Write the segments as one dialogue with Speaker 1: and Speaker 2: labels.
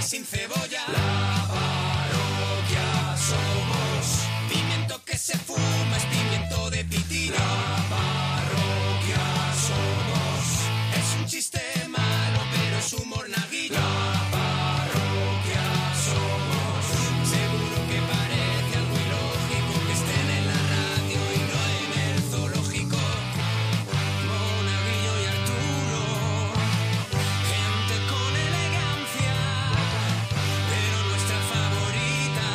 Speaker 1: sin cebolla. La parroquia somos. Pimiento que se fuma es pimiento de pitina. La parroquia somos. Es un chiste malo, pero es humor naguillo. La parroquia somos. Seguro que parece algo ilógico que estén en la radio y no en el zoológico. Monaguillo y Arturo. Gente con elegancia, pero nuestra favorita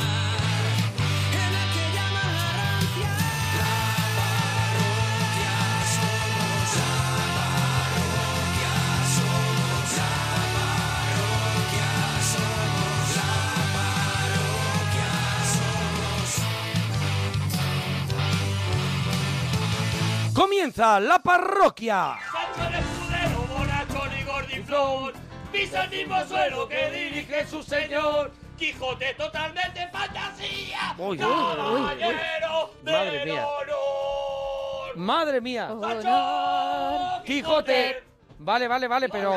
Speaker 1: es la que llaman la rancia. La parroquia somos, la parroquia somos, la parroquia somos, la parroquia somos.
Speaker 2: Comienza la parroquia.
Speaker 3: Santo el escudero, bonachón y gordiflón, pisa el mismo suelo que dirige su señor. Quijote totalmente fantasía,
Speaker 2: Uy, uy, uy, uy.
Speaker 3: caballero
Speaker 2: Madre
Speaker 3: del
Speaker 2: mía.
Speaker 3: honor.
Speaker 2: Madre mía. Quijote. Vale, vale, vale, pero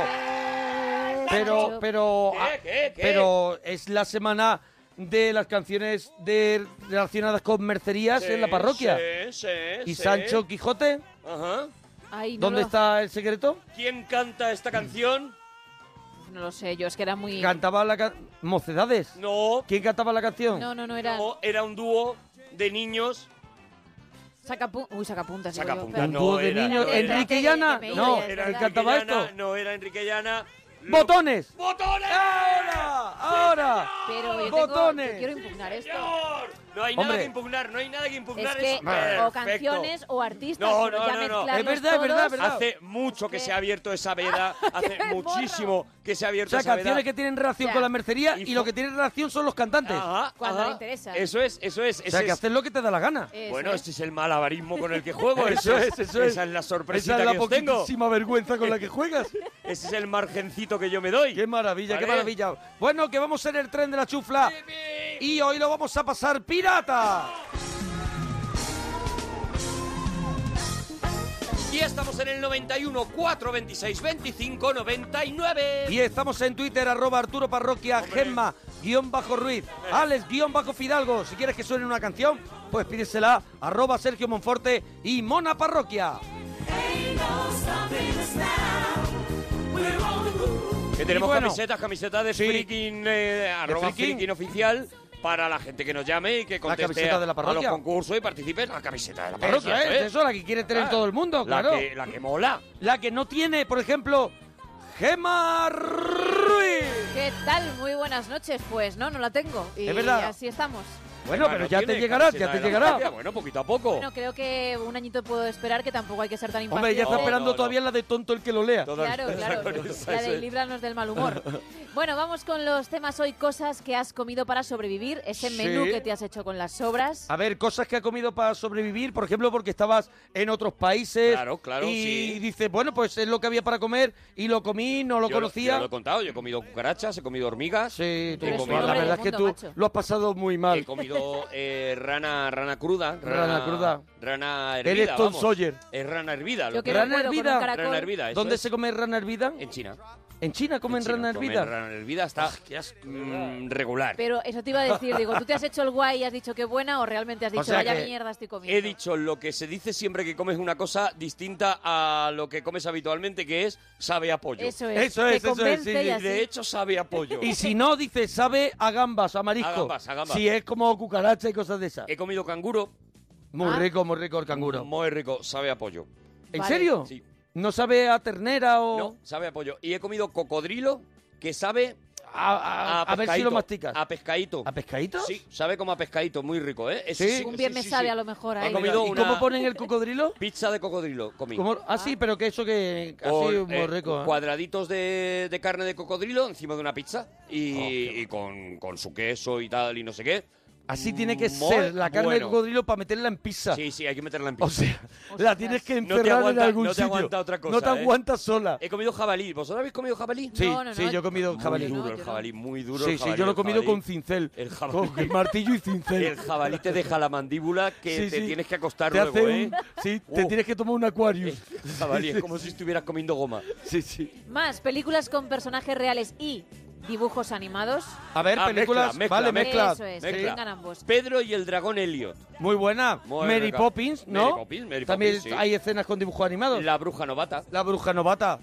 Speaker 2: pero pero ah,
Speaker 3: qué, qué?
Speaker 2: pero es la semana de las canciones de relacionadas con mercerías en la parroquia.
Speaker 3: Sí, sí,
Speaker 2: ¿Y
Speaker 3: sí.
Speaker 2: Sancho Quijote?
Speaker 3: Ajá.
Speaker 2: ¿Dónde está el secreto?
Speaker 3: ¿Quién canta esta canción?
Speaker 4: No lo sé, yo es que era muy...
Speaker 2: ¿Cantaba la ca- Mocedades?
Speaker 3: No.
Speaker 2: ¿Quién cantaba la canción?
Speaker 4: No, no, no era...
Speaker 3: No, era un dúo de niños.
Speaker 4: Sacapu- Uy, sacapuntas. digo yo,
Speaker 3: Sacapuntas,
Speaker 4: pero-
Speaker 2: Un dúo de niños. Enrique Llana.
Speaker 4: Era-
Speaker 2: No,
Speaker 4: era-
Speaker 2: ¿quién
Speaker 4: era-
Speaker 2: cantaba
Speaker 3: Enrique Llana,
Speaker 2: esto?
Speaker 3: No, era Enrique Llana.
Speaker 2: ¡Botones!
Speaker 3: ¡Botones!
Speaker 2: ¡Ahora!
Speaker 4: Pero yo, tengo-
Speaker 2: ¡Ah! ¡Botones!
Speaker 4: yo quiero impugnar esto.
Speaker 3: ¡Señor! No hay
Speaker 2: Hombre.
Speaker 3: nada que impugnar, no hay nada que
Speaker 4: Es
Speaker 3: impugnar.
Speaker 4: que
Speaker 3: perfecto.
Speaker 4: o canciones o artistas,
Speaker 3: No,
Speaker 4: pero
Speaker 3: no, no,
Speaker 4: ya
Speaker 3: no.
Speaker 4: mezclarlos
Speaker 2: Es verdad, es verdad,
Speaker 4: todos.
Speaker 2: es verdad.
Speaker 3: Hace mucho que se ha abierto esa veda, hace
Speaker 4: Ah, ¡Qué
Speaker 3: muchísimo que se ha
Speaker 2: O
Speaker 3: abierto
Speaker 2: sea,
Speaker 3: esa veda.
Speaker 2: canciones que tienen relación
Speaker 4: O sea,
Speaker 2: con la mercería y
Speaker 3: hijo-
Speaker 2: lo que tienen relación son los cantantes.
Speaker 3: Ajá,
Speaker 4: Cuando
Speaker 2: Ah,
Speaker 3: ajá.
Speaker 4: le interesa.
Speaker 3: Eso es, eso es.
Speaker 2: o
Speaker 3: ese
Speaker 2: sea, que
Speaker 3: es-
Speaker 2: haces lo que te da la gana.
Speaker 4: Eso
Speaker 3: Bueno,
Speaker 4: es.
Speaker 3: este es el malabarismo con el que juego.
Speaker 2: Eso es, eso es.
Speaker 3: Esa es la sorpresita
Speaker 2: Esa es la
Speaker 3: que os tengo.
Speaker 2: poquitísima vergüenza con la que juegas.
Speaker 3: Ese es el margencito que yo me doy.
Speaker 2: ¡Qué maravilla, qué
Speaker 3: Vale.
Speaker 2: maravilla! Bueno, que vamos en el tren de la chufla y hoy lo vamos a pasar pirata.
Speaker 3: Y estamos en el 91 4 26 25 99.
Speaker 2: Y estamos en Twitter, arroba Arturo Parroquia, Gemma, guión bajo
Speaker 3: Eh.
Speaker 2: Ruiz, Alex, guión bajo Fidalgo. Si quieres que suene una canción, pues pídesela, arroba Sergio Monforte y Mona Parroquia.
Speaker 3: Que tenemos
Speaker 2: Y bueno,
Speaker 3: camisetas, camisetas de
Speaker 2: sí.
Speaker 3: freaking, eh, arroba
Speaker 2: freaking.
Speaker 3: freaking oficial para la gente que nos llame y que conteste
Speaker 2: camiseta
Speaker 3: a,
Speaker 2: de la
Speaker 3: a los
Speaker 2: parroquia.
Speaker 3: concursos y participe en la camiseta de la
Speaker 2: Parroquia,
Speaker 3: parroquia.
Speaker 2: ¿eh?
Speaker 3: eso es.
Speaker 2: Eso la que quiere tener
Speaker 3: Ah,
Speaker 2: todo el mundo,
Speaker 3: la
Speaker 2: claro.
Speaker 3: Que, la que mola.
Speaker 2: La que no tiene, por ejemplo, Gemma Ruiz.
Speaker 4: ¿Qué tal? Muy buenas noches, pues no, no la tengo. Y
Speaker 2: Es verdad.
Speaker 4: así estamos.
Speaker 2: Bueno, pero ya te
Speaker 3: Ah, tiene
Speaker 2: llegará,
Speaker 3: camiseta
Speaker 2: ya te
Speaker 3: de la parroquia,
Speaker 2: llegará.
Speaker 3: Bueno, poquito a
Speaker 2: Oh.
Speaker 3: poco.
Speaker 4: Bueno, creo que un añito puedo esperar, que tampoco hay que ser tan impaciente.
Speaker 2: Hombre, ya está
Speaker 3: No,
Speaker 2: esperando
Speaker 3: no, no.
Speaker 2: todavía la de tonto el que lo lea.
Speaker 4: Claro, claro.
Speaker 3: Con esa-
Speaker 4: La de
Speaker 3: ese-
Speaker 4: líbranos del mal humor. Bueno, vamos con los temas hoy. Cosas que has comido para sobrevivir. Ese
Speaker 2: Sí.
Speaker 4: menú que te has hecho con las sobras.
Speaker 2: A ver, cosas que ha comido para sobrevivir, por ejemplo, porque estabas en otros países.
Speaker 3: Claro, claro,
Speaker 2: Y
Speaker 3: sí.
Speaker 2: dices, bueno, pues es lo que había para comer y lo comí, no lo
Speaker 3: yo
Speaker 2: conocía.
Speaker 3: yo lo he contado, yo he comido cucarachas, he comido hormigas,
Speaker 2: Sí, tú,
Speaker 3: He
Speaker 2: la
Speaker 3: comido-
Speaker 2: verdad es que tú
Speaker 4: Hombre del mundo, macho.
Speaker 2: lo has pasado muy
Speaker 3: he
Speaker 2: mal.
Speaker 3: comido eh, rana, rana cruda.
Speaker 2: Rana cruda.
Speaker 3: Rana hervida,
Speaker 2: Eres Tom
Speaker 3: vamos.
Speaker 2: Sawyer.
Speaker 3: Es rana hervida. lo
Speaker 4: Yo
Speaker 3: que-
Speaker 4: que
Speaker 2: Rana
Speaker 4: no puedo con
Speaker 2: hervida.
Speaker 4: un caracol.
Speaker 3: Rana hervida, eso
Speaker 2: ¿Dónde
Speaker 3: es.
Speaker 2: se come rana hervida?
Speaker 3: En China.
Speaker 2: ¿En China comen
Speaker 3: Sí,
Speaker 2: rana
Speaker 3: no, comen
Speaker 2: hervida. Ah,
Speaker 3: Rana hervida está mm, regular.
Speaker 4: Pero eso te iba a decir, digo, ¿tú te has hecho el guay y has dicho que buena o realmente has dicho,
Speaker 2: sea
Speaker 4: vaya
Speaker 2: que
Speaker 4: mierda estoy comiendo?
Speaker 3: He dicho lo que se dice siempre que comes una cosa distinta a lo que comes habitualmente, que es sabe a pollo.
Speaker 4: Eso es.
Speaker 2: Eso es,
Speaker 4: te
Speaker 2: eso es,
Speaker 4: convence
Speaker 2: sí, sí,
Speaker 4: y
Speaker 3: Y
Speaker 4: así.
Speaker 3: de hecho sabe a pollo.
Speaker 2: Y si no, dices, sabe a gambas, a marisco.
Speaker 3: A gambas, a gambas.
Speaker 2: Si es como cucaracha y cosas de esas.
Speaker 3: He comido canguro,
Speaker 2: Muy
Speaker 4: Ah.
Speaker 2: rico, muy rico el canguro.
Speaker 3: muy rico, sabe a pollo.
Speaker 2: ¿En
Speaker 4: Vale.
Speaker 2: serio?
Speaker 3: Sí.
Speaker 2: ¿No sabe a ternera o...?
Speaker 3: No, sabe a pollo. Y he comido cocodrilo, que sabe
Speaker 2: A, a- a ver si
Speaker 3: pescaíto,
Speaker 2: lo masticas.
Speaker 3: A pescadito.
Speaker 2: ¿A pescadito?
Speaker 3: Sí, sabe como a pescadito, muy rico, ¿eh? Eso
Speaker 2: Sí.
Speaker 4: Un viernes sabe a lo mejor ¿eh?
Speaker 3: He
Speaker 4: ahí.
Speaker 2: ¿Y
Speaker 3: comido una
Speaker 2: cómo ponen el cocodrilo?
Speaker 3: pizza de cocodrilo, comí.
Speaker 2: ¿Cómo? Ah, sí, pero que eso que... Así,
Speaker 3: Con,
Speaker 2: muy
Speaker 3: eh,
Speaker 2: rico. ¿eh?
Speaker 3: Cuadraditos de, de carne de cocodrilo encima de una pizza y,
Speaker 2: Oh, qué
Speaker 3: y con, con su queso y tal y no sé qué. Mm,
Speaker 2: Así tiene que
Speaker 3: Muy
Speaker 2: ser la carne de
Speaker 3: bueno.
Speaker 2: cocodrilo para meterla en pizza.
Speaker 3: Sí, sí, hay que meterla en pizza.
Speaker 2: O sea, la tienes que
Speaker 3: No te
Speaker 2: encerrar en
Speaker 3: aguanta-
Speaker 2: algún
Speaker 3: no te
Speaker 2: sitio.
Speaker 3: aguanta otra cosa,
Speaker 2: No te
Speaker 3: ¿eh?
Speaker 2: aguantas sola.
Speaker 3: He comido jabalí. ¿Vosotros habéis comido jabalí?
Speaker 2: Sí,
Speaker 4: No, no,
Speaker 2: sí,
Speaker 4: no.
Speaker 2: yo he comido jabalí.
Speaker 3: Muy
Speaker 4: no,
Speaker 3: duro
Speaker 4: yo
Speaker 3: el
Speaker 4: no.
Speaker 3: jabalí, muy duro
Speaker 2: sí,
Speaker 3: el
Speaker 2: sí,
Speaker 3: jabalí.
Speaker 2: yo lo he
Speaker 3: el
Speaker 2: comido
Speaker 3: jabalí.
Speaker 2: con cincel.
Speaker 3: El jabalí.
Speaker 2: Con martillo y cincel.
Speaker 3: El jabalí te deja la mandíbula que
Speaker 2: Sí,
Speaker 3: te
Speaker 2: sí.
Speaker 3: tienes que acostar
Speaker 2: Te
Speaker 3: luego,
Speaker 2: hace
Speaker 3: ¿eh?
Speaker 2: un- Sí, te
Speaker 3: Uh. Eh,
Speaker 2: tienes que tomar un acuario.
Speaker 3: Jabalí, es como si estuvieras comiendo goma.
Speaker 2: Sí, sí.
Speaker 4: Más películas con personajes reales y dibujos animados.
Speaker 2: A ver,
Speaker 3: Ah,
Speaker 2: películas.
Speaker 3: mezcla,
Speaker 2: vale, mezcla.
Speaker 4: Eso es, que
Speaker 3: mezcla.
Speaker 4: vengan ambos.
Speaker 3: Pedro y el dragón Elliot.
Speaker 2: Muy buena.
Speaker 3: Muy
Speaker 2: Mary
Speaker 3: rica.
Speaker 2: Poppins, ¿no?
Speaker 3: Mary Poppins, Mary
Speaker 2: También
Speaker 3: Poppins, sí.
Speaker 2: hay escenas con dibujos animados. La,
Speaker 3: La bruja novata.
Speaker 2: bruja novata.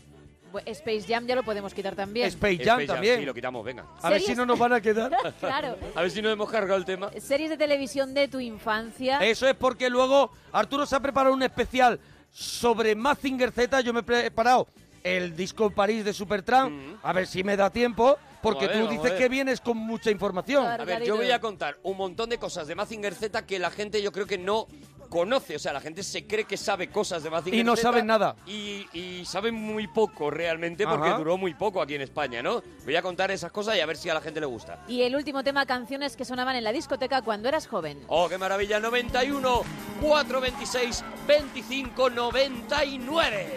Speaker 4: Bu- Space Jam ya lo podemos quitar también.
Speaker 2: Space Jam
Speaker 3: Space Jam,
Speaker 2: también.
Speaker 3: Sí, lo quitamos, venga.
Speaker 2: A ver si
Speaker 4: Series-
Speaker 2: no nos van a quedar.
Speaker 4: claro.
Speaker 3: A ver si no hemos cargado el tema.
Speaker 4: Series de televisión de tu infancia.
Speaker 2: Eso es porque luego Arturo se ha preparado un especial sobre Mazinger Z. Yo me he preparado el disco París de Supertramp. A ver si me da tiempo, porque
Speaker 3: Mm. Vamos a ver,
Speaker 2: tú
Speaker 3: vamos a
Speaker 2: dices
Speaker 3: ver.
Speaker 2: que vienes con mucha información.
Speaker 4: Claro.
Speaker 3: A ver, yo voy a contar un montón de cosas de Mazinger Z que la gente yo creo que no conoce. O sea, la gente se cree que sabe cosas de Mazinger Z.
Speaker 2: Y no saben nada.
Speaker 3: Y, y saben muy poco realmente porque
Speaker 2: Ajá.
Speaker 3: duró muy poco aquí en España, ¿no? Voy a contar esas cosas y a ver si a la gente le gusta.
Speaker 4: Y el último tema, canciones que sonaban en la discoteca cuando eras joven.
Speaker 3: ¡Oh, qué maravilla! 91, 426, 25, 99.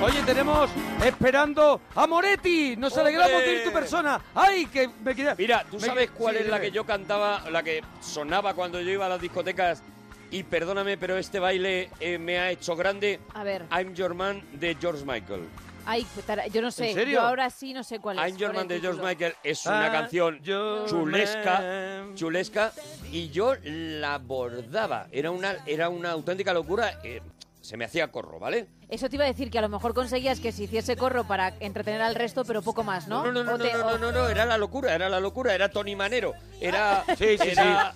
Speaker 2: Oye, tenemos esperando a Moretti. Nos
Speaker 3: ¡Hombre!
Speaker 2: alegramos de ir tu persona. ¡Ay, que me queda-
Speaker 3: Mira, ¿tú
Speaker 2: me
Speaker 3: sabes
Speaker 2: queda-
Speaker 3: cuál
Speaker 2: sí,
Speaker 3: es la
Speaker 2: dime.
Speaker 3: que yo cantaba, la que sonaba cuando yo iba a las discotecas? Y perdóname, pero este baile eh, me ha hecho grande.
Speaker 4: A ver,
Speaker 3: I'm Your Man de George Michael.
Speaker 4: ay, qué tara- yo no sé,
Speaker 2: ¿En serio?
Speaker 4: yo ahora sí no sé cuál es.
Speaker 3: I'm Your
Speaker 4: por el
Speaker 3: Man de George
Speaker 4: título.
Speaker 3: Michael es una
Speaker 2: Ah,
Speaker 3: canción
Speaker 2: Your
Speaker 3: chulesca,
Speaker 2: Man.
Speaker 3: chulesca, y yo la abordaba. Era una, era una auténtica locura. eh, se me hacía corro, ¿vale?
Speaker 4: Eso te iba a decir que a lo mejor conseguías que se hiciese corro para entretener al resto, pero poco más, ¿no?
Speaker 3: no, no, no,
Speaker 4: O te-
Speaker 3: no,
Speaker 4: o-
Speaker 3: no, no, no, era la locura, era la locura, era Tony Manero, era,
Speaker 2: Ah. Sí, sí,
Speaker 3: era,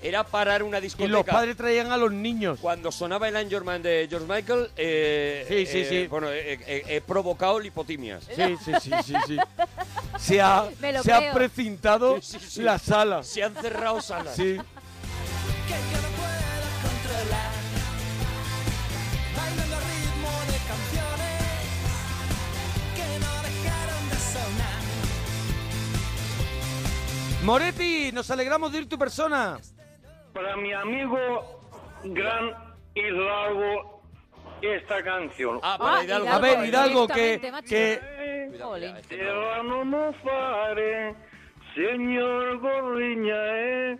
Speaker 3: era parar una discoteca.
Speaker 2: Y los padres traían a los niños.
Speaker 3: Cuando sonaba el Angel Man de George Michael, eh,
Speaker 2: Sí, sí,
Speaker 3: eh,
Speaker 2: sí.
Speaker 3: bueno, eh, eh, he provocado lipotimias.
Speaker 2: Sí, sí, sí, sí, sí. Se ha,
Speaker 4: Me lo
Speaker 2: se ha
Speaker 4: creo.
Speaker 2: precintado
Speaker 3: Sí, sí, sí.
Speaker 2: la sala.
Speaker 3: Se han cerrado salas.
Speaker 2: Sí.
Speaker 1: que yo no puedo controlar. Bailando al ritmo de canciones que no dejaron de sonar.
Speaker 2: Moretti, nos alegramos de ir tu persona.
Speaker 5: Para mi amigo gran Hidalgo, esta canción.
Speaker 3: Ah, para
Speaker 4: Ah,
Speaker 3: Hidalgo.
Speaker 2: A ver, Hidalgo,
Speaker 4: Directamente,
Speaker 2: que,
Speaker 4: macho.
Speaker 2: que
Speaker 3: Cuidado,
Speaker 4: Jolín.
Speaker 3: cuidado, este
Speaker 5: Te
Speaker 3: no.
Speaker 5: van a no fare, señor Gorriña, eh,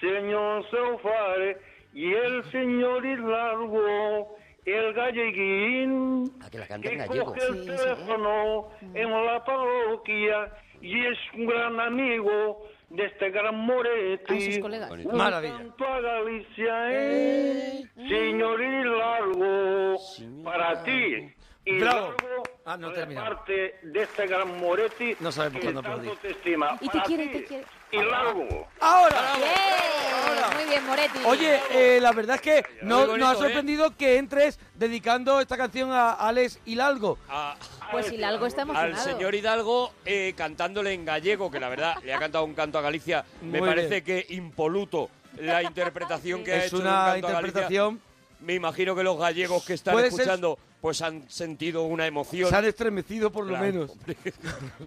Speaker 5: señor Saufare, y el señor Hidalgo, el galleguín,
Speaker 3: Ah, que la canta en
Speaker 5: que
Speaker 3: gallego.
Speaker 5: coge el
Speaker 4: Sí, eh. sí.
Speaker 5: teléfono en la parroquia y es un gran amigo de este gran
Speaker 4: a sus
Speaker 5: Moretti.
Speaker 4: colegas.
Speaker 3: Bonito.
Speaker 2: Maravilla.
Speaker 5: Canto a Galicia, eh, señor Hidalgo, para ti. Y
Speaker 2: Bravo.
Speaker 5: largo
Speaker 2: Ah, no,
Speaker 5: de
Speaker 2: terminamos.
Speaker 5: parte de este gran Moretti
Speaker 2: No sabemos
Speaker 5: que
Speaker 2: cuándo
Speaker 5: tanto
Speaker 2: aplaudir.
Speaker 5: te estima.
Speaker 4: Y te
Speaker 5: Para
Speaker 4: quiere,
Speaker 5: ti,
Speaker 4: te quiere.
Speaker 5: Y largo.
Speaker 2: Ahora.
Speaker 4: ¡Bien! Muy bien, Moretti.
Speaker 2: Oye, eh, la verdad es que no-
Speaker 3: Muy bonito, ¿eh?
Speaker 2: nos ha sorprendido que entres dedicando esta canción a Alex Hidalgo.
Speaker 3: A-
Speaker 4: pues Hidalgo está emocionado.
Speaker 3: Ah. al señor Hidalgo eh, cantándole en gallego, que la verdad le ha cantado un canto a Galicia, me
Speaker 2: Muy
Speaker 3: parece que impoluto la interpretación que ha
Speaker 2: Es
Speaker 3: hecho de un
Speaker 2: una
Speaker 3: canto a Galicia.
Speaker 2: interpretación.
Speaker 3: Me imagino que los gallegos que están
Speaker 2: Puede ser-
Speaker 3: escuchando pues han sentido una emoción.
Speaker 2: Se han estremecido por lo
Speaker 3: Claro,
Speaker 2: menos.
Speaker 3: hombre.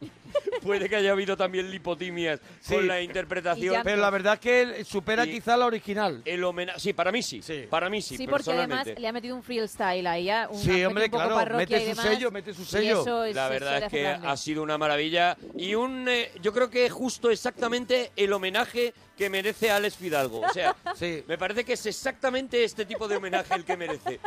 Speaker 3: Puede que haya habido también lipotimias
Speaker 2: Sí.
Speaker 3: con la
Speaker 4: Y ya-
Speaker 3: interpretación.
Speaker 2: Pero la verdad es que supera
Speaker 3: Y-
Speaker 2: quizá la original.
Speaker 3: El homenaje, sí, para mí sí,
Speaker 2: Sí.
Speaker 3: para mí sí,
Speaker 4: Sí, porque además
Speaker 3: personalmente.
Speaker 4: le ha metido un freestyle ahí, ya, un
Speaker 2: Sí,
Speaker 4: aspecto
Speaker 2: hombre,
Speaker 4: un poco
Speaker 2: claro,
Speaker 4: parroquia
Speaker 2: mete
Speaker 4: y
Speaker 2: su
Speaker 4: demás,
Speaker 2: sello, mete su
Speaker 4: y
Speaker 2: sello.
Speaker 4: eso es-
Speaker 3: La
Speaker 4: eso
Speaker 3: verdad
Speaker 4: le
Speaker 3: es
Speaker 4: hace
Speaker 3: que
Speaker 4: grande.
Speaker 3: ha sido una maravilla y un eh, yo creo que es justo exactamente el homenaje que merece Alex Fidalgo. O sea,
Speaker 2: Sí.
Speaker 3: me parece que es exactamente este tipo de homenaje el que merece.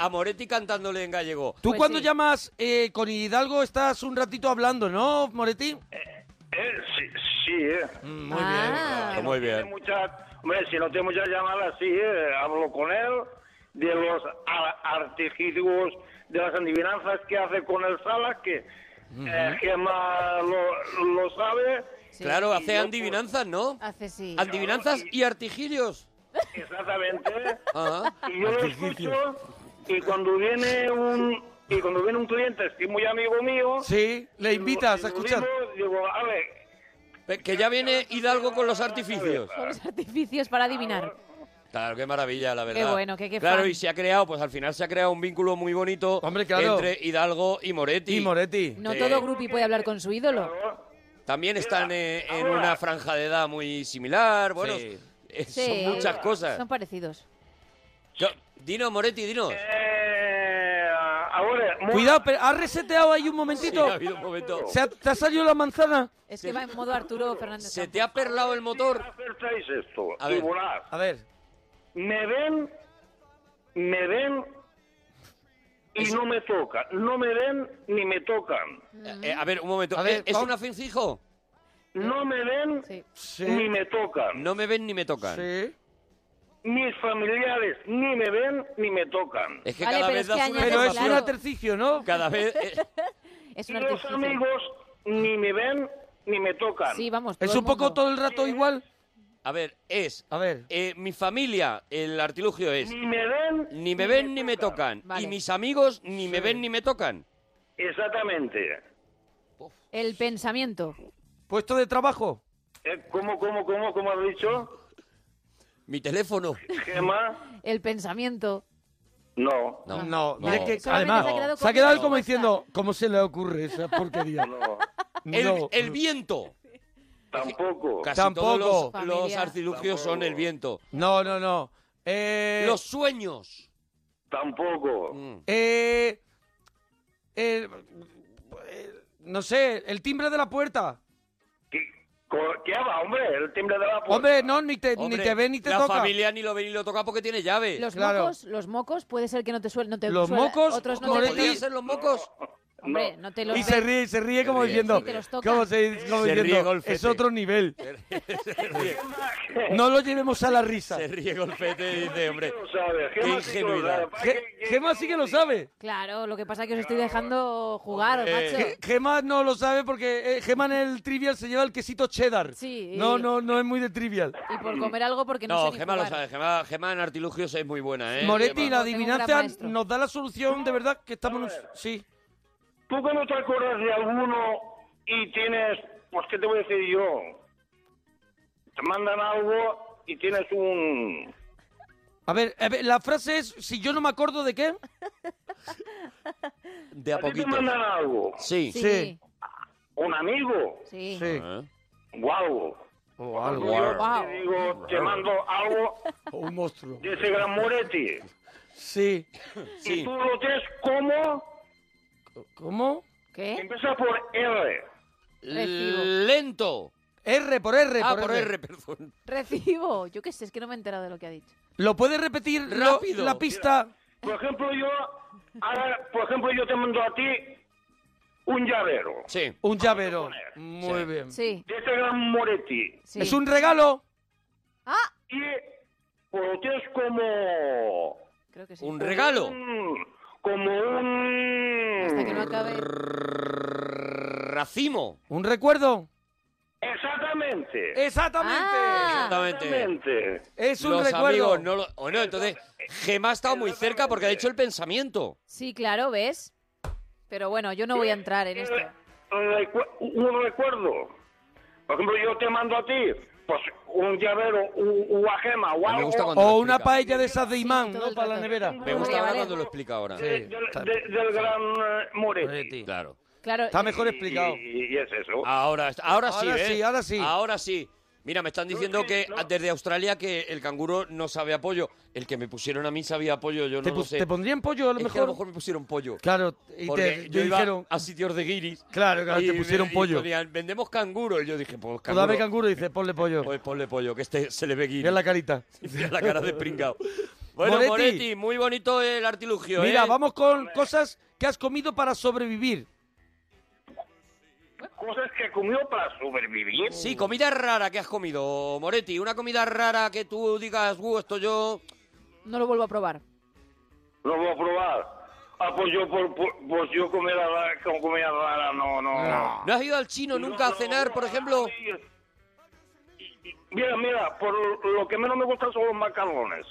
Speaker 3: A Moretti cantándole en gallego.
Speaker 2: Tú
Speaker 4: Pues
Speaker 2: cuando
Speaker 4: sí.
Speaker 2: llamas eh, con Hidalgo estás un ratito hablando, ¿no, Moretti?
Speaker 5: Eh, sí, sí, eh.
Speaker 2: Mm,
Speaker 4: Ah.
Speaker 5: Si no
Speaker 3: Muy
Speaker 5: tiene
Speaker 3: bien.
Speaker 5: muchas- hombre, si no tengo muchas llamadas, sí, eh, hablo con él de los a- artificios, de las adivinanzas que hace con el Sala, que eh, Gemma lo, lo sabe.
Speaker 4: Sí.
Speaker 3: Claro,
Speaker 5: Y yo,
Speaker 3: hace
Speaker 5: pues,
Speaker 3: adivinanzas, ¿no?
Speaker 4: Hace sí.
Speaker 3: Adivinanzas
Speaker 5: Claro,
Speaker 3: y artigilios.
Speaker 5: Exactamente.
Speaker 3: Ajá.
Speaker 5: y yo lo escucho y cuando viene un y cuando viene un cliente que es muy amigo mío
Speaker 2: Sí, le invitas a escuchar.
Speaker 5: digo, digo, a ver
Speaker 3: Pe- Que ya viene Hidalgo con los artificios.
Speaker 4: Son los artificios para adivinar.
Speaker 3: Claro, qué maravilla, la verdad.
Speaker 4: bueno, qué- qué
Speaker 3: Claro,
Speaker 4: fan.
Speaker 3: y se ha creado, pues al final se ha creado un vínculo muy bonito
Speaker 2: Hombre, claro.
Speaker 3: entre Hidalgo y Moretti.
Speaker 2: Y Moretti.
Speaker 4: No
Speaker 3: Sí.
Speaker 4: todo grupi puede hablar con su ídolo.
Speaker 3: También están eh, en
Speaker 5: ahora.
Speaker 3: una franja de edad muy similar. Bueno,
Speaker 2: Sí.
Speaker 3: eh,
Speaker 4: Sí,
Speaker 3: son muchas cosas.
Speaker 4: Son parecidos.
Speaker 3: Yo- Dino, Moretti, dinos.
Speaker 5: eh, a ahora... mo-
Speaker 2: Cuidado, pero ¿has reseteado ahí un momentito?
Speaker 3: Sí, ha habido un momento.
Speaker 2: ¿Se ha- ¿Te ha salido la manzana?
Speaker 4: Es que va en modo Arturo Fernández.
Speaker 3: Se
Speaker 4: Campos.
Speaker 3: te ha perlado el motor.
Speaker 5: acertáis esto,
Speaker 3: A ver.
Speaker 5: tribunal.
Speaker 2: A ver,
Speaker 5: Me ven, me ven y no me tocan. No me ven ni me tocan.
Speaker 3: Eh, a ver, un momento.
Speaker 2: A ver,
Speaker 3: Eh, ¿Es
Speaker 2: con-
Speaker 3: una fingijo?
Speaker 5: No me ven
Speaker 4: Sí.
Speaker 2: sí,
Speaker 5: ni me tocan.
Speaker 3: No me ven ni me tocan.
Speaker 2: sí.
Speaker 5: Mis familiares ni me ven ni me tocan.
Speaker 3: Es que
Speaker 4: Vale,
Speaker 3: cada
Speaker 4: pero
Speaker 3: vez
Speaker 4: es
Speaker 3: das
Speaker 4: que
Speaker 3: una
Speaker 4: añade-
Speaker 2: Pero es
Speaker 4: claro.
Speaker 2: un atercicio, ¿no?
Speaker 3: Cada vez... eh,
Speaker 4: Es
Speaker 5: Y
Speaker 4: un
Speaker 5: los
Speaker 4: artificio.
Speaker 5: amigos ni me ven ni me tocan.
Speaker 4: Sí, vamos.
Speaker 2: Es
Speaker 4: todo
Speaker 2: un
Speaker 4: el
Speaker 2: poco
Speaker 4: mundo.
Speaker 2: todo el rato igual.
Speaker 3: a ver, es...
Speaker 2: A ver.
Speaker 3: eh, mi familia, el artilugio es...
Speaker 5: Ni me ven
Speaker 3: Ni me ven ni me tocan.
Speaker 4: Vale.
Speaker 3: Y mis amigos ni me ven ni me tocan.
Speaker 5: Exactamente.
Speaker 4: El pensamiento.
Speaker 2: Puesto de trabajo.
Speaker 5: Eh, ¿Cómo, cómo, cómo, cómo has dicho,
Speaker 3: Mi teléfono.
Speaker 5: Gemma?
Speaker 4: El pensamiento.
Speaker 5: No.
Speaker 3: No.
Speaker 2: No,
Speaker 3: no.
Speaker 2: mira que
Speaker 4: Solamente
Speaker 2: además
Speaker 4: se ha quedado
Speaker 2: se ha quedado
Speaker 4: como-
Speaker 2: como diciendo, ¿cómo se le ocurre esa porquería?
Speaker 5: No,
Speaker 3: El,
Speaker 2: No.
Speaker 3: el viento.
Speaker 5: tampoco.
Speaker 3: Casi
Speaker 2: Tampoco.
Speaker 3: todos los, los
Speaker 4: Familia.
Speaker 3: artilugios son el viento.
Speaker 2: No, no, no. Eh,
Speaker 3: Los sueños.
Speaker 5: Tampoco.
Speaker 3: Mm.
Speaker 2: eh, eh, eh, no sé, el timbre de la puerta.
Speaker 5: ¿Qué, co- qué va, hombre? El timbre de la puerta.
Speaker 2: Hombre, no, ni te,
Speaker 3: Hombre,
Speaker 2: ni te ve ni te
Speaker 3: la
Speaker 2: toca.
Speaker 3: familia ni lo ve ni lo toca porque tiene llave.
Speaker 4: Los
Speaker 2: Claro.
Speaker 4: mocos, los mocos, puede ser que no te suelen. No te
Speaker 2: Los
Speaker 4: suela-
Speaker 2: mocos,
Speaker 4: otros no
Speaker 3: ¿Cómo
Speaker 4: te
Speaker 2: Morelli-
Speaker 3: podrían
Speaker 4: suelen-
Speaker 3: ser los mocos?
Speaker 4: Hombre, no te los
Speaker 2: Y
Speaker 4: ven.
Speaker 2: se ríe, se ríe como
Speaker 3: ríe,
Speaker 2: diciendo,
Speaker 4: sí, te los toca.
Speaker 2: como se, como
Speaker 3: Se ríe
Speaker 2: diciendo,
Speaker 3: Golfete.
Speaker 2: es otro nivel. No lo llevemos a la risa.
Speaker 3: Se ríe Golfete y dice, hombre,
Speaker 5: Lo sabe,
Speaker 3: qué
Speaker 5: Gemma sí que lo
Speaker 3: ingenuidad.
Speaker 5: sabe. Pa-
Speaker 2: Ge-
Speaker 5: que-
Speaker 2: Gema sí que lo sabe.
Speaker 4: Claro, lo que pasa es que os estoy dejando jugar,
Speaker 3: Eh,
Speaker 4: macho.
Speaker 2: Ge- Gema no lo sabe porque eh, Gema en el trivial se lleva el quesito cheddar.
Speaker 4: Sí, y-
Speaker 2: No, no, no es muy de trivial.
Speaker 4: Y por comer algo porque no,
Speaker 3: No,
Speaker 4: sé ni
Speaker 3: Gemma lo
Speaker 4: jugar.
Speaker 3: sabe. Gemma, Gemma en artilugios es muy buena, ¿eh?
Speaker 2: Moretti,
Speaker 3: Gemma.
Speaker 2: la
Speaker 4: Tengo un gran
Speaker 2: adivinanza
Speaker 4: maestro.
Speaker 2: nos da la solución de verdad que estamos... en un- Sí.
Speaker 5: ¿Tú que no te acuerdas de alguno y tienes, pues qué te voy a decir yo? Te mandan algo y tienes un...
Speaker 2: A ver, a ver, la frase es, si yo no me acuerdo de qué...
Speaker 3: De a
Speaker 5: A ti te
Speaker 3: poquito.
Speaker 5: mandan algo,
Speaker 3: Sí.
Speaker 4: Sí,
Speaker 2: Sí.
Speaker 4: sí.
Speaker 5: un amigo
Speaker 2: Sí.
Speaker 3: ¿Eh?
Speaker 5: o algo.
Speaker 2: O algo.
Speaker 5: Yo
Speaker 4: Guau.
Speaker 5: te digo, te mando algo
Speaker 2: O un monstruo.
Speaker 5: de ese gran Moretti.
Speaker 2: Sí.
Speaker 3: Sí.
Speaker 5: Y tú lo tienes como,
Speaker 2: ¿Cómo?
Speaker 4: ¿Qué?
Speaker 5: empieza por R.
Speaker 4: Recibo.
Speaker 3: Lento.
Speaker 2: R por R.
Speaker 3: Ah,
Speaker 2: por
Speaker 3: por
Speaker 2: R.
Speaker 3: R, perdón.
Speaker 4: Recibo. Yo qué sé, es que no me he enterado de lo que ha dicho.
Speaker 2: ¿Lo puedes repetir lo-
Speaker 3: Rápido.
Speaker 2: la pista?
Speaker 5: Por ejemplo, yo, ahora, por ejemplo, yo te mando a ti un llavero
Speaker 3: Sí.
Speaker 2: Un llavero. Muy bien.
Speaker 4: Sí,
Speaker 5: de ese gran Moretti.
Speaker 4: sí.
Speaker 2: Es un regalo.
Speaker 4: Ah,
Speaker 5: Y pues, lo tienes como...
Speaker 4: creo que sí.
Speaker 3: Un regalo.
Speaker 5: un- como un
Speaker 4: Hasta que no acabe.
Speaker 3: Racimo.
Speaker 2: Un recuerdo.
Speaker 5: exactamente
Speaker 2: Exactamente.
Speaker 4: Ah.
Speaker 3: Exactamente.
Speaker 5: exactamente
Speaker 2: Es un
Speaker 3: Los
Speaker 2: recuerdo.
Speaker 3: amigos no lo... O no, entonces, Gemma ha estado muy cerca porque ha dicho el pensamiento.
Speaker 4: Sí, claro, ¿ves? Pero bueno, yo no voy a entrar en esto.
Speaker 5: Recu- un recuerdo por ejemplo yo te mando a ti pues un llavero un, una gema o
Speaker 3: A mí me
Speaker 5: algo
Speaker 3: gusta cuando-
Speaker 2: O
Speaker 3: lo
Speaker 2: una
Speaker 3: explica.
Speaker 2: paella de esas de imán,
Speaker 4: Sí, todo
Speaker 2: ¿no?
Speaker 4: el
Speaker 2: Para la
Speaker 4: rato.
Speaker 2: nevera.
Speaker 3: Me gusta
Speaker 4: Vale,
Speaker 3: ahora
Speaker 4: vale.
Speaker 3: cuando lo explica ahora.
Speaker 5: de-
Speaker 2: Sí,
Speaker 5: del-
Speaker 2: está-
Speaker 5: de- del gran eh, Moretti
Speaker 2: Moretti.
Speaker 3: Claro.
Speaker 4: Claro,
Speaker 2: Está mejor
Speaker 5: Y-
Speaker 2: explicado.
Speaker 5: y, y es eso
Speaker 3: Ahora, ahora sí,
Speaker 2: Ahora
Speaker 3: ¿eh?
Speaker 2: sí, ahora sí.
Speaker 3: Ahora sí. Mira, me están diciendo que
Speaker 5: no.
Speaker 3: desde Australia que el canguro no sabe a pollo. El que me pusieron a mí sabía a pollo, yo
Speaker 2: ¿Te,
Speaker 3: no lo
Speaker 2: pus-
Speaker 3: sé.
Speaker 2: te pondrían pollo a
Speaker 3: Es
Speaker 2: lo
Speaker 3: que
Speaker 2: mejor?
Speaker 3: a lo mejor me pusieron pollo.
Speaker 2: Claro, y
Speaker 3: Porque
Speaker 2: te,
Speaker 3: yo
Speaker 2: te
Speaker 3: iba
Speaker 2: dijeron,
Speaker 3: a sitios de guiris.
Speaker 2: Claro, claro, te
Speaker 3: y-
Speaker 2: pusieron
Speaker 3: y
Speaker 2: pollo.
Speaker 3: ponían, vendemos canguro. Y yo dije, pues
Speaker 2: tú dame
Speaker 3: canguro.
Speaker 2: canguro y dices, ponle pollo.
Speaker 3: Pues ponle pollo, que este se le ve guiri.
Speaker 2: Mira la carita.
Speaker 3: Mira la cara de pringao. Bueno,
Speaker 2: Moretti.
Speaker 3: Moretti. muy bonito el artilugio,
Speaker 2: Mira,
Speaker 3: ¿eh?
Speaker 2: vamos con cosas que has comido para sobrevivir.
Speaker 5: cosas que comió para sobrevivir
Speaker 3: Sí, comida rara que has comido, Moretti. Una comida rara que tú digas, uh, esto yo...
Speaker 4: no lo vuelvo a probar.
Speaker 5: lo voy a probar ah pues yo por, por- pues yo comía la- como comía rara no no, no.
Speaker 3: ¿No has ido al chino nunca a cenar, por ejemplo?
Speaker 5: Mira, mira, por lo que menos me gustan son los macarrones.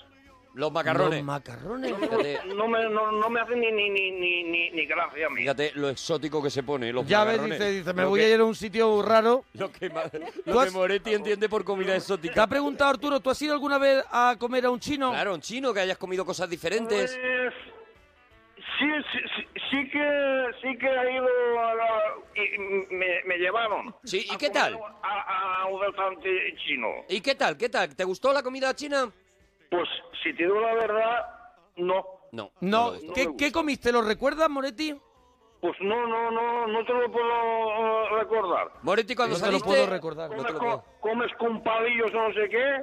Speaker 3: Los macarrones.
Speaker 2: Los macarrones.
Speaker 3: Fíjate,
Speaker 5: No me, no, no me hacen ni, ni, ni, ni, ni, ni gracia a mí.
Speaker 3: fíjate lo exótico que se pone, los
Speaker 2: Ya ves,
Speaker 3: macarrones.
Speaker 2: dice, dice, me
Speaker 3: Lo
Speaker 2: voy
Speaker 3: que-
Speaker 2: a ir a un sitio raro.
Speaker 3: Lo que, ma- lo
Speaker 2: Tú
Speaker 3: que
Speaker 2: has-
Speaker 3: Moretti entiende por comida
Speaker 2: Te ha
Speaker 3: exótica.
Speaker 2: preguntado Arturo, ¿tú has ido alguna vez a comer a un chino?
Speaker 3: Claro, un chino, que hayas comido cosas
Speaker 5: Pues,
Speaker 3: diferentes.
Speaker 5: sí, sí, sí, sí que, sí que ha ido a la- y me, me llevaron.
Speaker 3: Sí, ¿y
Speaker 5: a
Speaker 3: qué
Speaker 5: comer
Speaker 3: tal?
Speaker 5: A, a un restaurante Ah, chino.
Speaker 3: ¿Y qué tal? ¿Qué tal? ¿Te gustó la comida china?
Speaker 5: Pues, si te digo la verdad, no.
Speaker 3: No.
Speaker 2: No,
Speaker 3: me gustó.
Speaker 2: ¿qué, qué comiste? ¿Lo recuerdas, Moretti?
Speaker 5: Pues no, no, no, no te lo puedo eh, recordar.
Speaker 3: Moretti, cuando
Speaker 2: No te lo
Speaker 3: saliste...
Speaker 2: puedo recordar. no
Speaker 5: Comes,
Speaker 2: te lo
Speaker 5: con,
Speaker 2: puedo.
Speaker 5: comes con palillos o no sé qué.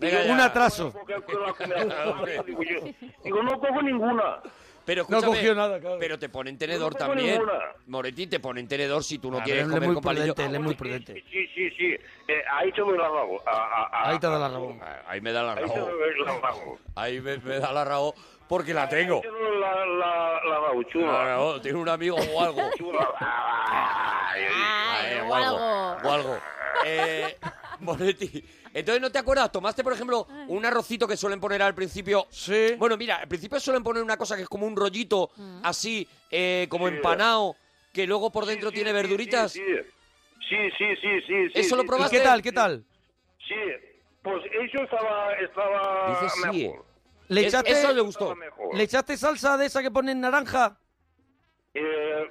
Speaker 3: Venga, ya.
Speaker 2: Un atraso.
Speaker 5: Porque que la comida- digo, yo, digo, no cojo ninguna.
Speaker 3: Pero
Speaker 2: No
Speaker 3: escúchame,
Speaker 2: cogió nada, claro.
Speaker 3: Pero te ponen tenedor
Speaker 5: No cojo
Speaker 3: también.
Speaker 5: ninguna.
Speaker 3: Moretti te ponen tenedor si tú no
Speaker 2: Claro,
Speaker 3: quieres
Speaker 2: él es
Speaker 3: comer
Speaker 2: muy
Speaker 3: con palillo.
Speaker 2: prudente, él es muy
Speaker 5: Sí,
Speaker 2: prudente.
Speaker 5: sí, sí. sí. Eh, ahí te doy la rabo. A- a- a-
Speaker 2: Ahí te da la razón.
Speaker 3: Ah, Ahí me da la
Speaker 5: Ahí te
Speaker 3: rabo.
Speaker 5: doy la rabo.
Speaker 3: Ahí me, me da la rabo porque la tengo.
Speaker 5: Ahí te doy la, la, la rabo,
Speaker 3: La
Speaker 5: chula.
Speaker 3: rabo, tiene un amigo o algo.
Speaker 5: Chula. Ah, Ay,
Speaker 4: Ay,
Speaker 3: Eh,
Speaker 4: Ah, o algo.
Speaker 3: O algo. Eh, Moretti. Entonces, ¿no te acuerdas? ¿Tomaste, por ejemplo, un arrocito que suelen poner al principio?
Speaker 2: Sí.
Speaker 3: Bueno, mira, al principio suelen poner una cosa que es como un rollito
Speaker 4: Mm.
Speaker 3: así, eh, como empanado, que luego por dentro tiene
Speaker 5: sí,
Speaker 3: verduritas.
Speaker 5: Sí, sí, sí, sí, sí. sí,
Speaker 3: ¿Eso lo
Speaker 5: sí,
Speaker 2: ¿Y
Speaker 3: probaste?
Speaker 2: qué tal, qué tal?
Speaker 5: Sí, pues eso estaba, estaba
Speaker 3: Dice sí, eh.
Speaker 5: mejor.
Speaker 2: ¿Le
Speaker 3: Es-
Speaker 2: echaste,
Speaker 3: Eso le
Speaker 5: Estaba
Speaker 3: gustó.
Speaker 5: mejor.
Speaker 2: ¿Le echaste salsa de esa que ponen naranja?
Speaker 5: Eh,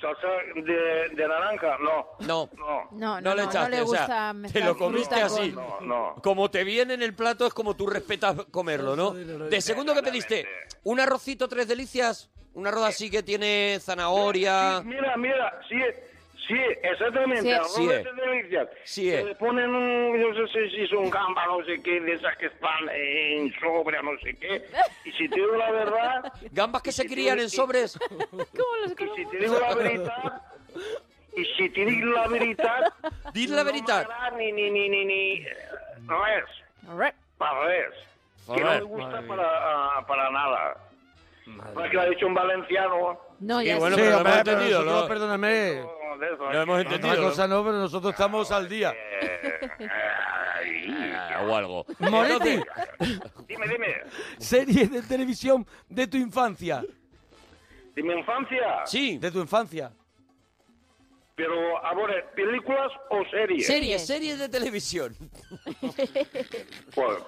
Speaker 5: salsa de, de naranja, no.
Speaker 3: No.
Speaker 5: No, no,
Speaker 3: No le echaste,
Speaker 6: le
Speaker 3: o sea,
Speaker 6: gusta
Speaker 3: te
Speaker 6: mezclar
Speaker 3: lo
Speaker 6: fruta
Speaker 3: comiste así.
Speaker 6: con-
Speaker 5: no. no.
Speaker 3: Como te viene en el plato es como tú respetas comerlo, ¿no? De segundo que pediste, un arrocito tres delicias, un arroz así que tiene zanahoria.
Speaker 5: Mira, mira, sí, sí, exactamente.
Speaker 4: Ah. Sí.
Speaker 5: arroz
Speaker 3: Sí,
Speaker 5: de
Speaker 3: eh.
Speaker 5: delicias.
Speaker 3: Sí, eh.
Speaker 5: Que Le ponen, un, yo no sé si son gamba, no sé qué, de esas que están en sobra, no sé qué. Y si te digo la verdad,
Speaker 3: Gambas que se crían en sobres.
Speaker 4: ¿Cómo los
Speaker 5: y si te digo la verdad, y si te digo la verdad,
Speaker 3: Dile la
Speaker 5: No
Speaker 3: verdad.
Speaker 5: me agrada ni, ni, ni, ni, ni. Res, para res. Que no me
Speaker 3: Joder,
Speaker 5: gusta para, ah, para nada. Para que lo ha dicho un valenciano.
Speaker 4: No,
Speaker 3: Y
Speaker 4: ya
Speaker 3: bueno,
Speaker 4: sé.
Speaker 3: pero lo hemos
Speaker 2: hombre,
Speaker 3: entendido,
Speaker 2: nosotros,
Speaker 3: ¿no?
Speaker 2: Perdóname.
Speaker 5: o de eso.
Speaker 3: Lo hemos entendido.
Speaker 2: Otra cosa no, pero nosotros estamos al día.
Speaker 5: Eh, ay,
Speaker 3: Ah, o algo.
Speaker 2: Moretti,
Speaker 5: dime, dime.
Speaker 2: serie de televisión de tu infancia.
Speaker 5: De mi infancia.
Speaker 3: Sí,
Speaker 2: De tu infancia.
Speaker 5: Pero, ahora, ¿películas o series?
Speaker 3: series, series de televisión.
Speaker 5: Pues,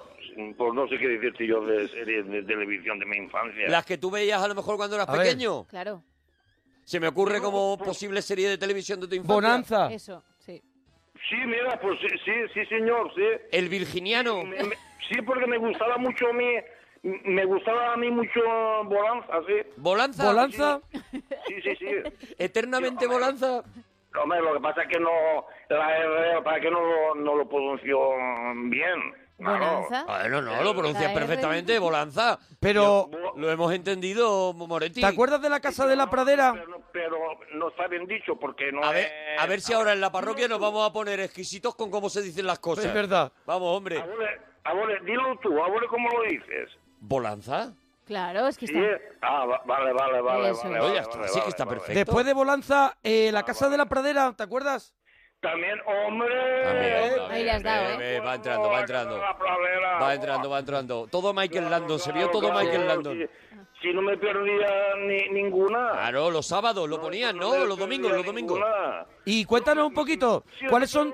Speaker 5: pues no sé qué decirte yo de series de televisión de mi infancia.
Speaker 3: Las que tú veías a lo mejor cuando eras
Speaker 2: A ver.
Speaker 3: pequeño.
Speaker 4: Claro,
Speaker 3: Se me ocurre como posible serie de televisión de tu infancia.
Speaker 2: Bonanza.
Speaker 4: eso, sí.
Speaker 5: Sí, mira, pues sí, sí, sí, señor, sí.
Speaker 3: El virginiano.
Speaker 5: Me- me- sí, porque me gustaba mucho a mí, me gustaba a mí mucho Bonanza, sí.
Speaker 3: Bolanza.
Speaker 2: Bolanza.
Speaker 5: Sí, sí, sí.
Speaker 3: Eternamente Bolanza.
Speaker 5: Hombre, lo que pasa es que no, la R, para que no, lo- no lo pronunció bien. claro.
Speaker 4: Bonanza.
Speaker 3: Bueno, no, lo pronuncias
Speaker 4: La R.
Speaker 3: perfectamente, Bolanza.
Speaker 2: Pero,
Speaker 3: Lo hemos entendido, Moretti.
Speaker 2: ¿te acuerdas de la Casa de la Pradera?
Speaker 5: Pero, pero no está bien dicho porque no
Speaker 3: A ver,
Speaker 5: es-
Speaker 3: a ver si ahora en la parroquia nos vamos a poner exquisitos con cómo se dicen las cosas.
Speaker 2: Es verdad.
Speaker 3: Vamos, hombre.
Speaker 5: Ahora, ahora, dilo tú, ahora cómo lo dices.
Speaker 3: ¿Bolanza?
Speaker 4: Claro, es que
Speaker 5: Sí,
Speaker 4: está.
Speaker 5: ah, va- vale, vale, vale,
Speaker 4: Eso
Speaker 5: vale,
Speaker 4: es.
Speaker 3: No,
Speaker 5: vale,
Speaker 3: ya está,
Speaker 5: vale,
Speaker 3: sí que
Speaker 5: vale,
Speaker 3: está
Speaker 5: vale.
Speaker 3: perfecto.
Speaker 2: Después de Bonanza, eh, la Casa de la Pradera, ¿te acuerdas?
Speaker 5: También, hombre.
Speaker 3: También, también,
Speaker 4: Ahí le has dado,
Speaker 3: ve, ve,
Speaker 4: ¿eh?
Speaker 3: Va entrando, va entrando.
Speaker 5: La pradera.
Speaker 3: Va entrando, va entrando. Todo Michael
Speaker 5: Claro,
Speaker 3: Landon, se
Speaker 5: claro,
Speaker 3: vio todo
Speaker 5: claro,
Speaker 3: Michael
Speaker 5: claro,
Speaker 3: Landon.
Speaker 5: Si, si no me perdía ni, ninguna.
Speaker 3: Claro, los sábados lo ponían, ¿no?
Speaker 5: me
Speaker 3: Los domingos,
Speaker 5: perdía
Speaker 3: los domingos.
Speaker 5: ninguna.
Speaker 2: Y cuéntanos un poquito,
Speaker 5: Sí,
Speaker 2: ¿cuáles son,
Speaker 5: eh,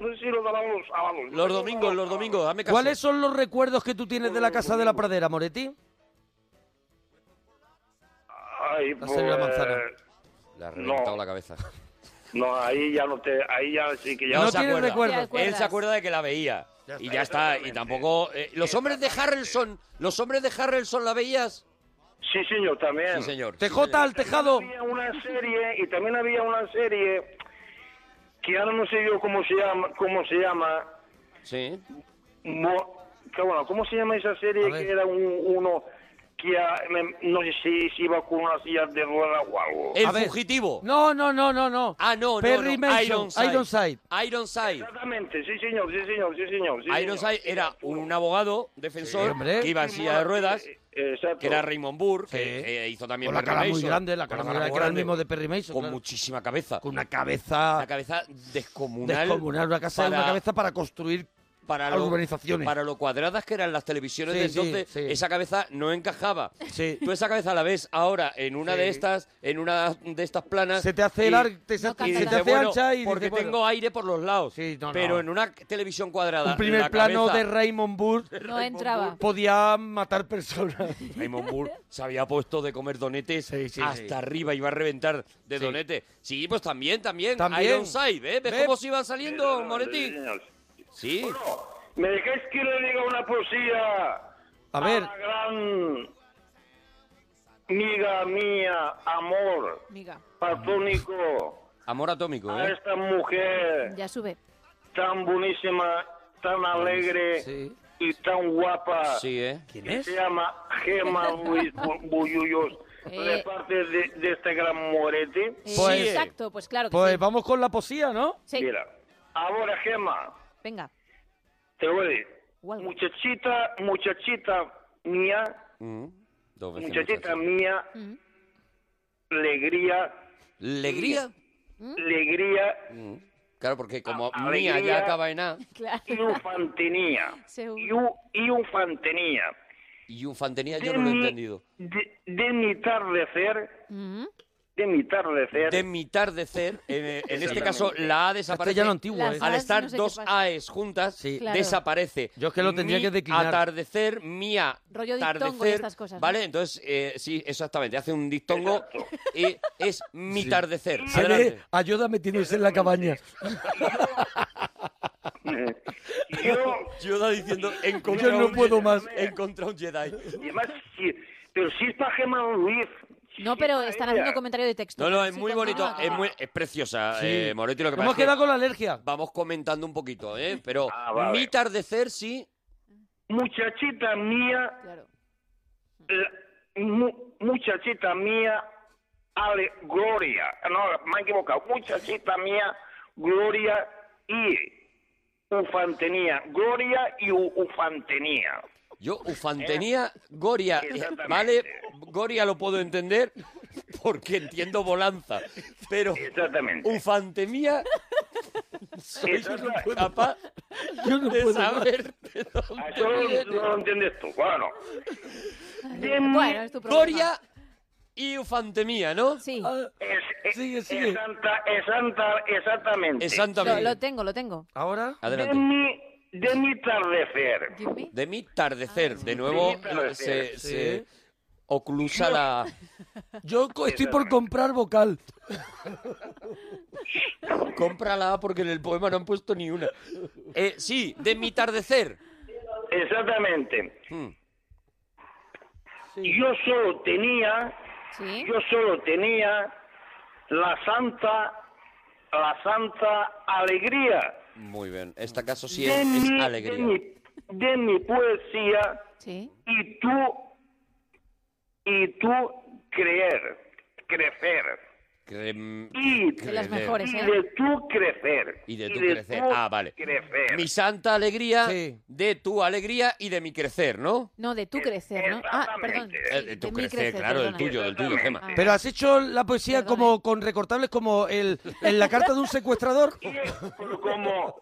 Speaker 5: No sé si lo daban los sábados.
Speaker 3: Los domingos, los domingos, dame caso.
Speaker 2: cuáles son los recuerdos que tú tienes de la Casa de la Pradera, Moretti?
Speaker 5: Ay,
Speaker 2: La señora Manzana.
Speaker 3: Le ha reventado
Speaker 5: Pues, No.
Speaker 3: la cabeza.
Speaker 5: No, ahí ya no te. Ahí ya sí que ya.
Speaker 2: No
Speaker 3: se
Speaker 2: tienes
Speaker 3: acuerda.
Speaker 2: recuerdos.
Speaker 4: ¿Te
Speaker 3: Él
Speaker 4: acuerdas?
Speaker 3: se acuerda de que la veía. Y ya está, y tampoco... eh, los hombres de Harrelson, ¿los hombres de Harrelson la veías?
Speaker 5: Sí, señor, también.
Speaker 3: Sí, señor. sí,
Speaker 2: TJ
Speaker 3: señor.
Speaker 2: al tejado.
Speaker 5: Había una serie, y también había una serie que ahora no sé yo cómo se llama. Cómo se llama
Speaker 3: Sí.
Speaker 5: Mo- que bueno, ¿cómo se llama esa
Speaker 2: A
Speaker 5: serie
Speaker 2: ver.
Speaker 5: que era un- uno que ah, me- no sé si, si iba con una silla de rueda o algo?
Speaker 3: El
Speaker 2: A ver.
Speaker 3: fugitivo.
Speaker 2: No, no, no, no, no.
Speaker 3: Oh. Ah, no, no,
Speaker 2: Perry
Speaker 3: no.
Speaker 2: Mason,
Speaker 3: Ironside.
Speaker 2: Ironside.
Speaker 3: Ironside.
Speaker 5: Exactamente, sí señor, sí señor, sí señor. sí,
Speaker 3: Ironside era un abogado
Speaker 2: Sí,
Speaker 3: defensor
Speaker 2: hombre.
Speaker 3: que iba en silla de ruedas,
Speaker 5: señor. Eh, Exacto.
Speaker 3: que era Raymond Burr, que,
Speaker 2: Sí.
Speaker 3: que hizo también
Speaker 2: Con la
Speaker 3: Perry
Speaker 2: cara muy
Speaker 3: Mason.
Speaker 2: grande, la
Speaker 3: Con
Speaker 2: cara muy grande, que era el mismo de Perry Mason.
Speaker 3: Con
Speaker 2: claro.
Speaker 3: muchísima cabeza.
Speaker 2: Con una cabeza
Speaker 3: Una cabeza descomunal.
Speaker 2: descomunal, una, casa,
Speaker 3: para-
Speaker 2: una cabeza para construir
Speaker 3: para
Speaker 2: a
Speaker 3: lo,
Speaker 2: urbanizaciones.
Speaker 3: Para lo cuadradas que eran las televisiones
Speaker 2: Sí,
Speaker 3: de
Speaker 2: sí,
Speaker 3: entonces,
Speaker 2: sí.
Speaker 3: esa cabeza no encajaba.
Speaker 2: Sí.
Speaker 3: Tú esa cabeza la ves ahora en una de estas, en una de estas planas.
Speaker 2: Se te hace
Speaker 3: y-
Speaker 2: el ar- te- se
Speaker 4: No
Speaker 2: te
Speaker 4: canta
Speaker 2: hace
Speaker 3: dices, bueno,
Speaker 2: ancha y
Speaker 3: porque
Speaker 2: dices, bueno,
Speaker 3: tengo aire por los lados.
Speaker 2: Sí, no, no.
Speaker 3: pero en una televisión cuadrada.
Speaker 2: un primer
Speaker 3: la
Speaker 2: plano
Speaker 3: cabeza-
Speaker 2: de Raymond Burr
Speaker 4: No entraba.
Speaker 2: podía matar personas.
Speaker 3: Raymond Burr se había puesto de comer donetes
Speaker 2: Sí, sí,
Speaker 3: hasta
Speaker 2: sí.
Speaker 3: arriba, iba a reventar de
Speaker 2: Sí.
Speaker 3: donetes. Sí, pues también, también.
Speaker 2: También.
Speaker 3: Ironside, ¿eh? ¿Ves
Speaker 2: ¿Ves?
Speaker 3: cómo se iban saliendo,
Speaker 5: Sí,
Speaker 3: Moretti?
Speaker 5: señor.
Speaker 3: Sí.
Speaker 5: ¿Me dejáis que le diga una poesía
Speaker 2: A ver,
Speaker 5: la gran Miga mía, amor
Speaker 4: Miga.
Speaker 5: platónico
Speaker 3: Amor atómico,
Speaker 5: a
Speaker 3: ¿eh?
Speaker 5: esta mujer
Speaker 4: Ya sube.
Speaker 5: tan buenísima, tan alegre
Speaker 2: Sí.
Speaker 5: y tan guapa.
Speaker 3: Sí, ¿eh?
Speaker 2: ¿Quién
Speaker 5: que
Speaker 2: es?
Speaker 5: se llama Gema Luis Bu- Bullullos, de
Speaker 4: Eh.
Speaker 5: parte de, de este gran morete.
Speaker 4: Eh,
Speaker 2: Pues-
Speaker 4: exacto, pues claro que
Speaker 2: Pues
Speaker 4: sí.
Speaker 2: vamos con la poesía, ¿no?
Speaker 4: Sí,
Speaker 5: Mira, ahora Gema,
Speaker 4: venga.
Speaker 5: te voy a decir,
Speaker 4: Guau, guau.
Speaker 5: muchachita, muchachita mía,
Speaker 3: Mm. Dos veces.
Speaker 5: muchachita
Speaker 3: muchacho.
Speaker 5: mía,
Speaker 4: Mm.
Speaker 5: alegría,
Speaker 3: ¿Alegría?
Speaker 5: alegría
Speaker 3: Mm. Claro, porque como
Speaker 5: A-
Speaker 3: Oh, mía ya
Speaker 5: alegría.
Speaker 3: acaba en A,
Speaker 4: Claro.
Speaker 5: y infantenía.
Speaker 4: Seguro.
Speaker 5: Y infantenía.
Speaker 3: y infantería yo no lo he entendido.
Speaker 5: De, de mi tardecer,
Speaker 4: Mm.
Speaker 5: de mi tardecer,
Speaker 3: De mi tardecer, en, en este caso la A desaparece.
Speaker 2: Castellano antiguo,
Speaker 4: Las
Speaker 2: ¿eh?
Speaker 4: As,
Speaker 3: Al estar
Speaker 4: no sé qué
Speaker 3: dos
Speaker 4: pasa.
Speaker 3: AES juntas,
Speaker 2: Sí.
Speaker 4: Claro.
Speaker 3: desaparece.
Speaker 2: Yo es que lo tendría
Speaker 3: Mi
Speaker 2: que declinar.
Speaker 3: Atardecer, mía.
Speaker 4: Rollo dictongo y
Speaker 3: atardecer,
Speaker 4: estas cosas, ¿no?
Speaker 3: ¿Vale? Entonces, eh, sí, exactamente. Hace un dictongo y es mi tardecer.
Speaker 2: Se ve
Speaker 3: Adelante.
Speaker 2: a Yoda metiéndose en la cabaña.
Speaker 5: yo
Speaker 3: Yoda diciendo,
Speaker 2: Yo no puedo más.
Speaker 3: Encontré un Jedi.
Speaker 5: Y además, sí, pero si está Gemma Ruiz. si
Speaker 4: No, pero
Speaker 5: está
Speaker 4: están
Speaker 5: ella.
Speaker 4: haciendo comentario de texto.
Speaker 3: No, no, es
Speaker 4: Sí,
Speaker 3: muy
Speaker 4: continúa,
Speaker 3: bonito. Eh, Es,
Speaker 4: continúa.
Speaker 3: muy, es preciosa,
Speaker 2: Sí.
Speaker 3: eh, Moretti. Lo que pasa
Speaker 2: Hemos
Speaker 3: es que
Speaker 2: quedado con la alergia.
Speaker 3: vamos comentando un poquito, ¿eh? Pero
Speaker 5: Ah, vale.
Speaker 3: mi tardecer, sí.
Speaker 5: Muchachita mía,
Speaker 4: Claro.
Speaker 5: la- mu- muchachita mía, Ale Gloria. No, me he equivocado. Muchachita mía, Gloria y Ufantenía. Gloria y U- Ufantenía.
Speaker 3: Yo, ufantenía,
Speaker 4: Eh,
Speaker 3: Goria,
Speaker 5: Exactamente.
Speaker 3: ¿vale? Goria lo puedo entender porque entiendo volanza, pero
Speaker 5: Exactamente.
Speaker 3: ufantemía
Speaker 5: Exacta-
Speaker 3: capaz
Speaker 2: Yo no
Speaker 3: de
Speaker 2: puedo más.
Speaker 3: saber de dónde
Speaker 5: Eso no,
Speaker 3: viene.
Speaker 5: no lo entiendes tú. Bueno, de mi-
Speaker 4: Bueno, es tu problema.
Speaker 3: Goria y ufantemía, ¿no?
Speaker 4: Sí,
Speaker 5: es, es-
Speaker 2: Ah, Sigue,
Speaker 5: es
Speaker 2: sigue.
Speaker 5: santa- es santa- exactamente.
Speaker 4: lo,
Speaker 3: Exactamente.
Speaker 4: lo tengo, lo tengo.
Speaker 2: Ahora,
Speaker 5: de
Speaker 3: Adelante.
Speaker 5: mi, de mi tardecer.
Speaker 4: Give me. Ah,
Speaker 3: De mi tardecer, de nuevo
Speaker 5: De mi tardecer.
Speaker 3: se,
Speaker 2: Sí.
Speaker 3: se oclusa la...
Speaker 2: yo co- estoy por comprar vocal.
Speaker 3: Cómprala porque en el poema no han puesto ni una. Eh, sí, de mi tardecer.
Speaker 5: Exactamente.
Speaker 3: Mm.
Speaker 5: Yo solo tenía,
Speaker 4: Sí.
Speaker 5: yo solo tenía la santa, la santa alegría
Speaker 3: Muy bien. Este caso sí es,
Speaker 5: de,
Speaker 3: es
Speaker 5: mi, de,
Speaker 3: alegría.
Speaker 5: mi, de mi poesía
Speaker 4: Sí.
Speaker 5: y tú, y tú creer, crecer.
Speaker 3: Crem-
Speaker 5: Y,
Speaker 4: De las
Speaker 3: Creer.
Speaker 4: mejores,
Speaker 5: y
Speaker 4: ¿eh?
Speaker 5: de tú crecer.
Speaker 3: Y de tú crecer. Ah, vale.
Speaker 5: crecer.
Speaker 3: Mi santa alegría,
Speaker 2: Sí.
Speaker 3: de tu alegría y de mi crecer, ¿no?
Speaker 4: No, de tu crecer, ¿no? Ah, perdón.
Speaker 5: Exactamente.
Speaker 4: sí,
Speaker 3: Eh, de tu
Speaker 4: mi
Speaker 3: crecer, claro, del
Speaker 4: perdona.
Speaker 3: tuyo, del tuyo, Gema.
Speaker 4: Ah.
Speaker 2: Pero has hecho la poesía
Speaker 4: Perdón,
Speaker 2: como con recortables como el en la carta de un secuestrador.
Speaker 5: Y es como,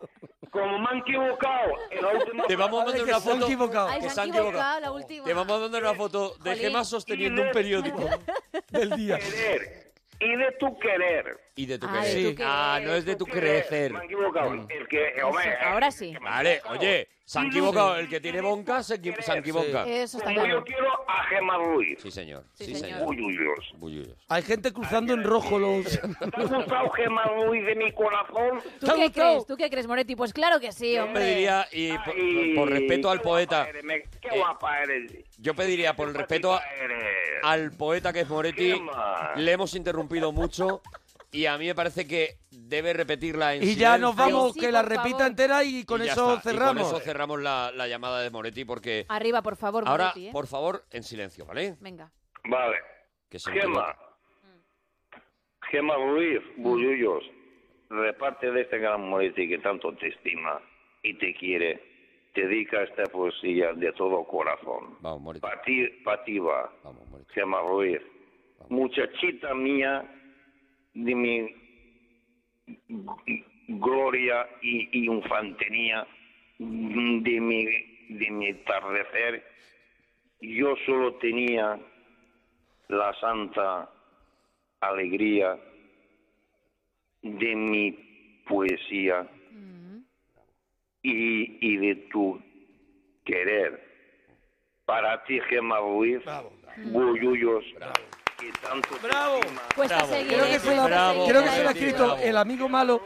Speaker 5: como me han equivocado en la última
Speaker 3: Te vamos a mandar
Speaker 2: que
Speaker 3: una
Speaker 2: se han
Speaker 3: foto.
Speaker 2: equivocado.
Speaker 4: Ay,
Speaker 3: que
Speaker 4: Ah, se han equivocado, la última.
Speaker 3: Te vamos a mandar una foto de
Speaker 4: Eh, Jolín.
Speaker 3: Gemma sosteniendo un periódico.
Speaker 2: del día.
Speaker 5: querer y de tu querer.
Speaker 3: Y de tu
Speaker 4: Ah, de
Speaker 3: crecer.
Speaker 2: tu
Speaker 3: Sí. Ah, no es de tu crecer. Mm.
Speaker 5: Me han equivocado. El que, hombre, eh,
Speaker 4: ahora sí.
Speaker 5: que me han
Speaker 3: Vale,
Speaker 5: equivocado.
Speaker 3: oye, se han equivocado. El que tiene bonca se, equi- se han equivocado.
Speaker 4: Eso está
Speaker 5: Como yo
Speaker 4: claro.
Speaker 5: quiero a Gemma Ruiz.
Speaker 3: Sí, señor.
Speaker 4: Sí,
Speaker 3: Sí,
Speaker 4: señor.
Speaker 3: señor.
Speaker 5: Uy, uy, Dios.
Speaker 3: Bullullos.
Speaker 2: Hay gente cruzando en rojo los.
Speaker 5: ¿Te ha gustado Gemma Ruiz de mi corazón?
Speaker 4: ¿Tú
Speaker 2: ¿Te ha
Speaker 4: qué
Speaker 2: gustado?
Speaker 4: crees? ¿Tú qué crees, Moretti? Pues claro que sí,
Speaker 3: Yo
Speaker 4: hombre.
Speaker 3: pediría, y por,
Speaker 5: Ay,
Speaker 3: por respeto al
Speaker 5: qué
Speaker 3: poeta,
Speaker 5: guapa eres, me- Qué
Speaker 3: eh,
Speaker 5: guapa eres.
Speaker 3: yo pediría por el respeto a,
Speaker 5: Eres.
Speaker 3: al poeta que es Moretti,
Speaker 5: Gemma.
Speaker 3: le hemos interrumpido mucho y a mí me parece que debe repetirla en
Speaker 2: Y ya
Speaker 3: silencio.
Speaker 2: nos vamos,
Speaker 4: sí,
Speaker 2: que
Speaker 4: por
Speaker 2: la repita
Speaker 4: favor.
Speaker 2: entera y con
Speaker 3: Y ya
Speaker 2: eso
Speaker 3: está. Y
Speaker 2: cerramos.
Speaker 3: con eso cerramos la, la llamada de Moretti porque
Speaker 4: Arriba, por favor,
Speaker 3: ahora,
Speaker 4: Moretti, ¿eh?
Speaker 3: por favor, en silencio, ¿vale?
Speaker 4: Venga.
Speaker 5: Vale.
Speaker 3: Que se
Speaker 5: Gema. Mm.
Speaker 3: equivoca.
Speaker 5: Gema Ruiz,
Speaker 3: Mm.
Speaker 5: Bullullos. Reparte de este gran Moretti que tanto te estima y te quiere. Te dedica esta poesía de todo corazón.
Speaker 3: Vamos, Moretti.
Speaker 5: Para ti, pa' ti va.
Speaker 3: Vamos, Moretti.
Speaker 5: Gema Ruiz. Muchachita mía de mi g- gloria y, y infantería, de mi, de mi tardecer, yo solo tenía la santa alegría de mi poesía y, y de tu querer. Para ti, Gemma Ruiz, Bullullos, que tanto te
Speaker 2: Bravo.
Speaker 5: estima.
Speaker 4: Cuesta
Speaker 3: Bravo.
Speaker 4: seguir,
Speaker 2: Creo
Speaker 4: ¿eh?
Speaker 2: que se la,
Speaker 4: Cuesta
Speaker 3: Bravo,
Speaker 4: seguir,
Speaker 2: creo que
Speaker 4: ¿eh?
Speaker 2: se la ha
Speaker 3: Moretti,
Speaker 2: escrito
Speaker 3: bravo.
Speaker 2: el amigo malo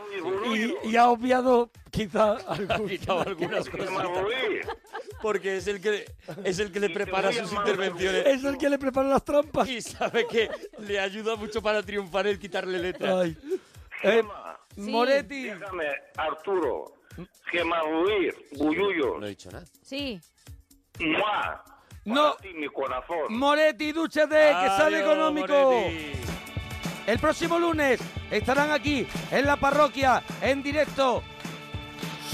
Speaker 2: y, y ha obviado quizá algún.
Speaker 3: Quitaba algunas cosas.
Speaker 5: Gemma Ruiz.
Speaker 3: porque es el que es el que le prepara
Speaker 2: voy a
Speaker 3: sus
Speaker 2: mandar-
Speaker 3: intervenciones.
Speaker 2: Es el que le prepara las trampas.
Speaker 3: Y sabe que le ayuda mucho para triunfar el quitarle letras.
Speaker 2: Ay. Eh,
Speaker 4: Sí.
Speaker 2: Moretti.
Speaker 5: Déjame, Arturo, Gemma Ruiz, Buyuyo,
Speaker 3: No he dicho nada.
Speaker 4: Sí.
Speaker 5: Mua,
Speaker 2: No.
Speaker 5: para ti, mi corazón.
Speaker 2: Moretti, dúchate, que sale
Speaker 3: Adiós,
Speaker 2: económico.
Speaker 3: Moretti.
Speaker 2: El próximo lunes estarán aquí en la parroquia en directo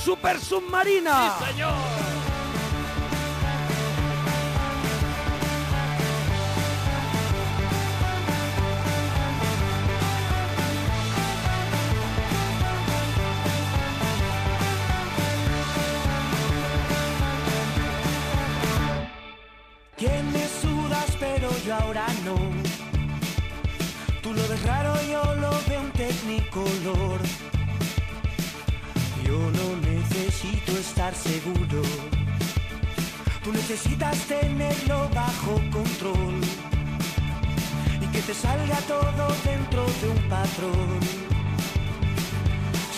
Speaker 2: Super Submarina.
Speaker 1: Que me sudas, pero yo ahora no. Tú lo ves raro, yo lo veo un tecnicolor. Yo no necesito estar seguro. Tú necesitas tenerlo bajo control. Y que te salga todo dentro de un patrón.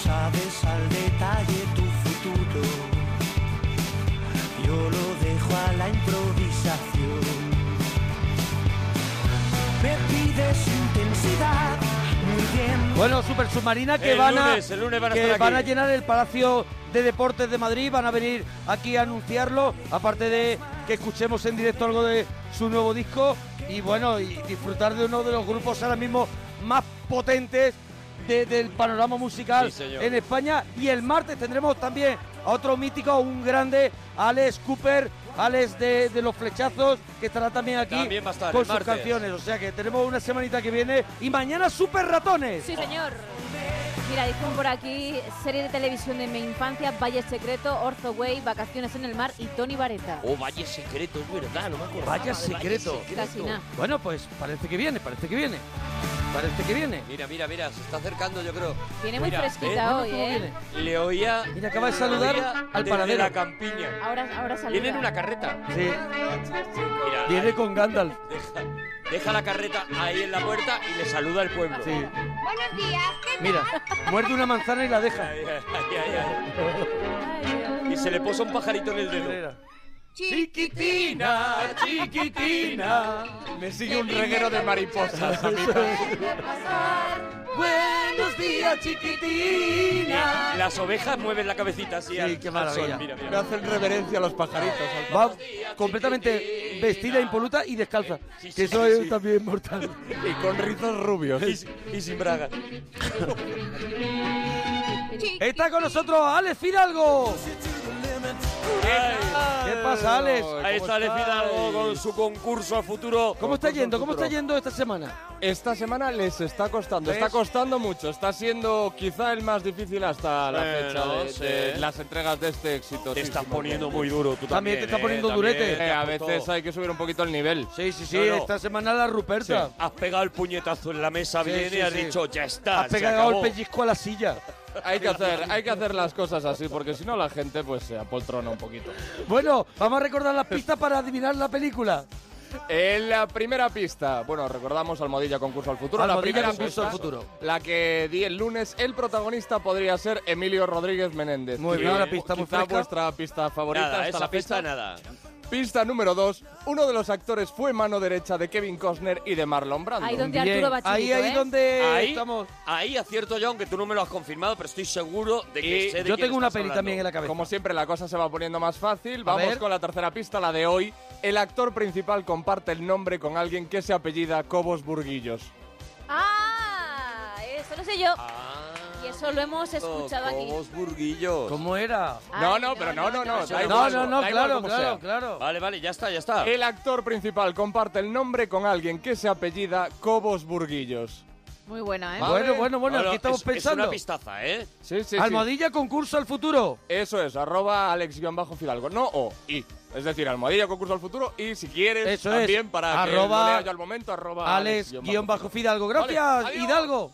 Speaker 1: Sabes al detalle tu futuro. Yo lo dejo a la improvisación. Me pides intensidad, muy bien.
Speaker 2: Bueno, Super Submarina que,
Speaker 3: El
Speaker 2: van,
Speaker 3: lunes,
Speaker 2: a,
Speaker 3: el lunes van a
Speaker 2: que
Speaker 3: estar aquí.
Speaker 2: van a llenar el Palacio de Deportes de Madrid, van a venir aquí a anunciarlo, aparte de que escuchemos en directo algo de su nuevo disco y bueno, y disfrutar de uno de los grupos ahora mismo más potentes de- del panorama musical
Speaker 3: Sí, señor.
Speaker 2: en España y el martes tendremos también a otro mítico, a un grande, Alex Cooper, Alex de, de los flechazos, que estará también aquí
Speaker 3: También va a estar
Speaker 2: con
Speaker 3: el
Speaker 2: sus
Speaker 3: martes.
Speaker 2: canciones, o sea que tenemos una semanita que viene y mañana Super Ratones.
Speaker 4: Sí, señor. Mira, dicen por aquí serie de televisión de mi infancia, Valle Secreto, Orzo Way, Vacaciones en el Mar y Tony Vareta.
Speaker 3: Oh, vaya secreto, es verdad, no me acordaba.
Speaker 2: Vaya
Speaker 3: de
Speaker 2: secreto.
Speaker 4: Casi nada.
Speaker 2: Bueno, pues parece que viene, parece que viene. Parece que viene.
Speaker 3: Mira, mira, mira, se está acercando, yo creo.
Speaker 4: Viene muy
Speaker 3: Mira,
Speaker 4: fresquita
Speaker 3: ¿ves?
Speaker 4: hoy,
Speaker 2: ¿Cómo
Speaker 4: ¿eh?
Speaker 2: viene?
Speaker 3: Le oía.
Speaker 2: Mira, acaba de
Speaker 3: le
Speaker 2: saludar
Speaker 3: oía
Speaker 2: al
Speaker 3: desde
Speaker 2: panadero.
Speaker 3: la campiña.
Speaker 4: Ahora, ahora saluda.
Speaker 3: Viene en una carreta.
Speaker 2: Sí,
Speaker 3: Mira,
Speaker 2: viene con Gandalf.
Speaker 3: deja, deja la carreta ahí en la puerta y le saluda al pueblo.
Speaker 2: Sí.
Speaker 6: Buenos días, ¿qué
Speaker 2: Mira, muerde una manzana y la deja.
Speaker 3: Ay, ay, ay, ay.
Speaker 4: Ay, Dios.
Speaker 3: Y se le posa un pajarito en el dedo.
Speaker 2: Chiquitina, chiquitina. Me sigue un reguero de mariposas. Buenos días, chiquitina.
Speaker 3: Las ovejas mueven la cabecita así.
Speaker 2: Sí,
Speaker 3: al-
Speaker 2: qué
Speaker 3: al
Speaker 2: maravilla.
Speaker 3: sol, Mira, mira.
Speaker 7: Me hacen reverencia a los pajaritos. al-
Speaker 2: Va completamente vestida, impoluta y descalza.
Speaker 3: Sí, sí,
Speaker 2: Que eso
Speaker 3: sí,
Speaker 2: es
Speaker 3: sí.
Speaker 2: también mortal.
Speaker 7: Y con rizos rubios.
Speaker 3: Y, sin- y sin bragas.
Speaker 2: Está con nosotros Alex Fidalgo.
Speaker 3: Ay,
Speaker 2: ¿Qué pasa, Alex?
Speaker 3: Ahí está Le Fidalgo con su concurso a futuro.
Speaker 2: ¿Cómo está yendo? ¿Cómo está yendo esta semana?
Speaker 7: Esta semana les está costando,
Speaker 2: ¿Ves?
Speaker 7: está costando mucho. Está siendo quizá el más difícil hasta la
Speaker 3: Bueno,
Speaker 7: fecha de,
Speaker 3: sí.
Speaker 7: de las entregas de este éxito.
Speaker 3: Te estás poniendo muy duro. Tú
Speaker 2: También
Speaker 3: también,
Speaker 2: te está
Speaker 3: ¿eh?
Speaker 2: poniendo
Speaker 3: También
Speaker 2: durete.
Speaker 3: te
Speaker 7: Eh, a
Speaker 3: has puesto-
Speaker 7: veces hay que subir un poquito el nivel.
Speaker 2: Sí, sí, sí.
Speaker 3: No, no.
Speaker 2: Esta semana la Ruperta.
Speaker 3: Has pegado el puñetazo en la mesa
Speaker 2: Sí,
Speaker 3: bien
Speaker 2: sí,
Speaker 3: y has
Speaker 2: sí.
Speaker 3: dicho, ya está.
Speaker 2: Has
Speaker 3: se
Speaker 2: pegado el
Speaker 3: acabó.
Speaker 2: pellizco a la silla.
Speaker 7: Hay que hacer, hay que hacer las cosas así porque si no la gente pues se apoltrona un poquito.
Speaker 2: Bueno, vamos a recordar las pistas para adivinar la película.
Speaker 7: En la primera pista, bueno, recordamos Almohadilla Concurso al Futuro.
Speaker 2: Almohadilla,
Speaker 7: la primera
Speaker 2: Concurso
Speaker 7: pista,
Speaker 2: al Futuro.
Speaker 7: La que di el lunes, el protagonista podría ser Emilio Rodríguez Menéndez.
Speaker 2: Muy
Speaker 7: Y
Speaker 2: bien, una pista muy
Speaker 7: quizá
Speaker 2: fresca.
Speaker 7: vuestra pista favorita
Speaker 3: Nada,
Speaker 7: hasta
Speaker 3: esa
Speaker 7: la
Speaker 3: pista
Speaker 7: fecha.
Speaker 3: nada.
Speaker 7: Pista número dos, uno de los actores fue mano derecha de Kevin Costner y de Marlon Brando.
Speaker 4: Ahí donde
Speaker 2: Bien,
Speaker 4: Arturo va
Speaker 2: ahí,
Speaker 4: chulito,
Speaker 2: ahí
Speaker 4: ¿eh?
Speaker 2: donde
Speaker 3: Ahí,
Speaker 2: estamos.
Speaker 3: ahí acierto yo, aunque tú no me lo has confirmado, pero estoy seguro de que
Speaker 7: Y
Speaker 3: sé de
Speaker 2: Yo
Speaker 3: quién
Speaker 2: tengo una
Speaker 3: estás
Speaker 2: peli
Speaker 3: hablando.
Speaker 2: también en la cabeza.
Speaker 7: Como siempre, la cosa se va poniendo más fácil. Vamos
Speaker 2: ver.
Speaker 7: con la tercera pista, la de hoy. El actor principal comparte el nombre con alguien que se apellida Cobos Burguillos.
Speaker 4: Ah, eso lo sé yo.
Speaker 2: Ah.
Speaker 4: Y eso lo hemos escuchado aquí.
Speaker 3: Cobos Burguillos.
Speaker 2: ¿Cómo era?
Speaker 4: Ay,
Speaker 7: no, no, pero no, no, no.
Speaker 4: no,
Speaker 7: da
Speaker 2: No,
Speaker 7: igual,
Speaker 2: no, no,
Speaker 7: da igual
Speaker 2: claro,
Speaker 7: cómo
Speaker 2: claro,
Speaker 7: sea.
Speaker 2: claro.
Speaker 3: Vale, vale, ya está, ya
Speaker 5: Ah.
Speaker 3: está.
Speaker 7: El actor principal comparte el nombre con alguien que se apellida Cobos Burguillos.
Speaker 4: Muy buena, ¿eh?
Speaker 7: Va-
Speaker 2: Bueno,
Speaker 7: Vale.
Speaker 2: bueno, bueno,
Speaker 3: Bueno,
Speaker 2: aquí estamos
Speaker 3: es- Es
Speaker 2: pensando.
Speaker 3: una pistaza, ¿eh?
Speaker 7: Sí, sí, sí.
Speaker 2: Almohadilla concurso al futuro.
Speaker 7: Eso es, arroba alex-fidalgo. No, o y. Es decir, almohadilla concurso al futuro y si quieres
Speaker 2: Eso es.
Speaker 7: también para
Speaker 2: Arroba
Speaker 7: que lo lea yo al momento, arroba
Speaker 2: Alex, guión bajo Fidalgo. Gracias,
Speaker 7: Vale, adiós.
Speaker 2: Hidalgo.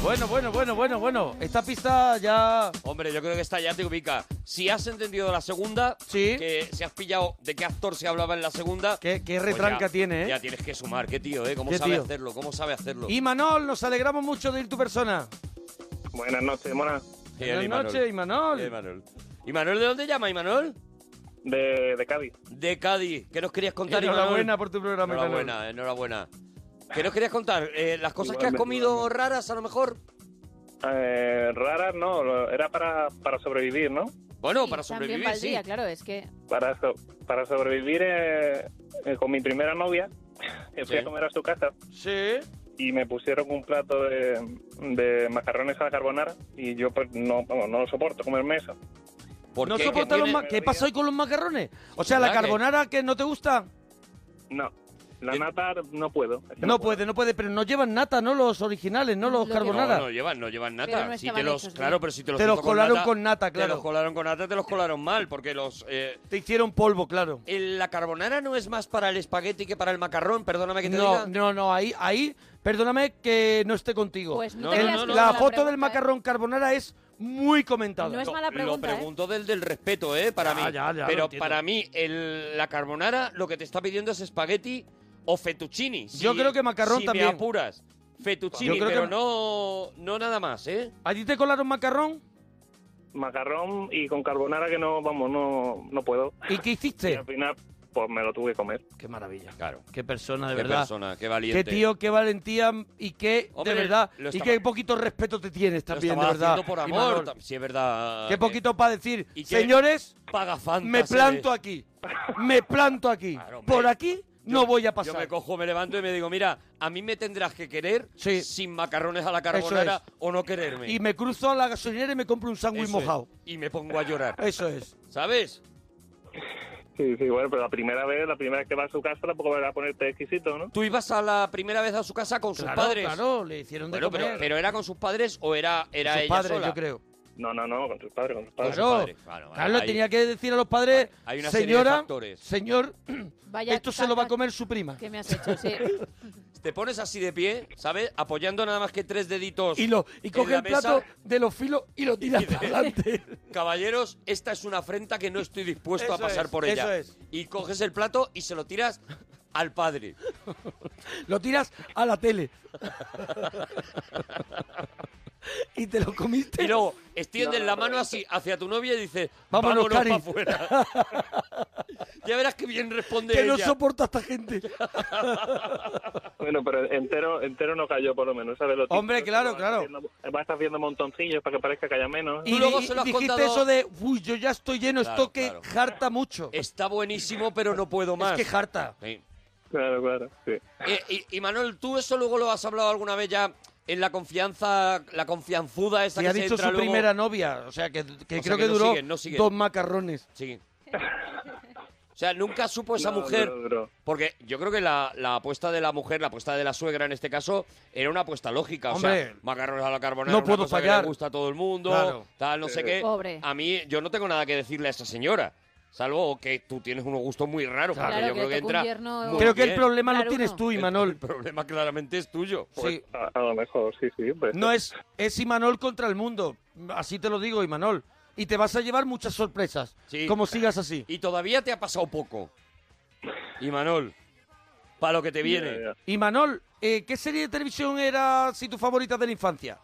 Speaker 2: Bueno, bueno, bueno, bueno, bueno. Esta pista ya...
Speaker 3: Hombre, yo creo que está ya te ubica. Si has entendido la segunda,
Speaker 2: Sí.
Speaker 3: que si has pillado de qué actor se hablaba en la segunda,
Speaker 2: Qué, qué
Speaker 3: pues
Speaker 2: retranca
Speaker 3: ya-
Speaker 2: tiene, ¿eh?
Speaker 3: Ya tienes que sumar, qué tío, ¿eh? ¿Cómo
Speaker 2: Qué
Speaker 3: sabe
Speaker 2: tío.
Speaker 3: hacerlo? ¿Cómo sabe hacerlo?
Speaker 2: Y Manol, nos alegramos mucho de ir tu persona.
Speaker 5: Buenas noches, mona.
Speaker 3: Bien,
Speaker 2: Buenas
Speaker 3: Imanol.
Speaker 2: noches, Imanol.
Speaker 3: Bien, Imanol. ¿Y Manuel de dónde llama, Imanol?
Speaker 6: De, de Cádiz.
Speaker 3: De Cádiz. ¿Qué nos querías contar,
Speaker 2: Enhorabuena
Speaker 3: Imanol?
Speaker 2: por tu programa, Imanol.
Speaker 3: Enhorabuena, enhorabuena. ¿Qué nos querías contar? Eh, ¿Las cosas que has
Speaker 6: Igualmente,
Speaker 3: comido raras, a lo mejor?
Speaker 6: Eh, raras no, lo- era para, para sobrevivir, ¿no?
Speaker 3: Bueno, para
Speaker 4: También
Speaker 3: sobrevivir, sí.
Speaker 4: valdría, claro, es que
Speaker 6: Para, so- para sobrevivir eh, eh, con mi primera novia, que fui
Speaker 3: Sí.
Speaker 6: a comer a su casa
Speaker 2: Sí.
Speaker 6: y me pusieron un plato de, de macarrones a la carbonara y yo pues, no, vamos, no soporto comerme eso.
Speaker 3: Porque
Speaker 2: ¿No
Speaker 3: que
Speaker 2: soporta los
Speaker 3: tiene-
Speaker 2: ma- ¿Qué pasó hoy con los macarrones? O sea, la
Speaker 3: ¿Verdad que-
Speaker 2: carbonara que no te gusta.
Speaker 6: No, la
Speaker 3: Eh,
Speaker 6: nata no puedo. es que
Speaker 2: No puede, no puede, pero no llevan nata, ¿no? Los originales, no los
Speaker 4: Lo que-
Speaker 2: carbonara.
Speaker 3: No, no llevan, no llevan
Speaker 4: Pero
Speaker 3: nata.
Speaker 4: no
Speaker 3: Si te
Speaker 4: estaban
Speaker 3: los,
Speaker 4: hechos bien.
Speaker 3: claro, pero si te los
Speaker 2: Te los
Speaker 3: hizo
Speaker 2: colaron con nata,
Speaker 3: Te
Speaker 2: claro.
Speaker 3: los colaron con nata, te los colaron mal, porque los eh,
Speaker 2: Te hicieron polvo, claro.
Speaker 3: el- la carbonara no es más para el espagueti que para el macarrón, perdóname que te
Speaker 2: No,
Speaker 3: diga.
Speaker 2: no, no, ahí, ahí, perdóname que no esté contigo.
Speaker 4: Pues no
Speaker 3: te
Speaker 2: El-
Speaker 3: creas que es
Speaker 2: la
Speaker 4: mala
Speaker 2: foto
Speaker 4: pregunta,
Speaker 2: del
Speaker 4: ¿eh?
Speaker 2: macarrón carbonara es muy comentada.
Speaker 4: No es
Speaker 3: No,
Speaker 4: mala pregunta,
Speaker 3: Lo
Speaker 4: ¿eh?
Speaker 3: pregunto del del respeto, ¿eh? Para
Speaker 2: Ya,
Speaker 3: mí.
Speaker 2: ya, ya, lo
Speaker 3: Pero
Speaker 2: entiendo.
Speaker 3: para mí, el- la carbonara lo que te está pidiendo es espagueti o fettuccini. Si-
Speaker 2: Yo creo que macarrón
Speaker 3: si
Speaker 2: también.
Speaker 3: me apuras. Fettuccini,
Speaker 2: Yo creo que
Speaker 3: pero
Speaker 2: ma-
Speaker 3: no, no nada más, ¿eh?
Speaker 2: ¿A ti te colaron macarrón?
Speaker 6: Macarrón y con carbonara que no, vamos, no, no puedo.
Speaker 2: ¿Y qué
Speaker 6: Y
Speaker 2: hiciste?
Speaker 6: al final, pues me lo tuve que comer.
Speaker 2: Qué maravilla.
Speaker 3: Claro.
Speaker 2: Qué persona, de
Speaker 3: qué
Speaker 2: verdad.
Speaker 3: persona, qué valiente.
Speaker 2: Qué tío, qué valentía y qué,
Speaker 3: Hombre,
Speaker 2: de verdad,
Speaker 3: lo
Speaker 2: y
Speaker 3: estaba-
Speaker 2: qué poquito respeto te tienes
Speaker 3: Lo
Speaker 2: también, de
Speaker 3: estaba
Speaker 2: verdad.
Speaker 3: haciendo por
Speaker 2: Imanol.
Speaker 3: amor. tam- Sí, es verdad.
Speaker 2: Qué
Speaker 3: que
Speaker 2: poquito para decir,
Speaker 3: ¿Y qué?
Speaker 2: señores,
Speaker 3: Paga fantas. ¿eh?
Speaker 2: me planto aquí, me planto aquí,
Speaker 3: Claro, hombre.
Speaker 2: por aquí no voy a pasar.
Speaker 3: Yo me cojo, me levanto y me digo, mira, a mí me tendrás que querer
Speaker 2: Sí.
Speaker 3: sin macarrones a la carbonara
Speaker 2: Eso
Speaker 3: o no quererme.
Speaker 2: y me cruzo a la gasolinera y me compro un
Speaker 3: Eso
Speaker 2: sándwich
Speaker 3: es.
Speaker 2: mojado.
Speaker 3: Y me pongo a llorar.
Speaker 2: Eso es.
Speaker 3: ¿Sabes?
Speaker 6: Sí, sí, bueno, pero la primera vez, la primera vez que vas a su casa, tampoco vas a ponerte exquisito, ¿no?
Speaker 3: Tú ibas a la primera vez a su casa con sus
Speaker 2: Claro,
Speaker 3: padres.
Speaker 2: claro, le hicieron de
Speaker 3: Bueno,
Speaker 2: comer.
Speaker 3: pero, pero era con sus padres o era, era
Speaker 2: sus
Speaker 3: ella
Speaker 2: padres,
Speaker 3: sola.
Speaker 2: yo creo.
Speaker 6: No, no, no, con tus padres, con tus padres.
Speaker 2: Claro,
Speaker 3: padres, claro, vale,
Speaker 2: claro, le
Speaker 3: ahí-
Speaker 2: tenía que decir a los padres,
Speaker 3: Vale, hay una serie de
Speaker 2: señora,
Speaker 3: factores".
Speaker 2: señor,
Speaker 4: vaya.
Speaker 2: esto se lo va a
Speaker 4: caca
Speaker 2: comer su prima.
Speaker 4: que me has hecho? Sí.
Speaker 3: Te pones así de pie, ¿sabes? Apoyando nada más que tres deditos.
Speaker 2: Y, lo, y
Speaker 3: en
Speaker 2: coge
Speaker 3: la
Speaker 2: el plato
Speaker 3: mesa.
Speaker 2: de los filos y lo tira para adelante.
Speaker 3: Caballeros, esta es una afrenta que no estoy dispuesto a
Speaker 2: Eso
Speaker 3: pasar
Speaker 2: es,
Speaker 3: por
Speaker 2: eso
Speaker 3: ella.
Speaker 2: es.
Speaker 3: Y coges el plato y se lo tiras al padre.
Speaker 2: Lo tiras a la tele. y te lo comiste.
Speaker 3: Y luego extiendes la mano así hacia tu novia y dices,
Speaker 2: Vámonos,
Speaker 3: vámonos,
Speaker 2: Cari".
Speaker 3: para afuera. ya verás que bien responde
Speaker 2: que no
Speaker 3: ella.
Speaker 2: soporta esta gente.
Speaker 6: Bueno, pero entero, entero no cayó, por lo menos, ¿sabes? Lo típico
Speaker 2: Hombre,
Speaker 6: es que
Speaker 2: claro,
Speaker 6: vas
Speaker 2: claro.
Speaker 6: haciendo- vas haciendo montoncillos para que parezca que haya menos.
Speaker 2: Y,
Speaker 3: luego
Speaker 2: di-
Speaker 3: se lo has
Speaker 2: dijiste
Speaker 3: contado-
Speaker 2: eso de, uy, yo ya estoy lleno,
Speaker 3: Claro,
Speaker 2: esto que
Speaker 3: claro.
Speaker 2: jarta mucho. Es,
Speaker 3: Está buenísimo, pero no puedo más.
Speaker 2: que jarta.
Speaker 3: Sí.
Speaker 6: Claro, claro, sí.
Speaker 3: Eh, y, y, Manuel, tú eso luego lo has hablado alguna vez ya en la confianza, la confianzuda esa
Speaker 2: Y
Speaker 3: que
Speaker 2: ha
Speaker 3: se
Speaker 2: dicho
Speaker 3: entra
Speaker 2: su
Speaker 3: luego?
Speaker 2: primera novia, o sea, que, que creo
Speaker 3: sea,
Speaker 2: que,
Speaker 3: que no
Speaker 2: duró
Speaker 3: siguen, no siguen.
Speaker 2: dos macarrones.
Speaker 3: Sí. O sea, nunca supo esa
Speaker 6: No,
Speaker 3: mujer.
Speaker 6: no, no.
Speaker 3: Porque yo creo que la, la apuesta de la mujer, la apuesta de la suegra en este caso, era una apuesta lógica. o
Speaker 2: Hombre,
Speaker 3: sea, macarrones a la carbonara,
Speaker 2: no
Speaker 3: una
Speaker 2: puedo
Speaker 3: cosa que
Speaker 2: fallar.
Speaker 3: le gusta a todo el mundo,
Speaker 2: Claro.
Speaker 3: tal, no sé qué.
Speaker 4: Pobre.
Speaker 3: A mí, yo no tengo nada que decirle a esa señora. Salvo que tú tienes unos gustos muy raros,
Speaker 4: Claro.
Speaker 3: porque
Speaker 4: Claro,
Speaker 3: yo
Speaker 4: que
Speaker 3: creo que
Speaker 4: te toca un
Speaker 3: entra...
Speaker 4: yerno-
Speaker 3: muy
Speaker 2: Creo que el
Speaker 3: bien.
Speaker 2: problema lo
Speaker 4: Claro,
Speaker 2: tienes
Speaker 4: uno.
Speaker 2: tú,
Speaker 3: El
Speaker 2: Imanol.
Speaker 3: problema claramente es tuyo.
Speaker 2: Sí.
Speaker 6: A, a lo mejor, sí, sí. pues,
Speaker 2: No es, es Imanol contra el mundo. Así te lo digo, Imanol. Y te vas a llevar muchas sorpresas.
Speaker 3: Sí.
Speaker 2: Como sigas así.
Speaker 3: Y todavía te ha pasado poco. Y Manol, para lo que te
Speaker 6: ya,
Speaker 3: viene.
Speaker 6: ya.
Speaker 2: Imanol, eh, ¿qué serie de televisión era si tu favorita de la infancia?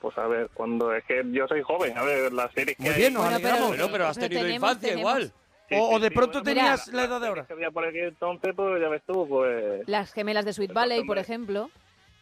Speaker 6: Pues a ver, cuando es que yo soy joven, a ver, las series que
Speaker 2: Muy
Speaker 6: hay- pues,
Speaker 2: bien, nos
Speaker 4: Bueno,
Speaker 2: alegramos.
Speaker 3: Bueno, pero has
Speaker 4: Pero
Speaker 3: tenido
Speaker 4: tenemos,
Speaker 3: infancia
Speaker 4: tenemos.
Speaker 3: igual.
Speaker 6: Sí,
Speaker 2: o,
Speaker 6: sí,
Speaker 2: o de
Speaker 6: sí,
Speaker 2: pronto
Speaker 6: bueno,
Speaker 2: tenías
Speaker 6: mira,
Speaker 2: la edad de ahora.
Speaker 6: que había por aquí entonces, pues ya ves tú, pues...
Speaker 4: Las gemelas de Sweet Valley, por ejemplo.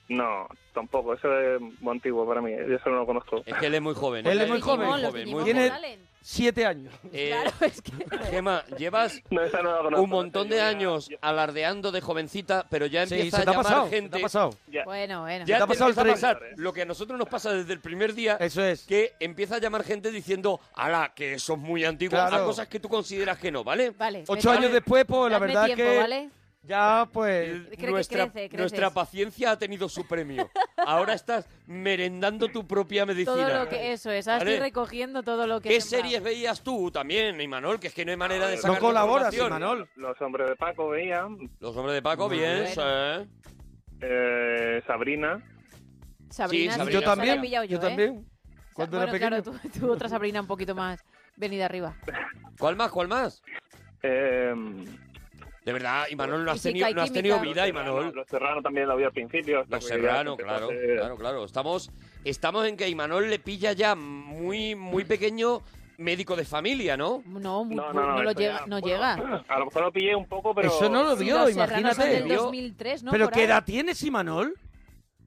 Speaker 6: No, tampoco, eso es muy antiguo para mí, yo eso no lo conozco.
Speaker 3: Es que él es muy joven.
Speaker 2: Él es muy
Speaker 4: Digimon,
Speaker 2: joven,
Speaker 4: los
Speaker 3: muy
Speaker 4: Digimon
Speaker 2: joven.
Speaker 4: que salen.
Speaker 2: Siete años.
Speaker 3: Eh,
Speaker 4: Claro, es que
Speaker 3: Gema, llevas
Speaker 6: No, esa no la conozco.
Speaker 3: un montón de
Speaker 6: Yo ya-
Speaker 3: años alardeando de jovencita, pero ya
Speaker 2: Sí,
Speaker 3: empieza
Speaker 2: se
Speaker 3: a
Speaker 2: te ha
Speaker 3: llamar
Speaker 2: pasado. se
Speaker 3: gente.
Speaker 2: te ha pasado.
Speaker 6: ya-
Speaker 4: Bueno, bueno.
Speaker 3: Ya
Speaker 2: te ha pasado el
Speaker 3: empieza a
Speaker 2: tren.
Speaker 3: pasar Lo que a nosotros nos pasa desde el primer día,
Speaker 2: Eso es.
Speaker 3: que empieza a llamar gente diciendo, ala, que eso es muy antiguo,
Speaker 2: Claro.
Speaker 3: a cosas que tú consideras que no, ¿vale?
Speaker 4: Vale.
Speaker 2: Ocho
Speaker 4: vete,
Speaker 2: años
Speaker 4: vale.
Speaker 2: después, pues la
Speaker 4: Dadme
Speaker 2: verdad
Speaker 4: tiempo,
Speaker 2: que
Speaker 4: ¿vale?
Speaker 2: ya pues...
Speaker 4: que
Speaker 3: nuestra,
Speaker 4: crece, creces.
Speaker 3: nuestra paciencia ha tenido su premio. Ahora estás merendando tu propia medicina.
Speaker 4: Todo lo que eso es. Ahora estoy
Speaker 3: Vale.
Speaker 4: recogiendo todo lo que. he
Speaker 3: ¿Qué
Speaker 4: sembrado.
Speaker 3: series veías tú también, Imanol? Que es que no hay manera de
Speaker 6: No
Speaker 3: sacar
Speaker 2: no colaboras,
Speaker 3: información.
Speaker 2: Imanol.
Speaker 6: Los hombres de Paco veían,
Speaker 3: Los hombres de Paco,
Speaker 4: Muy
Speaker 3: bien,
Speaker 4: bueno.
Speaker 3: sí.
Speaker 6: eh, Sabrina,
Speaker 3: Sí,
Speaker 4: Sabrina, sí,
Speaker 3: Sabrina.
Speaker 2: Yo
Speaker 4: esa la he
Speaker 2: también.
Speaker 4: pillado
Speaker 2: Yo
Speaker 4: ¿eh?
Speaker 2: también.
Speaker 4: O sea,
Speaker 2: Cuando era
Speaker 4: bueno,
Speaker 2: pequeño.
Speaker 4: claro, tú, tú otra Sabrina un poquito más venida arriba.
Speaker 3: ¿Cuál más? ¿Cuál más?
Speaker 6: eh,
Speaker 3: De verdad, Imanol, no has,
Speaker 4: Física y
Speaker 3: tenido, no has
Speaker 4: química.
Speaker 3: tenido
Speaker 4: Los
Speaker 3: vida,
Speaker 6: Serrano,
Speaker 3: Imanol.
Speaker 6: Los Serrano también la vi al principio. hasta
Speaker 3: Los
Speaker 6: que ya
Speaker 3: Serrano,
Speaker 6: empezó a
Speaker 3: claro,
Speaker 6: ser-
Speaker 3: claro, claro. Estamos estamos en que a Imanol le pilla ya muy, muy
Speaker 4: Mm.
Speaker 3: pequeño médico de familia, ¿no?
Speaker 4: No, muy-
Speaker 6: No,
Speaker 4: no,
Speaker 6: no, no,
Speaker 4: lo
Speaker 6: esto ya-
Speaker 4: llega. No llega.
Speaker 6: A lo mejor lo pillé un poco, pero...
Speaker 2: Eso no lo vio,
Speaker 4: Los Serranos son
Speaker 2: imagínate.
Speaker 4: del
Speaker 3: Vio-
Speaker 4: 2003, ¿no?
Speaker 2: ¿Pero
Speaker 4: Por
Speaker 2: qué
Speaker 4: ahí.
Speaker 2: edad tienes, Imanol?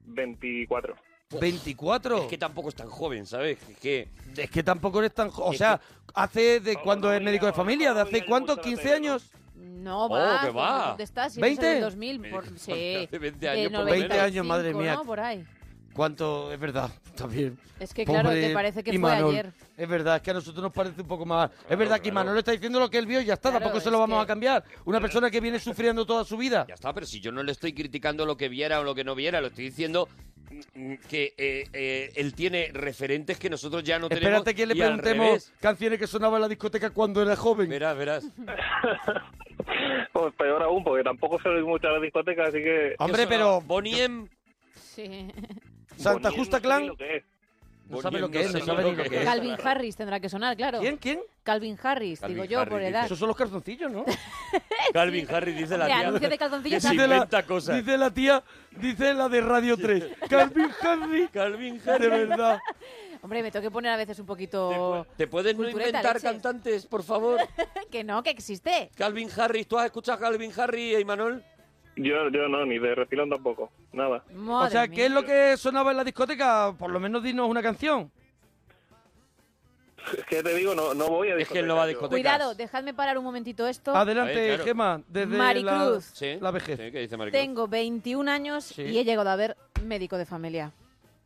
Speaker 6: 24.
Speaker 2: ¿24?
Speaker 3: Es que tampoco es tan joven, ¿sabes? Es que
Speaker 2: Es que tampoco eres tan... jo- O
Speaker 3: Es
Speaker 2: sea, ¿hace de
Speaker 6: No,
Speaker 2: cuándo
Speaker 6: no
Speaker 2: es
Speaker 6: me
Speaker 2: médico de
Speaker 6: llama,
Speaker 2: familia?
Speaker 6: no
Speaker 2: ¿De
Speaker 6: me
Speaker 2: hace
Speaker 6: llama
Speaker 2: cuánto?
Speaker 6: mucho la
Speaker 2: ¿15
Speaker 6: atención.
Speaker 2: años?
Speaker 4: No,
Speaker 3: Oh,
Speaker 4: va.
Speaker 3: que va.
Speaker 4: ¿Dónde estás? Si
Speaker 2: ¿Veinte?
Speaker 4: ¿20? Del 2000, por,
Speaker 3: Eh,
Speaker 4: sí.
Speaker 3: hace 20
Speaker 4: De
Speaker 3: años, por lo
Speaker 2: 20 años,
Speaker 4: 95,
Speaker 2: madre mía.
Speaker 4: ¿no? Por ahí.
Speaker 2: ¿Cuánto? Es verdad, también.
Speaker 4: Es que, claro,
Speaker 2: Pobre
Speaker 4: te parece que
Speaker 2: Imanol.
Speaker 4: fue ayer.
Speaker 2: Es verdad, es que a nosotros nos parece un poco más. es verdad que Imanol está diciendo lo que él vio y ya está,
Speaker 4: Claro,
Speaker 2: tampoco se
Speaker 4: es
Speaker 2: lo vamos
Speaker 4: que-
Speaker 2: a cambiar. Una persona que viene sufriendo toda su vida.
Speaker 3: Ya está, pero si yo no le estoy criticando lo que viera o lo que no viera, lo estoy diciendo mm, que eh, eh, él tiene referentes que nosotros ya no tenemos.
Speaker 2: Espérate que le
Speaker 3: y al
Speaker 2: preguntemos
Speaker 3: revés.
Speaker 2: canciones que sonaban en la discoteca cuando era joven.
Speaker 3: Verás, verás.
Speaker 6: Pues peor aún, porque tampoco soy mucho a la discoteca, así que...
Speaker 2: Hombre,
Speaker 3: Eso,
Speaker 2: pero
Speaker 3: Bonnie M.
Speaker 4: Sí.
Speaker 2: Santa
Speaker 6: Bonnie
Speaker 2: Justa
Speaker 6: no sé ni
Speaker 2: Clan
Speaker 6: lo que es.
Speaker 2: no sabe
Speaker 3: Bonnie
Speaker 2: lo
Speaker 3: M,
Speaker 2: que es, no
Speaker 3: sé
Speaker 2: sabe ni lo que es.
Speaker 4: Calvin Harris tendrá que sonar, claro.
Speaker 2: ¿Quién? ¿Quién?
Speaker 4: Calvin Harris,
Speaker 3: Calvin
Speaker 4: digo yo, por
Speaker 3: Harris,
Speaker 4: edad.
Speaker 2: Esos son los calzoncillos, ¿no?
Speaker 3: Calvin Harris dice la
Speaker 4: Hombre,
Speaker 3: tía.
Speaker 4: anuncios de calzoncillos
Speaker 3: que se
Speaker 4: hacen.
Speaker 3: inventa cosas.
Speaker 2: dice la tía, dice la de Radio 3. Calvin Harris,
Speaker 3: Calvin
Speaker 2: de
Speaker 3: Harris.
Speaker 2: verdad. pues,
Speaker 4: Hombre, me tengo que poner a veces un poquito...
Speaker 3: ¿Te puedes no
Speaker 4: Cultureta,
Speaker 3: inventar
Speaker 4: leches.
Speaker 3: cantantes, por favor?
Speaker 4: que no, que existe.
Speaker 3: Calvin Harris, ¿tú has escuchado a Calvin Harris, Imanol?
Speaker 6: Yo, yo no, ni de refilón tampoco, nada.
Speaker 4: Madre
Speaker 2: o sea,
Speaker 4: mía.
Speaker 2: ¿qué es lo que sonaba en la discoteca? Por lo menos dinos una canción.
Speaker 6: Es que te digo, no, no voy a
Speaker 3: Es
Speaker 6: discoteca.
Speaker 3: que él no va a
Speaker 6: yo.
Speaker 3: discoteca.
Speaker 4: Cuidado, dejadme parar un momentito esto.
Speaker 2: Adelante,
Speaker 3: A ver, claro.
Speaker 2: Gema, desde
Speaker 4: Maricruz.
Speaker 2: La, la vejez.
Speaker 3: Sí, ¿qué dice Maricruz?
Speaker 4: Tengo 21 años
Speaker 2: Sí.
Speaker 4: y he llegado a ver médico de familia.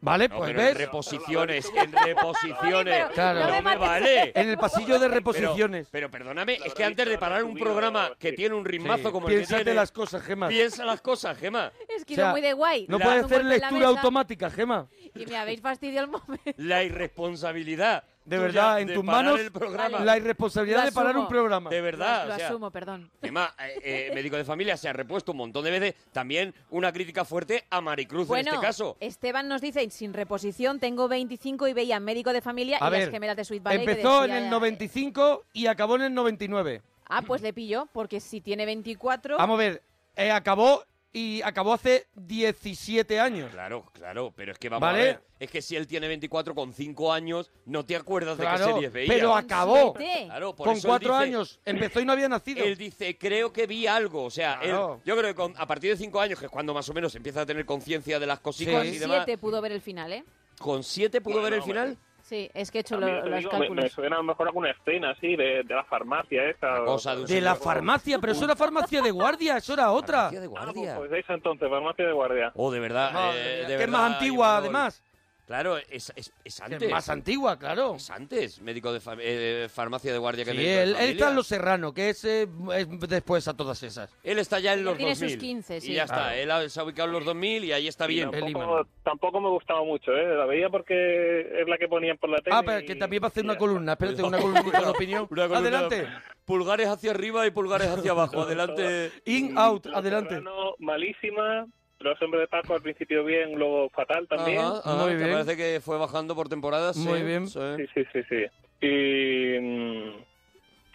Speaker 2: Vale,
Speaker 3: No,
Speaker 2: pues
Speaker 3: pero en
Speaker 2: ves,
Speaker 3: reposiciones, en reposiciones.
Speaker 4: Oye, pero
Speaker 2: Claro. no
Speaker 3: No
Speaker 2: me
Speaker 3: me
Speaker 4: mates.
Speaker 3: vale.
Speaker 2: en el pasillo de
Speaker 3: Pero-
Speaker 2: reposiciones.
Speaker 3: Pero, perdóname, es que
Speaker 6: habrá
Speaker 3: antes
Speaker 6: visto,
Speaker 3: de
Speaker 6: la habrá
Speaker 3: parar un
Speaker 6: subido,
Speaker 3: programa
Speaker 6: la-
Speaker 3: que
Speaker 6: sí.
Speaker 3: tiene un ritmazo como el que
Speaker 2: Piénsate
Speaker 3: tiene...
Speaker 2: las cosas, Gema.
Speaker 3: Piensa las cosas, Gema.
Speaker 4: Es que
Speaker 2: O sea,
Speaker 4: iba muy de guay.
Speaker 2: No
Speaker 4: Le
Speaker 2: puede
Speaker 4: das un
Speaker 2: hacer
Speaker 4: golpe en la
Speaker 2: lectura
Speaker 4: mesa
Speaker 2: automática, Gema.
Speaker 4: Y me habéis fastidiado el momento.
Speaker 3: La irresponsabilidad.
Speaker 2: De
Speaker 3: tuya
Speaker 2: verdad, en
Speaker 3: de
Speaker 2: tus
Speaker 3: parar
Speaker 2: manos
Speaker 3: El programa.
Speaker 2: la irresponsabilidad
Speaker 4: Lo
Speaker 2: de parar un
Speaker 4: asumo.
Speaker 2: programa.
Speaker 3: De verdad.
Speaker 4: Lo,
Speaker 3: o sea,
Speaker 4: asumo, perdón.
Speaker 3: Además, eh, eh, médico de familia se ha repuesto un montón de veces. También una crítica fuerte a Maricruz
Speaker 4: Bueno, eh.
Speaker 3: en este caso.
Speaker 4: Esteban nos dice, sin reposición, tengo 25 y veía médico de familia
Speaker 2: A
Speaker 4: y las
Speaker 2: ver,
Speaker 4: gemelas de Sweet Valley. que
Speaker 2: empezó en
Speaker 4: decía- eh.
Speaker 2: el 95 y acabó en el 99.
Speaker 4: Ah, pues le pillo, porque si tiene 24...
Speaker 2: Vamos a ver, eh, acabó y acabó hace 17 años.
Speaker 3: Claro, claro, pero es que vamos
Speaker 2: Vale.
Speaker 3: a ver. Es que si él tiene 24 con 5 años, no te acuerdas de
Speaker 2: Claro,
Speaker 3: qué series veía.
Speaker 2: pero
Speaker 4: Con
Speaker 2: acabó.
Speaker 4: siete.
Speaker 3: Claro, por
Speaker 2: Con
Speaker 3: eso él
Speaker 2: cuatro
Speaker 3: dice-
Speaker 2: años empezó y no había nacido.
Speaker 3: Él dice, creo que vi algo. O sea, él-
Speaker 2: Claro.
Speaker 3: yo creo que con- a partir de cinco años, que es cuando más o menos empieza a tener conciencia de las cositas
Speaker 4: Con
Speaker 2: Sí.
Speaker 3: y demás.
Speaker 4: 7 pudo ver el final, ¿eh?
Speaker 3: ¿Con siete pudo
Speaker 6: Bueno,
Speaker 3: ver el
Speaker 6: hombre.
Speaker 3: final?
Speaker 4: Sí, es que he hecho
Speaker 6: A mí,
Speaker 4: lo-
Speaker 6: te
Speaker 4: los
Speaker 6: digo, me, me
Speaker 4: cálculos.
Speaker 6: suena a lo mejor alguna escena así de, de la farmacia esa.
Speaker 3: La cosa de un
Speaker 2: de la
Speaker 3: señor-
Speaker 2: farmacia, pero eso era farmacia de guardia, eso era otra.
Speaker 3: Farmacia de
Speaker 6: Ah, pues,
Speaker 3: guardia.
Speaker 6: pues esa entonces, farmacia de guardia.
Speaker 3: Oh, de verdad. eh,
Speaker 2: Madre mía,
Speaker 3: de
Speaker 2: que es
Speaker 3: verdad,
Speaker 2: más antigua,
Speaker 3: Imanol.
Speaker 2: además.
Speaker 3: Claro, es, es, es
Speaker 2: Que es
Speaker 3: antes.
Speaker 2: más antigua, claro.
Speaker 3: Es antes, médico de fam- eh, farmacia de guardia que
Speaker 2: Sí,
Speaker 3: médico de
Speaker 2: él, él
Speaker 3: familia.
Speaker 2: está en Los Serrano, que es, eh, es después a todas esas.
Speaker 3: Él está ya en los
Speaker 4: Tiene
Speaker 3: 2000.
Speaker 4: sus 15, sí.
Speaker 3: Y ya
Speaker 2: Claro.
Speaker 3: está, él ha- se ha ubicado en los 2000 y ahí está
Speaker 6: Y
Speaker 3: bien.
Speaker 2: El
Speaker 6: Tampoco,
Speaker 2: Imanol.
Speaker 6: tampoco me gustaba mucho, ¿eh? La veía porque es la que ponían por la tele.
Speaker 2: Ah, pero que
Speaker 6: y-
Speaker 2: también va a hacer
Speaker 6: y
Speaker 2: una
Speaker 6: ya
Speaker 2: columna, espérate, una columna de opinión.
Speaker 3: Una columna-
Speaker 2: Adelante.
Speaker 3: Pulgares hacia arriba y pulgares hacia abajo. Adelante.
Speaker 2: In, out,
Speaker 6: está.
Speaker 2: adelante.
Speaker 6: Serrano, malísima. Los hombres de Paco al principio bien, luego fatal también.
Speaker 3: Ajá, ajá,
Speaker 2: Muy
Speaker 3: que
Speaker 2: bien.
Speaker 3: Parece que fue bajando por temporadas. sí,
Speaker 2: Muy bien.
Speaker 3: sí.
Speaker 6: Sí, sí, sí, sí. Y, mm,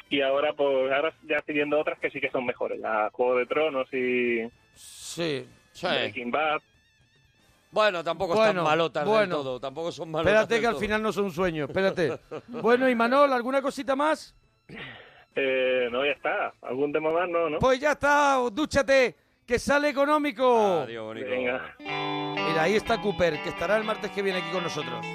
Speaker 6: y ahora, pues, ahora ya estoy viendo otras que sí que son mejores. La Juego de Tronos y
Speaker 2: Sí.
Speaker 3: Sí.
Speaker 6: Breaking Bad.
Speaker 3: Bueno, tampoco
Speaker 2: Bueno,
Speaker 3: están malotas del
Speaker 2: bueno.
Speaker 3: todo. Tampoco son malotas.
Speaker 2: Espérate
Speaker 3: del
Speaker 2: que al
Speaker 3: todo.
Speaker 2: final no es un sueño, espérate. Bueno, y Manol, ¿alguna cosita más?
Speaker 6: Eh, no, ya está. ¿Algún tema más? No, ¿no?
Speaker 2: Pues ya está, dúchate, que sale económico.
Speaker 3: Adiós, Ah, bonito.
Speaker 6: Venga.
Speaker 2: Mira, ahí está Cooper, que estará el martes que viene aquí con nosotros.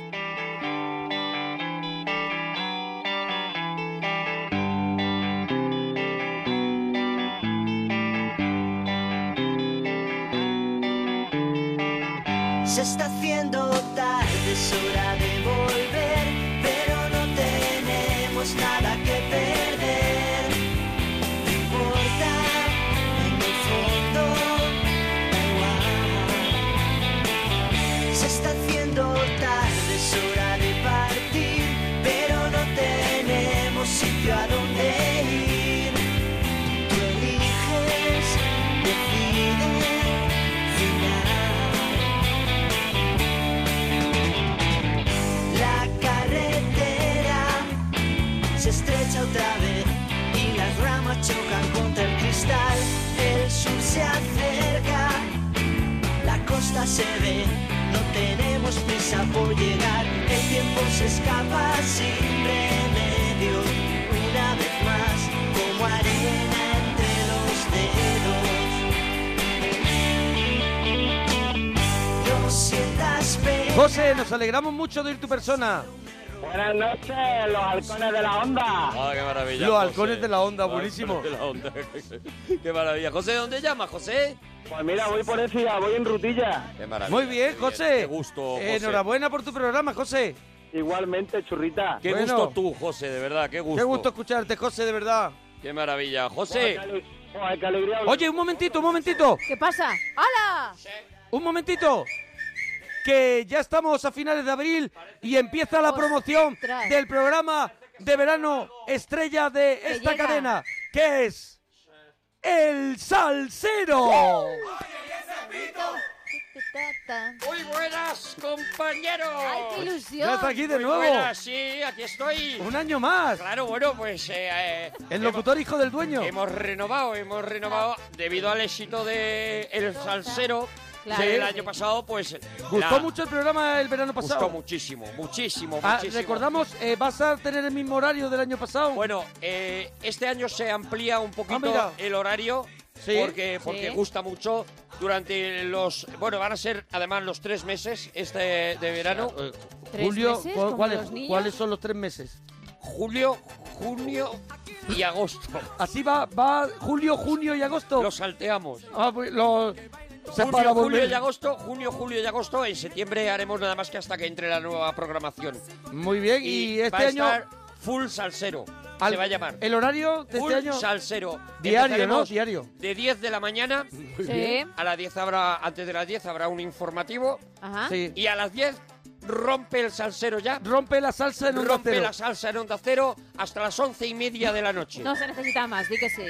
Speaker 1: Se está haciendo tarde, es hora de volver, pero no tenemos nada que perder. No importa, en el fondo, da igual. Se está haciendo tarde, es hora de partir, pero no tenemos sitio a donde ir. Tú eliges, decide, final. La carretera se estrecha otra vez y las ramas chocan contra el cristal. El sur se acerca, la costa se ve No tenemos prisa por llegar, el tiempo se escapa sin remedio. Una vez más, como arena entre los dedos. No sientas pena.
Speaker 2: José, nos alegramos mucho de ir tu persona.
Speaker 8: Buenas noches, los halcones de la onda.
Speaker 3: Ah, qué maravilla.
Speaker 2: Los
Speaker 3: José.
Speaker 2: halcones de la onda,
Speaker 3: Los
Speaker 2: buenísimo.
Speaker 3: halcones de la onda. qué maravilla. José, ¿de dónde llamas, José?
Speaker 8: Pues mira, voy por Écija, voy en rutilla.
Speaker 3: Qué maravilla.
Speaker 2: Muy bien,
Speaker 3: qué
Speaker 2: José.
Speaker 3: Qué gusto, José.
Speaker 2: Enhorabuena por tu programa, José.
Speaker 8: Igualmente, churrita.
Speaker 3: Qué
Speaker 2: Bueno.
Speaker 3: gusto tú, José, de verdad, qué gusto.
Speaker 2: Qué gusto escucharte, José, de verdad.
Speaker 3: Qué maravilla.
Speaker 8: Joder,
Speaker 3: José,
Speaker 8: qué ale- joder, qué alegría.
Speaker 2: Oye, un momentito, un momentito,
Speaker 4: ¿Qué pasa? ¡Hala!
Speaker 2: un momentito. Que ya estamos a finales de abril y empieza la promoción
Speaker 4: Ostras.
Speaker 2: del programa de verano estrella de esta
Speaker 4: llega.
Speaker 2: cadena, que es El Salsero.
Speaker 3: muy buenas, compañeros.
Speaker 4: ¡Ay, qué
Speaker 2: Ya
Speaker 4: ilusión!
Speaker 2: está aquí de
Speaker 3: Muy
Speaker 2: nuevo.
Speaker 3: buenas, sí, aquí estoy.
Speaker 2: Un año más.
Speaker 3: Claro, bueno, pues eh, eh,
Speaker 2: El
Speaker 3: hemos-
Speaker 2: locutor hijo del dueño.
Speaker 3: Hemos renovado, hemos renovado debido al éxito de El Salsero
Speaker 4: Claro.
Speaker 3: del año pasado, pues
Speaker 2: Gustó
Speaker 3: la-
Speaker 2: mucho el programa el verano
Speaker 3: gustó
Speaker 2: pasado.
Speaker 3: muchísimo, muchísimo,
Speaker 2: Ah,
Speaker 3: muchísimo.
Speaker 2: recordamos, eh, vas a tener el mismo horario del año pasado. Ah,
Speaker 3: Bueno, eh, este año se amplía un poquito
Speaker 2: mira.
Speaker 3: el horario
Speaker 2: Sí.
Speaker 3: porque porque
Speaker 4: Sí.
Speaker 3: gusta mucho durante los bueno van a ser además los tres meses este de verano
Speaker 4: ¿Tres
Speaker 2: Julio,
Speaker 4: meses
Speaker 2: ¿cu-
Speaker 4: como
Speaker 2: ¿cuáles,
Speaker 4: los niños?
Speaker 2: cuáles son los tres meses?
Speaker 3: julio junio y agosto
Speaker 2: Así va, va julio, junio y agosto.
Speaker 3: los salteamos
Speaker 2: Ah, pues, los- se para
Speaker 3: Junio, julio
Speaker 2: volver.
Speaker 3: y agosto, junio, julio y agosto. En septiembre haremos nada más que hasta que entre la nueva programación.
Speaker 2: Muy bien, y,
Speaker 3: va
Speaker 2: este
Speaker 3: a
Speaker 2: año.
Speaker 3: estar Full Salsero.
Speaker 2: al-
Speaker 3: se va a llamar.
Speaker 2: El horario de
Speaker 3: full
Speaker 2: este año.
Speaker 3: Salsero.
Speaker 2: Diario, ¿no?
Speaker 3: Empezaremos
Speaker 2: Diario.
Speaker 3: De 10 de la mañana
Speaker 4: Sí.
Speaker 3: a las 10 habrá, antes de las 10 habrá un informativo.
Speaker 4: Ajá.
Speaker 2: Sí.
Speaker 3: Y a las 10 rompe el salsero ya.
Speaker 2: Rompe la salsa en un
Speaker 3: rompe
Speaker 2: cero.
Speaker 3: la salsa en onda cero hasta las once y media de la noche.
Speaker 4: No se necesita más, di que sí.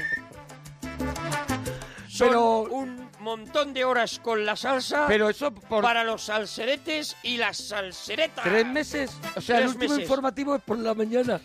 Speaker 3: Son
Speaker 2: pero-
Speaker 3: un montón de horas con la salsa
Speaker 2: Pero eso por
Speaker 3: para los salseretes y las salseretas.
Speaker 2: tres meses. O sea, el
Speaker 3: Tres
Speaker 2: último
Speaker 3: meses.
Speaker 2: informativo es por la mañana.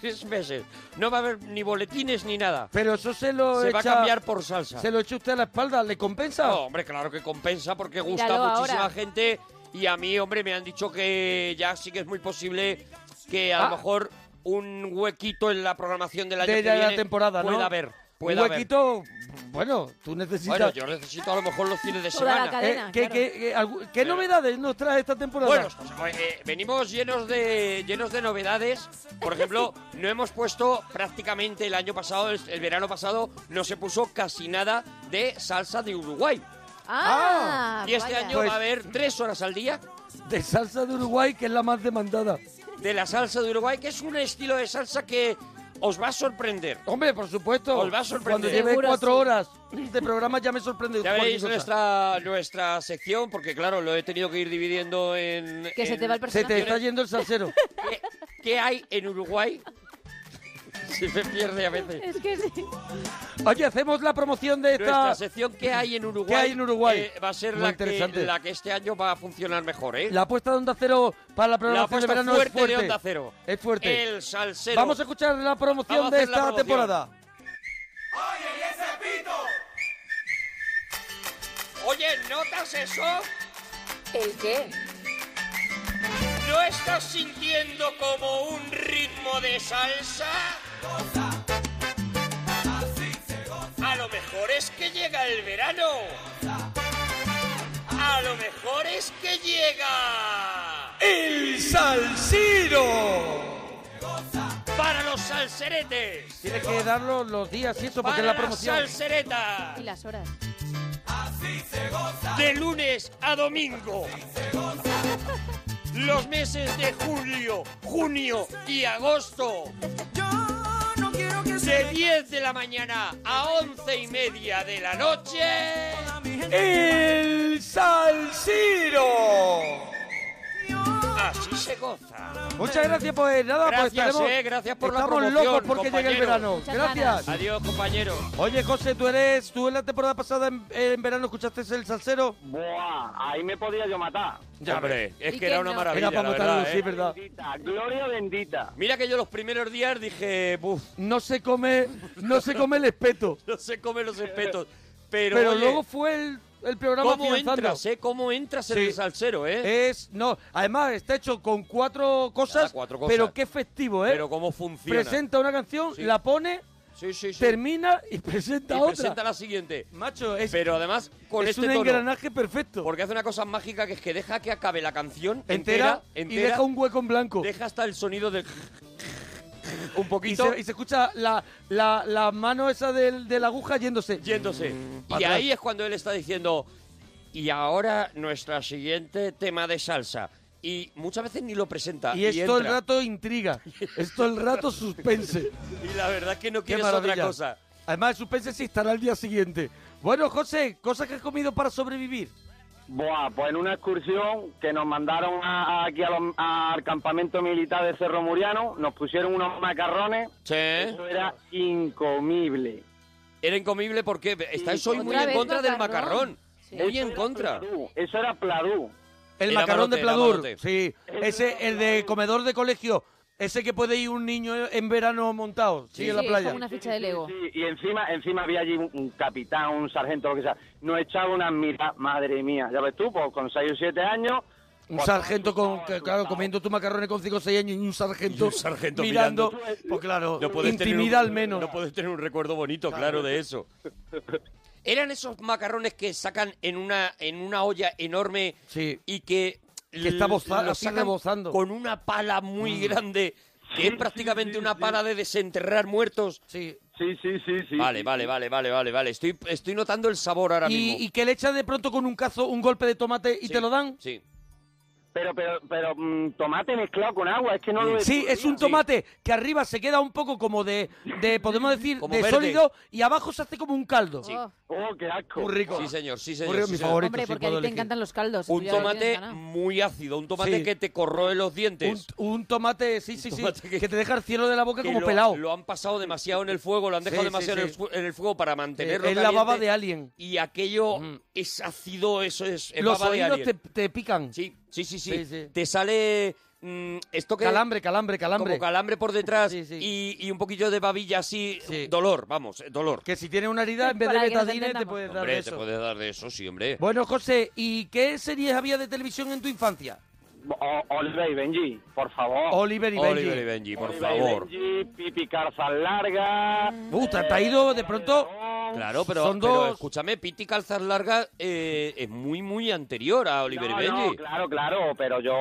Speaker 3: Tres meses. No va a haber ni boletines ni nada.
Speaker 2: Pero eso se lo
Speaker 3: Se va a
Speaker 2: echa-
Speaker 3: cambiar por salsa.
Speaker 2: Se lo echa usted a la espalda, ¿le compensa?
Speaker 3: No, hombre, claro que compensa porque gusta
Speaker 4: Míralo
Speaker 3: a muchísima
Speaker 4: ahora.
Speaker 3: gente. Y a mí, hombre, me han dicho que ya sí que es muy posible que a
Speaker 2: Ah.
Speaker 3: lo mejor un huequito en la programación del año
Speaker 2: de
Speaker 3: que
Speaker 2: la
Speaker 3: viene
Speaker 2: temporada, ¿no?
Speaker 3: pueda haber.
Speaker 2: Un
Speaker 3: Pueda haber.
Speaker 2: huequito, bueno, tú necesitas...
Speaker 3: Bueno, yo necesito a lo mejor los fines de
Speaker 4: Toda la
Speaker 3: semana.
Speaker 4: cadena.
Speaker 2: Eh, ¿qué,
Speaker 4: claro.
Speaker 2: qué- qué- algu- qué novedades nos trae esta temporada?
Speaker 3: Bueno, eh, venimos llenos de llenos de novedades. Por ejemplo, no hemos puesto prácticamente el año pasado, el, el verano pasado, no se puso casi nada de salsa de Uruguay.
Speaker 4: ¡Ah!
Speaker 3: Y este
Speaker 4: vaya.
Speaker 3: año
Speaker 2: Pues-
Speaker 3: va a haber tres horas al día
Speaker 2: de salsa de Uruguay, que es la más demandada.
Speaker 3: de la salsa de Uruguay, que es un estilo de salsa que os va a sorprender.
Speaker 2: Hombre, por supuesto.
Speaker 3: Os va a sorprender.
Speaker 2: Cuando lleve
Speaker 4: Seguro
Speaker 2: cuatro
Speaker 4: sí.
Speaker 2: horas de programa ya me sorprende.
Speaker 3: Ya
Speaker 2: cualquier
Speaker 3: veréis
Speaker 2: cosa.
Speaker 3: nuestra, nuestra sección, porque claro, lo he tenido que ir dividiendo en...
Speaker 4: Que se
Speaker 3: en
Speaker 4: te va el
Speaker 2: Se te
Speaker 4: personaje.
Speaker 2: está yendo el salsero.
Speaker 3: ¿Qué, qué hay en Uruguay? Se me pierde a veces.
Speaker 4: Es que sí.
Speaker 2: Oye, hacemos la promoción de esta...
Speaker 3: Nuestra sección ¿Qué hay en Uruguay?
Speaker 2: ¿Qué hay en Uruguay?
Speaker 3: Eh, va a ser
Speaker 2: Muy
Speaker 3: la que,
Speaker 2: interesante.
Speaker 3: la que este año va a funcionar mejor, ¿eh?
Speaker 2: La apuesta de Onda Cero para la
Speaker 3: La
Speaker 2: programación de
Speaker 3: apuesta
Speaker 2: verano
Speaker 3: fuerte,
Speaker 2: es fuerte.
Speaker 3: de Onda Cero.
Speaker 2: Es fuerte.
Speaker 3: El salsero.
Speaker 2: Vamos a escuchar la promoción
Speaker 3: Vamos a
Speaker 2: de
Speaker 3: hacer la
Speaker 2: esta
Speaker 3: promoción.
Speaker 2: temporada.
Speaker 3: Oye, ¿notas eso?
Speaker 9: ¿El qué?
Speaker 3: ¿No estás sintiendo como un ritmo de salsa? A lo mejor es que llega el verano. A lo mejor es que llega...
Speaker 2: ¡El salsero!
Speaker 3: Para los salseretes.
Speaker 2: Tiene que darlo los días y eso, porque
Speaker 3: Para
Speaker 2: es la
Speaker 3: las
Speaker 2: promoción.
Speaker 3: salseretas.
Speaker 4: Y las horas.
Speaker 3: de lunes a domingo. Los meses de julio, junio y agosto. De 10 de la mañana a 11 y media de la noche.
Speaker 2: ¡El salsero!
Speaker 3: Así se goza.
Speaker 2: Muchas gracias, pues nada, pues
Speaker 3: Gracias,
Speaker 2: estaremos-
Speaker 3: eh, gracias por la
Speaker 2: estamos
Speaker 3: promoción,
Speaker 2: locos porque llegue el
Speaker 3: compañeros.
Speaker 2: verano.
Speaker 4: Muchas
Speaker 2: Gracias.
Speaker 3: Adiós, compañeros.
Speaker 2: Oye, José, tú eres, tú en la temporada pasada en, en verano escuchaste el salsero.
Speaker 8: Buah, ahí me podía yo matar.
Speaker 3: Ya, hombre, es
Speaker 4: ¿Y
Speaker 3: que
Speaker 4: quién
Speaker 3: era una
Speaker 4: no?
Speaker 3: maravilla,
Speaker 2: Era para
Speaker 3: la
Speaker 2: matarlo,
Speaker 3: verdad,
Speaker 2: sí,
Speaker 3: ¿eh?
Speaker 2: verdad.
Speaker 8: Bendita, gloria bendita.
Speaker 3: Mira que yo los primeros días dije, buf,
Speaker 2: No se come, no se come el espeto.
Speaker 3: no se comen los espetos. Pero,
Speaker 2: Pero
Speaker 3: oye,
Speaker 2: luego fue el, el programa
Speaker 3: ¿Cómo
Speaker 2: afianzando.
Speaker 3: entras, eh? ¿Cómo entras en
Speaker 2: Sí.
Speaker 3: el salsero, eh? Ah,
Speaker 2: Es, no, además está hecho con cuatro cosas,
Speaker 3: cosas.
Speaker 2: pero qué festivo, ¿eh?
Speaker 3: Pero cómo funciona.
Speaker 2: Presenta una canción,
Speaker 3: Sí.
Speaker 2: la pone,
Speaker 3: Sí, sí, sí.
Speaker 2: termina y presenta
Speaker 3: Y
Speaker 2: otra.
Speaker 3: presenta la siguiente.
Speaker 2: Macho, es.
Speaker 3: Pero además, con
Speaker 2: es
Speaker 3: este
Speaker 2: un
Speaker 3: tono.
Speaker 2: engranaje perfecto.
Speaker 3: Porque hace una cosa mágica que es que deja que acabe la canción
Speaker 2: Entera,
Speaker 3: entera,
Speaker 2: y deja un hueco en blanco.
Speaker 3: Deja hasta el sonido de.
Speaker 2: un
Speaker 3: poquito.
Speaker 2: Y se, y se escucha la, la, la mano esa del- de la aguja yéndose. Mm,
Speaker 3: Yéndose. Y
Speaker 2: atrás.
Speaker 3: ahí es cuando él está diciendo. Y ahora nuestra siguiente tema de salsa. Y muchas veces ni lo presenta.
Speaker 2: Y es todo el
Speaker 3: Ah, entra.
Speaker 2: rato intriga. Es todo el rato suspense.
Speaker 3: Y la verdad es que no
Speaker 2: Qué
Speaker 3: quieres
Speaker 2: maravilla.
Speaker 3: otra cosa.
Speaker 2: Además, el suspense sí estará al día siguiente. Bueno, José, cosas que has comido para sobrevivir.
Speaker 5: Buah, pues en una excursión que nos mandaron a- a aquí a los- al campamento militar de Cerro Muriano, nos pusieron unos macarrones. Eso era incomible.
Speaker 3: Era incomible porque estáis hoy muy
Speaker 5: Otra
Speaker 3: en
Speaker 5: vez
Speaker 3: contra del
Speaker 5: macarrón.
Speaker 3: macarrón.
Speaker 5: Sí.
Speaker 3: Muy
Speaker 5: Eso
Speaker 3: en
Speaker 5: era
Speaker 3: contra.
Speaker 5: Pladú, Eso era Pladú.
Speaker 2: El
Speaker 3: Era
Speaker 2: macarrón
Speaker 3: malote,
Speaker 2: de
Speaker 3: era
Speaker 2: Pladur.
Speaker 3: malote.
Speaker 2: Sí, ese, el de comedor de colegio. Ese que puede ir un niño en verano montado. Sí, en la playa.
Speaker 4: como una ficha de Lego.
Speaker 5: Sí, y encima, encima había allí un, un capitán, un sargento, lo que sea. Nos echaba unas miradas, madre mía. Ya ves tú, pues con 6 o 7 años, pues,
Speaker 2: Un sargento con, que, claro, comiendo tu macarrones con 5 o 6 años y un sargento,
Speaker 3: sargento
Speaker 2: mirando.
Speaker 3: mirando.
Speaker 2: Pues claro,
Speaker 3: No puedes tener
Speaker 2: intimida
Speaker 3: un-
Speaker 2: al menos.
Speaker 3: No puedes tener un recuerdo bonito, claro, de eso. Eran esos macarrones que sacan en una, en una olla enorme y que,
Speaker 2: Que está boza-
Speaker 3: los
Speaker 2: así
Speaker 3: sacan
Speaker 2: rebozando.
Speaker 3: con una pala muy
Speaker 2: Mm.
Speaker 3: grande, que es prácticamente una pala de desenterrar muertos.
Speaker 2: Sí.
Speaker 5: Sí, sí, sí, sí.
Speaker 3: Vale, vale, vale, vale, vale, vale. Estoy, estoy notando el sabor ahora
Speaker 2: Y,
Speaker 3: mismo.
Speaker 2: y que le echas de pronto con un cazo un golpe de tomate y te lo dan.
Speaker 3: Sí.
Speaker 5: pero, pero, pero mm, tomate mezclado con agua, es que no lo
Speaker 2: Sí, es un tomate que arriba se queda un poco como de, de podemos decir,
Speaker 3: Como
Speaker 2: de
Speaker 3: verde.
Speaker 2: sólido y abajo se hace como un caldo.
Speaker 5: Oh, qué asco.
Speaker 2: Muy rico.
Speaker 3: Sí, señor, sí, señor.
Speaker 2: Muy rico,
Speaker 3: sí,
Speaker 2: mi
Speaker 3: señor.
Speaker 2: favorito,
Speaker 4: Hombre, porque a ti te encantan los caldos. tú
Speaker 3: Un
Speaker 4: ya lo tienes
Speaker 3: tomate
Speaker 4: ganado.
Speaker 3: muy ácido, un tomate
Speaker 2: Sí.
Speaker 3: que te corroe los dientes.
Speaker 2: Un tomate, sí, sí, sí,
Speaker 3: tomate
Speaker 2: que, te deja el cielo de la boca
Speaker 3: que
Speaker 2: como
Speaker 3: lo,
Speaker 2: pelado.
Speaker 3: Lo han pasado demasiado en el fuego, lo han
Speaker 2: Sí,
Speaker 3: dejado
Speaker 2: sí,
Speaker 3: demasiado en
Speaker 2: sí. Eh,
Speaker 3: el fu- En, el, fuego para mantenerlo.
Speaker 2: es la baba
Speaker 3: caliente.
Speaker 2: de alien.
Speaker 3: Y aquello es ácido, eso es. es
Speaker 2: los
Speaker 3: baba de
Speaker 2: oídos te,
Speaker 3: alien.
Speaker 2: te pican.
Speaker 3: Sí, sí, sí, sí.
Speaker 2: Sí, sí.
Speaker 3: Te sale. mm, esto que.
Speaker 2: Calambre, calambre, calambre.
Speaker 3: Como calambre por detrás Y, y un poquillo de babilla así. Dolor, vamos, eh, dolor.
Speaker 2: Que si tiene una herida, en vez de
Speaker 4: Para que nos
Speaker 2: betadine, te
Speaker 4: entendamos.
Speaker 2: puedes dar de
Speaker 3: Hombre, te
Speaker 2: eso.
Speaker 3: puedes dar de eso, sí, hombre.
Speaker 2: Bueno, José, ¿y qué series había de televisión en tu infancia?
Speaker 5: O- Oliver y Benji, por favor.
Speaker 2: Oliver y Benji.
Speaker 3: Oliver y Benji, por
Speaker 5: Oliver y
Speaker 3: favor.
Speaker 5: Benji, Pipi Calzas Largas.
Speaker 2: Uh, te te ha ido de pronto.
Speaker 3: Claro, pero,
Speaker 2: Son
Speaker 3: pero
Speaker 2: dos-
Speaker 3: escúchame, Piti Calzas Largas eh, es muy, muy anterior a Oliver
Speaker 5: Ah, No,
Speaker 3: y Benji.
Speaker 5: no, claro, claro, pero yo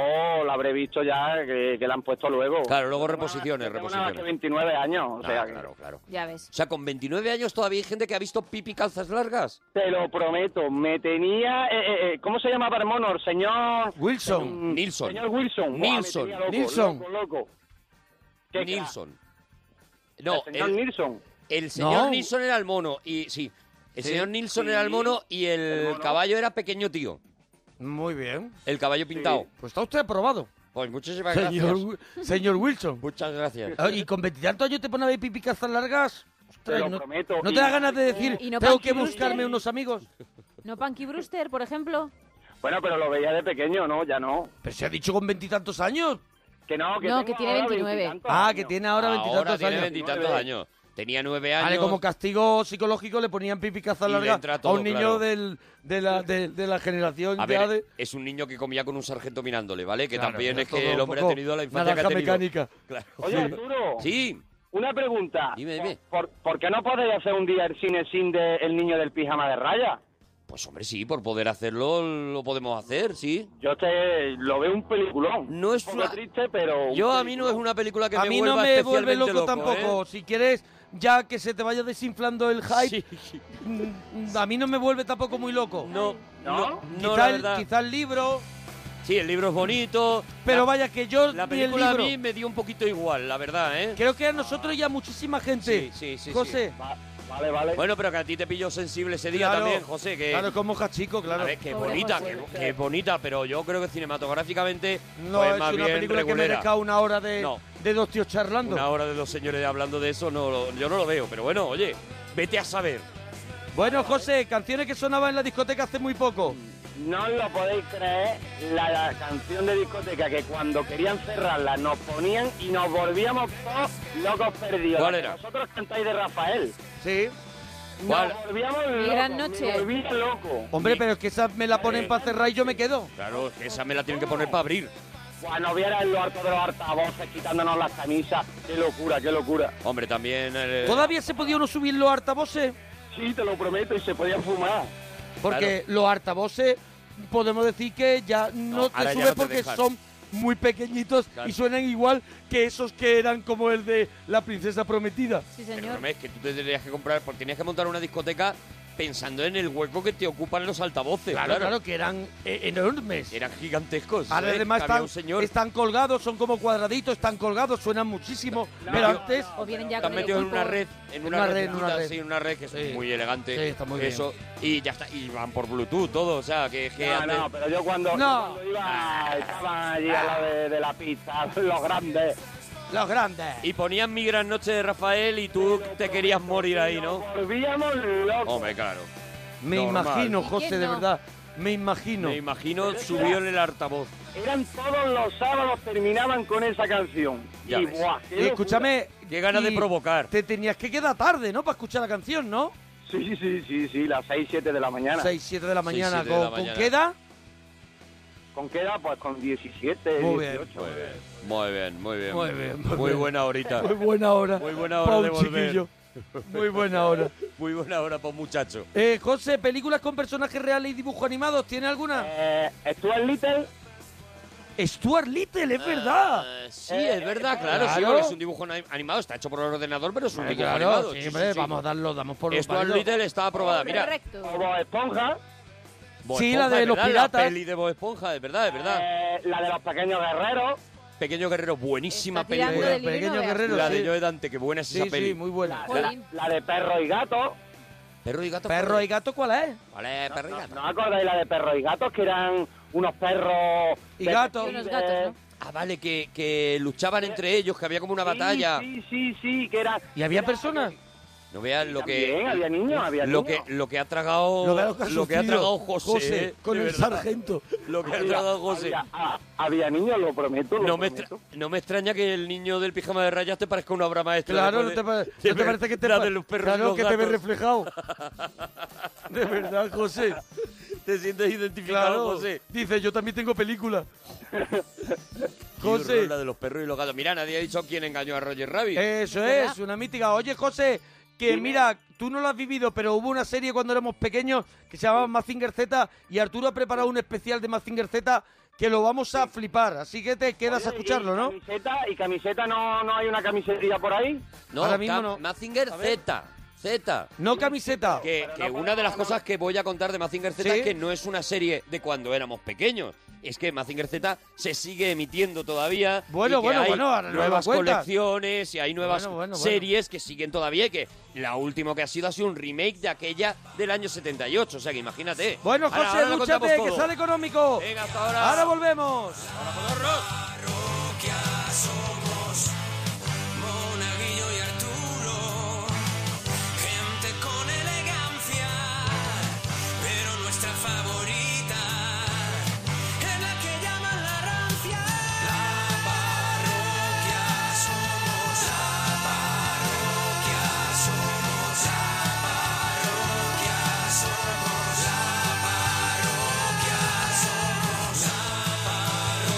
Speaker 5: la habré visto ya que, que la han puesto luego.
Speaker 3: Claro, luego reposiciones,
Speaker 5: Tengo nada más que
Speaker 3: reposiciones.
Speaker 5: 29 años, o
Speaker 3: Ah,
Speaker 5: sea, que-
Speaker 3: claro, claro.
Speaker 4: Ya ves.
Speaker 3: O sea, con 29 años todavía hay gente que ha visto pipi calzas largas.
Speaker 5: te lo prometo, me tenía, eh, eh, eh, ¿cómo se llamaba el mono? El señor...
Speaker 2: Wilson.
Speaker 5: Mm,
Speaker 3: Nilsson.
Speaker 5: Señor Wilson. Buah, me
Speaker 3: Nilsson.
Speaker 5: tenía loco,
Speaker 2: Nilsson.
Speaker 5: Loco, loco. Qué
Speaker 3: Nilsson.
Speaker 5: crack.
Speaker 3: No,
Speaker 5: el señor
Speaker 3: el,
Speaker 5: Nilsson.
Speaker 3: el señor
Speaker 2: No.
Speaker 3: Nilsson era el mono. Y sí, el
Speaker 2: Sí.
Speaker 3: señor Nilsson era el mono y el, caballo era pequeño tío.
Speaker 2: Muy bien.
Speaker 3: El caballo pintado.
Speaker 2: Pues está usted aprobado.
Speaker 3: Pues muchísimas
Speaker 2: Señor,
Speaker 3: gracias.
Speaker 2: Wi- señor Wilson.
Speaker 3: Muchas gracias.
Speaker 2: Ah, Y con veintitantos años te pone a ver pipi calzas largas. Ostras,
Speaker 5: Te lo
Speaker 2: no,
Speaker 5: prometo.
Speaker 2: no
Speaker 5: Y-
Speaker 2: te da ganas de decir,
Speaker 4: Y no
Speaker 2: tengo
Speaker 4: Punky
Speaker 2: que buscarme
Speaker 4: Brewster.
Speaker 2: unos amigos.
Speaker 4: ¿No Punky Brewster, por ejemplo?
Speaker 5: Bueno, pero lo veía de pequeño, ¿no? Ya no.
Speaker 2: Pero se ha dicho con veintitantos años.
Speaker 5: Que no, que,
Speaker 4: No,
Speaker 5: tengo
Speaker 4: que tiene
Speaker 5: ahora
Speaker 4: 29.
Speaker 5: veintitantos
Speaker 2: Ah,
Speaker 5: años.
Speaker 2: que tiene ahora
Speaker 3: Ahora
Speaker 2: veintitantos
Speaker 3: tiene
Speaker 2: años.
Speaker 3: veintitantos años. Tenía nueve años.
Speaker 2: Vale, Ah, como castigo psicológico le ponían pipi calzas
Speaker 3: Y le
Speaker 2: largas
Speaker 3: entra
Speaker 2: a
Speaker 3: todo,
Speaker 2: un niño
Speaker 3: claro.
Speaker 2: del, de, la, de, de la generación
Speaker 3: A
Speaker 2: ya
Speaker 3: ver,
Speaker 2: de...
Speaker 3: es un niño que comía con un sargento mirándole, ¿vale? Que
Speaker 2: Claro,
Speaker 3: también
Speaker 2: era
Speaker 3: es
Speaker 2: todo
Speaker 3: que el
Speaker 2: un
Speaker 3: hombre ha
Speaker 2: poco
Speaker 3: tenido la infancia que ha
Speaker 2: naranja
Speaker 3: tenido.
Speaker 2: mecánica.
Speaker 3: Claro.
Speaker 5: Oye, Arturo.
Speaker 3: Sí,
Speaker 5: Una pregunta.
Speaker 3: Dime, dime.
Speaker 5: ¿Por, por, por qué no podéis hacer un día el cine sin de El niño del pijama de raya?
Speaker 3: pues hombre, sí, por poder hacerlo lo podemos hacer, sí.
Speaker 5: Yo te lo veo un peliculón.
Speaker 3: No es
Speaker 5: Un poco
Speaker 3: una...
Speaker 5: triste, pero... un
Speaker 3: Yo a mí no es
Speaker 5: peliculón.
Speaker 3: una película que
Speaker 2: A
Speaker 3: me
Speaker 2: mí
Speaker 3: vuelva
Speaker 2: no me vuelve
Speaker 3: especialmente
Speaker 2: loco, tampoco.
Speaker 3: ¿eh?
Speaker 2: Si quieres ya que se te vaya desinflando el hype,
Speaker 3: Sí.
Speaker 2: mm, a mí no me vuelve tampoco muy loco.
Speaker 3: No, no, no, la
Speaker 2: quizá, el,
Speaker 3: verdad.
Speaker 2: quizá el libro,
Speaker 3: Sí, el libro es bonito.
Speaker 2: pero
Speaker 3: la,
Speaker 2: vaya que yo
Speaker 3: La
Speaker 2: ni el
Speaker 3: película a
Speaker 2: libro.
Speaker 3: mí me dio un poquito igual, la verdad, ¿eh?
Speaker 2: Creo que a nosotros y a muchísima
Speaker 3: Sí,
Speaker 2: gente.
Speaker 3: sí, sí,
Speaker 2: José,
Speaker 5: Va- vale, vale.
Speaker 3: Bueno, pero que a ti te pilló sensible ese día
Speaker 2: Claro.
Speaker 3: también, José, que...
Speaker 2: claro, como chico, claro.
Speaker 3: A ver, que es
Speaker 4: Pobre
Speaker 3: bonita,
Speaker 4: José.
Speaker 3: que, que es bonita, pero yo creo que cinematográficamente
Speaker 2: no
Speaker 3: pues,
Speaker 2: es
Speaker 3: más
Speaker 2: una
Speaker 3: bien
Speaker 2: película que
Speaker 3: regulera.
Speaker 2: merezca una hora de,
Speaker 3: No.
Speaker 2: de dos tíos charlando.
Speaker 3: Una hora de dos señores hablando de eso, no, lo- yo no lo veo, pero bueno, oye, vete a saber.
Speaker 2: Bueno, José, canciones que sonaban en la discoteca hace muy poco.
Speaker 8: Mm.
Speaker 5: No os lo podéis creer, la, la canción de discoteca que cuando querían cerrarla nos ponían y nos volvíamos todos locos perdidos.
Speaker 3: ¿Cuál
Speaker 5: La que
Speaker 3: era?
Speaker 5: Vosotros cantáis de Rafael.
Speaker 2: Sí.
Speaker 3: ¿Cuál?
Speaker 4: Gran noche.
Speaker 2: Hombre, pero es que esa me la ponen para cerrar y yo me quedo.
Speaker 3: Eh. Claro, esa me la tienen que poner para abrir.
Speaker 8: Cuando vieras lo harto de los altavoces quitándonos las camisas, qué locura, qué locura.
Speaker 3: Hombre, también. eh,
Speaker 2: ¿Todavía se podía uno subir los altavoces?
Speaker 8: Sí, te lo prometo, y se podían fumar.
Speaker 2: Porque los altavoces podemos decir que ya no,
Speaker 8: No,
Speaker 2: te
Speaker 8: ahora ya
Speaker 2: subes
Speaker 8: no te
Speaker 2: porque
Speaker 8: dejan.
Speaker 2: son muy pequeñitos y suenan igual que esos que eran como el de la princesa prometida.
Speaker 4: Sí,
Speaker 3: Perdóname, es que tú te tendrías que comprar, porque tenías que montar una discoteca pensando en el hueco que te ocupan los altavoces.
Speaker 2: Claro,
Speaker 3: Claro,
Speaker 2: claro, que eran e-, enormes.
Speaker 3: Eran gigantescos.
Speaker 2: Ahora
Speaker 3: ¿eh?
Speaker 2: además
Speaker 3: Cabía
Speaker 2: están,
Speaker 3: un señor.
Speaker 2: están colgados, son como cuadraditos, están colgados, suenan muchísimo. pero antes...
Speaker 4: O vienen ya
Speaker 3: Están
Speaker 4: con el
Speaker 3: metidos en una
Speaker 4: equipo.
Speaker 3: red, en una, red,
Speaker 2: en una red.
Speaker 3: sí, en una red que es muy elegante.
Speaker 2: Sí, está muy bien.
Speaker 3: Eso, y ya está, y van por Bluetooth todo, o sea, que, que
Speaker 8: No,
Speaker 3: antes-
Speaker 8: no, pero yo cuando,
Speaker 2: No.
Speaker 8: yo cuando iba, estaba allí a la de, de la pista, los grandes.
Speaker 2: Los grandes.
Speaker 3: Y ponían mi gran noche de Rafael y tú te querías morir ahí, ¿no?
Speaker 8: Volvíamos locos.
Speaker 3: Hombre, claro.
Speaker 2: Me
Speaker 3: Normal.
Speaker 2: imagino, José, de verdad, me imagino.
Speaker 3: Me imagino subió en el altavoz.
Speaker 8: Eran todos los sábados, terminaban con esa canción.
Speaker 3: Ya
Speaker 8: y
Speaker 3: ves.
Speaker 8: buah, qué
Speaker 2: Y escúchame.
Speaker 3: Qué ganas de
Speaker 2: y
Speaker 3: provocar.
Speaker 2: Te tenías que quedar tarde, ¿no? Para escuchar la canción, ¿no?
Speaker 8: locura. Sí, sí, sí, sí, las 6, 7 de la mañana.
Speaker 2: 6, 7 de la
Speaker 8: Seis,
Speaker 2: mañana.
Speaker 8: siete de la
Speaker 2: ¿Con, con
Speaker 8: mañana.
Speaker 2: qué edad?
Speaker 8: ¿Con qué edad? Pues con 17,
Speaker 2: Muy bien.
Speaker 8: 18.
Speaker 3: Muy bien, muy bien, muy bien.
Speaker 2: Muy bien, muy bien.
Speaker 3: buena horita.
Speaker 2: Muy buena hora.
Speaker 3: Muy buena hora
Speaker 2: pa'
Speaker 3: de
Speaker 2: un
Speaker 3: volver.
Speaker 2: chiquillo. Muy buena hora.
Speaker 3: Muy buena hora para un muchacho.
Speaker 2: Eh, José, películas con personajes reales y dibujos animados, ¿tiene alguna?
Speaker 8: Eh, Stuart Little.
Speaker 2: Stuart Little, es verdad.
Speaker 3: Eh, Sí, es verdad, claro, sí,
Speaker 2: Eh, claro.
Speaker 3: porque es un dibujo anim- animado, está hecho por el ordenador, pero es un
Speaker 2: Eh,
Speaker 3: dibujo
Speaker 2: claro,
Speaker 3: animado.
Speaker 2: sí,
Speaker 3: Sí, sí,
Speaker 2: hombre,
Speaker 3: sí.
Speaker 2: vamos a darlo, damos por
Speaker 3: Esto al
Speaker 2: válido.
Speaker 3: Little está aprobada, mira.
Speaker 8: Bob Esponja.
Speaker 3: Bob
Speaker 2: Sí, la
Speaker 3: Esponja,
Speaker 2: de
Speaker 3: es
Speaker 2: los
Speaker 3: verdad,
Speaker 2: piratas.
Speaker 3: La peli de Bob Esponja, de verdad, de verdad.
Speaker 8: Eh, la de los pequeños guerreros.
Speaker 3: Pequeño Guerrero, buenísima
Speaker 4: Está
Speaker 3: peli.
Speaker 4: tirando del hilo,
Speaker 2: Pequeño
Speaker 4: vea.
Speaker 2: Guerrero,
Speaker 3: La
Speaker 2: sí.
Speaker 3: de Joe Dante, que buena es esa
Speaker 2: Sí,
Speaker 3: peli.
Speaker 2: sí, muy buena.
Speaker 8: La,
Speaker 4: Jolín.
Speaker 8: la de perro y gato.
Speaker 3: Perro y gato.
Speaker 2: ¿Perro y gato cuál es?
Speaker 3: ¿Cuál es perro y gato?
Speaker 8: ¿No os acordáis la de perro y gatos? Que eran unos perros...
Speaker 2: Y gatos.
Speaker 8: detectives?
Speaker 2: Y unos
Speaker 3: Ah, vale, que, que luchaban entre ellos, que había como una
Speaker 8: Sí,
Speaker 3: batalla.
Speaker 8: Sí, sí, sí, que era...
Speaker 2: ¿Y había personas?
Speaker 3: No veas lo que.
Speaker 8: También había niños, había
Speaker 3: lo
Speaker 8: niños.
Speaker 3: Que, lo que ha tragado.
Speaker 2: Lo veo que ha
Speaker 3: ha
Speaker 2: sufrido
Speaker 3: tragado José.
Speaker 2: José,
Speaker 3: eh,
Speaker 2: con
Speaker 3: de
Speaker 2: el
Speaker 3: verdad.
Speaker 2: sargento.
Speaker 3: Lo que ha
Speaker 8: Había-
Speaker 3: tragado José.
Speaker 8: Había, ah, había niños, lo prometo. lo
Speaker 3: No me,
Speaker 8: prometo.
Speaker 3: extra- no me extraña que el niño del pijama de rayas te parezca una obra maestra.
Speaker 2: Claro, no
Speaker 3: después
Speaker 2: te,
Speaker 3: de-
Speaker 2: pa-
Speaker 3: de
Speaker 2: no te
Speaker 3: ver
Speaker 2: parece que te,
Speaker 3: la
Speaker 2: pa-
Speaker 3: de los perros y
Speaker 2: claro,
Speaker 3: los
Speaker 2: que te ves
Speaker 3: gatos.
Speaker 2: reflejado. De verdad, José.
Speaker 3: Te sientes identificado,
Speaker 2: Claro.
Speaker 3: José.
Speaker 2: Dice, yo también tengo película.
Speaker 3: Qué
Speaker 2: José.
Speaker 3: horror, La de los perros y los gatos. Mira, nadie ha dicho quién engañó a Roger Rabbit.
Speaker 2: Eso es, una mítica. Oye, José, que mira, tú no lo has vivido, pero hubo una serie cuando éramos pequeños que se llamaba Mazinger Z y Arturo ha preparado un especial de Mazinger Z que lo vamos a flipar. Así que te quedas a escucharlo, ¿no?
Speaker 8: Camiseta, ¿Y camiseta no, no hay una camisetilla por ahí?
Speaker 3: No,
Speaker 2: Ahora mismo
Speaker 3: Cam-
Speaker 2: no.
Speaker 3: Mazinger Z. Z.
Speaker 2: No camiseta.
Speaker 3: Que, que una de las cosas que voy a contar de Mazinger Z
Speaker 2: ¿Sí?
Speaker 3: es que no es una serie de cuando éramos pequeños. Es que Mazinger Z se sigue emitiendo todavía.
Speaker 2: Bueno,
Speaker 3: y que
Speaker 2: bueno,
Speaker 3: hay
Speaker 2: bueno, ahora nuevas
Speaker 3: nuevas
Speaker 2: cuentas.
Speaker 3: colecciones y hay nuevas
Speaker 2: Bueno, bueno, bueno.
Speaker 3: series que siguen todavía. Y que la última que ha sido ha sido un remake de aquella del año 78. O sea que imagínate.
Speaker 2: Bueno,
Speaker 3: Ahora-
Speaker 2: José,
Speaker 3: ahora lo
Speaker 2: lúchate,
Speaker 3: contamos
Speaker 2: que
Speaker 3: todo.
Speaker 2: sale económico.
Speaker 3: Venga, hasta ahora.
Speaker 2: Ahora volvemos.
Speaker 1: parroquia somos Monaguillo y Arturo, gente con elegancia, pero nuestra favorita es la que llaman la rancia. La parroquia somos, la parroquia somos, la parroquia somos, la parroquia somos, la parroquia somos, la parroquia somos, la parroquia somos, la parroquia somos.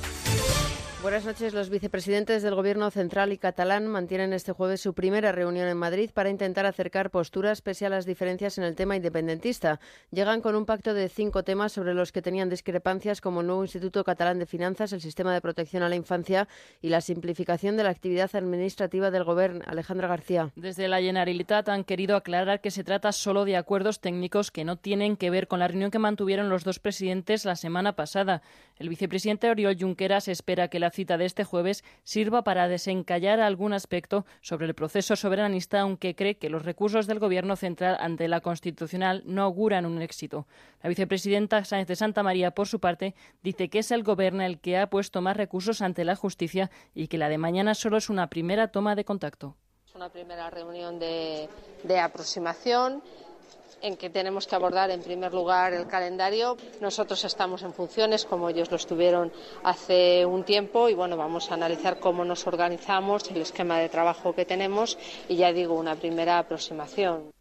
Speaker 9: Buenas noches. Los vicepresidentes del Gobierno central y catalán mantienen este jueves su primera reunión en Madrid para intentar acercar posturas pese a las diferencias en el tema independentista. Llegan con un pacto de cinco temas sobre los que tenían discrepancias, como el nuevo Instituto Catalán de Finanzas, el sistema de protección a la infancia y la simplificación de la actividad administrativa del Gobierno. Alejandra García.
Speaker 10: Desde la Generalitat han querido aclarar que se trata solo de acuerdos técnicos que no tienen que ver con la reunión que mantuvieron los dos presidentes la semana pasada. El vicepresidente Oriol Junqueras espera que la cita de este jueves sirva para desencallar algún aspecto sobre el proceso soberanista, aunque cree que los recursos del Gobierno central ante la Constitucional no auguran un éxito. La vicepresidenta Sánchez de Santa María, por su parte, dice que es el Gobierno el que ha puesto más recursos ante la justicia y que la de mañana solo es una primera toma de contacto.
Speaker 11: Es una primera reunión de, de aproximación en que tenemos que abordar en primer lugar el calendario. Nosotros estamos en funciones como ellos lo estuvieron hace un tiempo y bueno, vamos a analizar cómo nos organizamos, el esquema de trabajo que tenemos y ya digo, una primera aproximación.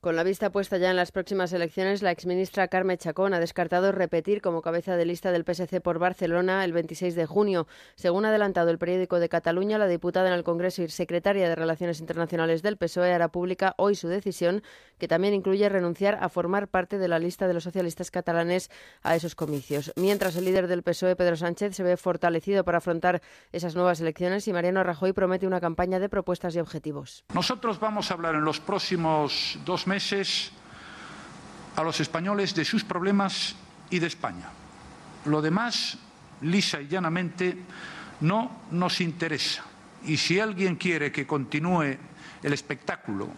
Speaker 9: Con la vista puesta ya en las próximas elecciones, la exministra Carme Chacón ha descartado repetir como cabeza de lista del PSC por Barcelona el 26 de junio. Según ha adelantado el periódico de Cataluña, la diputada en el Congreso y secretaria de Relaciones Internacionales del PSOE E hará pública hoy su decisión, que también incluye renunciar a formar parte de la lista de los socialistas catalanes a esos comicios. Mientras el líder del PSOE, E, Pedro Sánchez, se ve fortalecido para afrontar esas nuevas elecciones y Mariano Rajoy promete una campaña de propuestas y objetivos.
Speaker 12: Nosotros vamos a hablar en los próximos dos meses a los españoles de sus problemas y de España. Lo demás, lisa y llanamente, no nos interesa. Y si alguien quiere que continúe el espectáculo,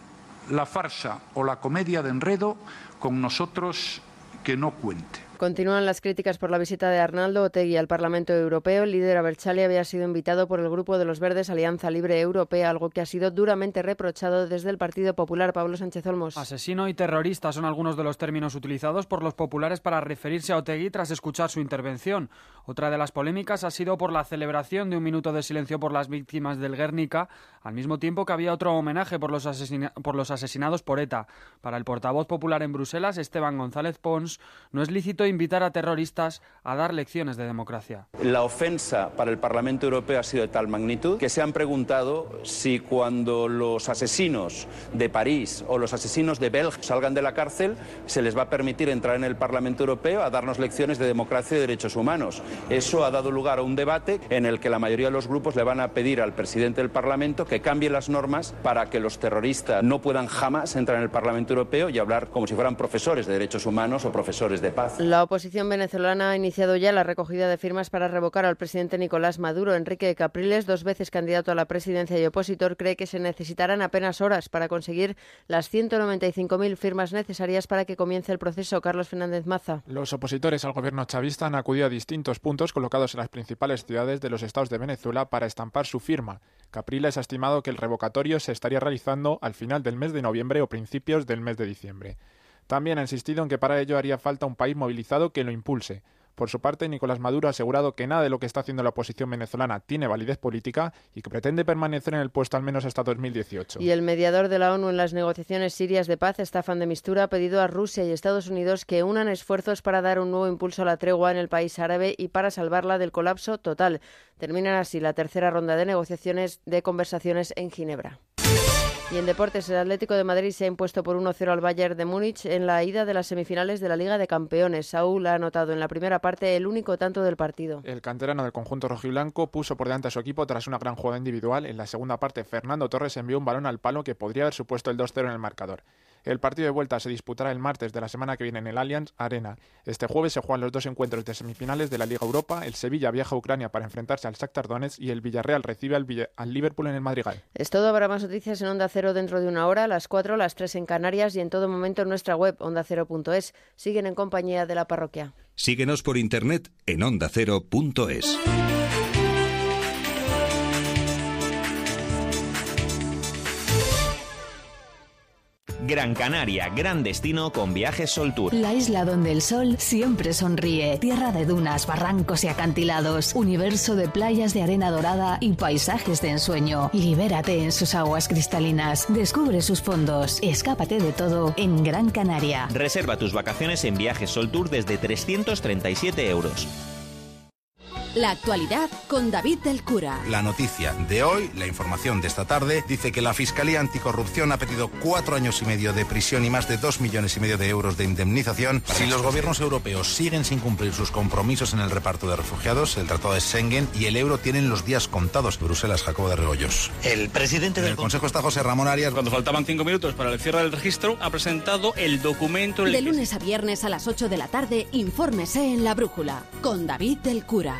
Speaker 12: la farsa o la comedia de enredo, con nosotros que no cuente.
Speaker 9: Continúan las críticas por la visita de Arnaldo Otegui al Parlamento Europeo. El líder Abertzale había sido invitado por el grupo de los Verdes Alianza Libre Europea, algo que ha sido duramente reprochado desde el Partido Popular. Pablo Sánchez Olmos.
Speaker 13: Asesino y terrorista son algunos de los términos utilizados por los populares para referirse a Otegui tras escuchar su intervención. Otra de las polémicas ha sido por la celebración de un minuto de silencio por las víctimas del Guernica, al mismo tiempo que había otro homenaje por los, asesina- por los asesinados por ETA. Para el portavoz popular en Bruselas, Esteban González Pons, no es lícito invitar a terroristas a dar lecciones de democracia.
Speaker 14: La ofensa para el Parlamento Europeo ha sido de tal magnitud que se han preguntado si cuando los asesinos de París o los asesinos de Bélgica salgan de la cárcel, se les va a permitir entrar en el Parlamento Europeo a darnos lecciones de democracia y derechos humanos. Eso ha dado lugar a un debate en el que la mayoría de los grupos le van a pedir al presidente del Parlamento que cambie las normas para que los terroristas no puedan jamás entrar en el Parlamento Europeo y hablar como si fueran profesores de derechos humanos o profesores de paz.
Speaker 9: La oposición venezolana ha iniciado ya la recogida de firmas para revocar al presidente Nicolás Maduro. Enrique Capriles, dos veces candidato a la presidencia y opositor, cree que se necesitarán apenas horas para conseguir las 195.000 firmas necesarias para que comience el proceso. Carlos Fernández Maza.
Speaker 15: Los opositores al gobierno chavista han acudido a distintos puntos colocados en las principales ciudades de los estados de Venezuela para estampar su firma. Capriles ha estimado que el revocatorio se estaría realizando al final del mes de noviembre o principios del mes de diciembre. También ha insistido en que para ello haría falta un país movilizado que lo impulse. Por su parte, Nicolás Maduro ha asegurado que nada de lo que está haciendo la oposición venezolana tiene validez política y que pretende permanecer en el puesto al menos hasta 2018.
Speaker 9: Y el mediador de la ONU en las negociaciones sirias de paz, Staffan de Mistura, ha pedido a Rusia y Estados Unidos que unan esfuerzos para dar un nuevo impulso a la tregua en el país árabe y para salvarla del colapso total. Terminan así la tercera ronda de negociaciones de conversaciones en Ginebra. Y en deportes, el Atlético de Madrid se ha impuesto por 1-0 al Bayern de Múnich en la ida de las semifinales de la Liga de Campeones. Saúl ha anotado en la primera parte el único tanto del partido.
Speaker 15: El canterano del conjunto rojiblanco puso por delante a su equipo tras una gran jugada individual. En la segunda parte, Fernando Torres envió un balón al palo que podría haber supuesto el 2-0 en el marcador. El partido de vuelta se disputará el martes de la semana que viene en el Allianz Arena. Este jueves se juegan los dos encuentros de semifinales de la Liga Europa. El Sevilla viaja a Ucrania para enfrentarse al Shakhtar Donetsk y el Villarreal recibe al, Villa- al Liverpool en el Madrigal.
Speaker 9: Es todo, habrá más noticias en Onda Cero dentro de una hora, a las 4, las 3 en Canarias y en todo momento en nuestra web ondacero.es. Siguen en compañía de la parroquia.
Speaker 16: Síguenos por internet en ondacero.es.
Speaker 17: Gran Canaria, gran destino con viajes Sol Tour.
Speaker 18: La isla donde el sol siempre sonríe. Tierra de dunas, barrancos y acantilados. Universo de playas de arena dorada y paisajes de ensueño. Libérate en sus aguas cristalinas. Descubre sus fondos. Escápate de todo en Gran Canaria.
Speaker 17: Reserva tus vacaciones en viajes Sol Tour desde 337 euros.
Speaker 19: La actualidad con David del Cura.
Speaker 20: La noticia de hoy, la información de esta tarde, dice que la Fiscalía Anticorrupción ha pedido cuatro años y medio de prisión y más de dos millones y medio de euros de indemnización. Si los gobiernos europeos siguen sin cumplir sus compromisos en el reparto de refugiados, el Tratado de Schengen y el euro tienen los días contados. Bruselas, Jacobo de Regoyos. El presidente del Consejo está José Ramón Arias.
Speaker 21: Cuando faltaban cinco minutos para el cierre del registro, ha presentado el documento. en el
Speaker 19: De lunes a viernes a las 8 de la tarde, infórmese en La Brújula con David del Cura.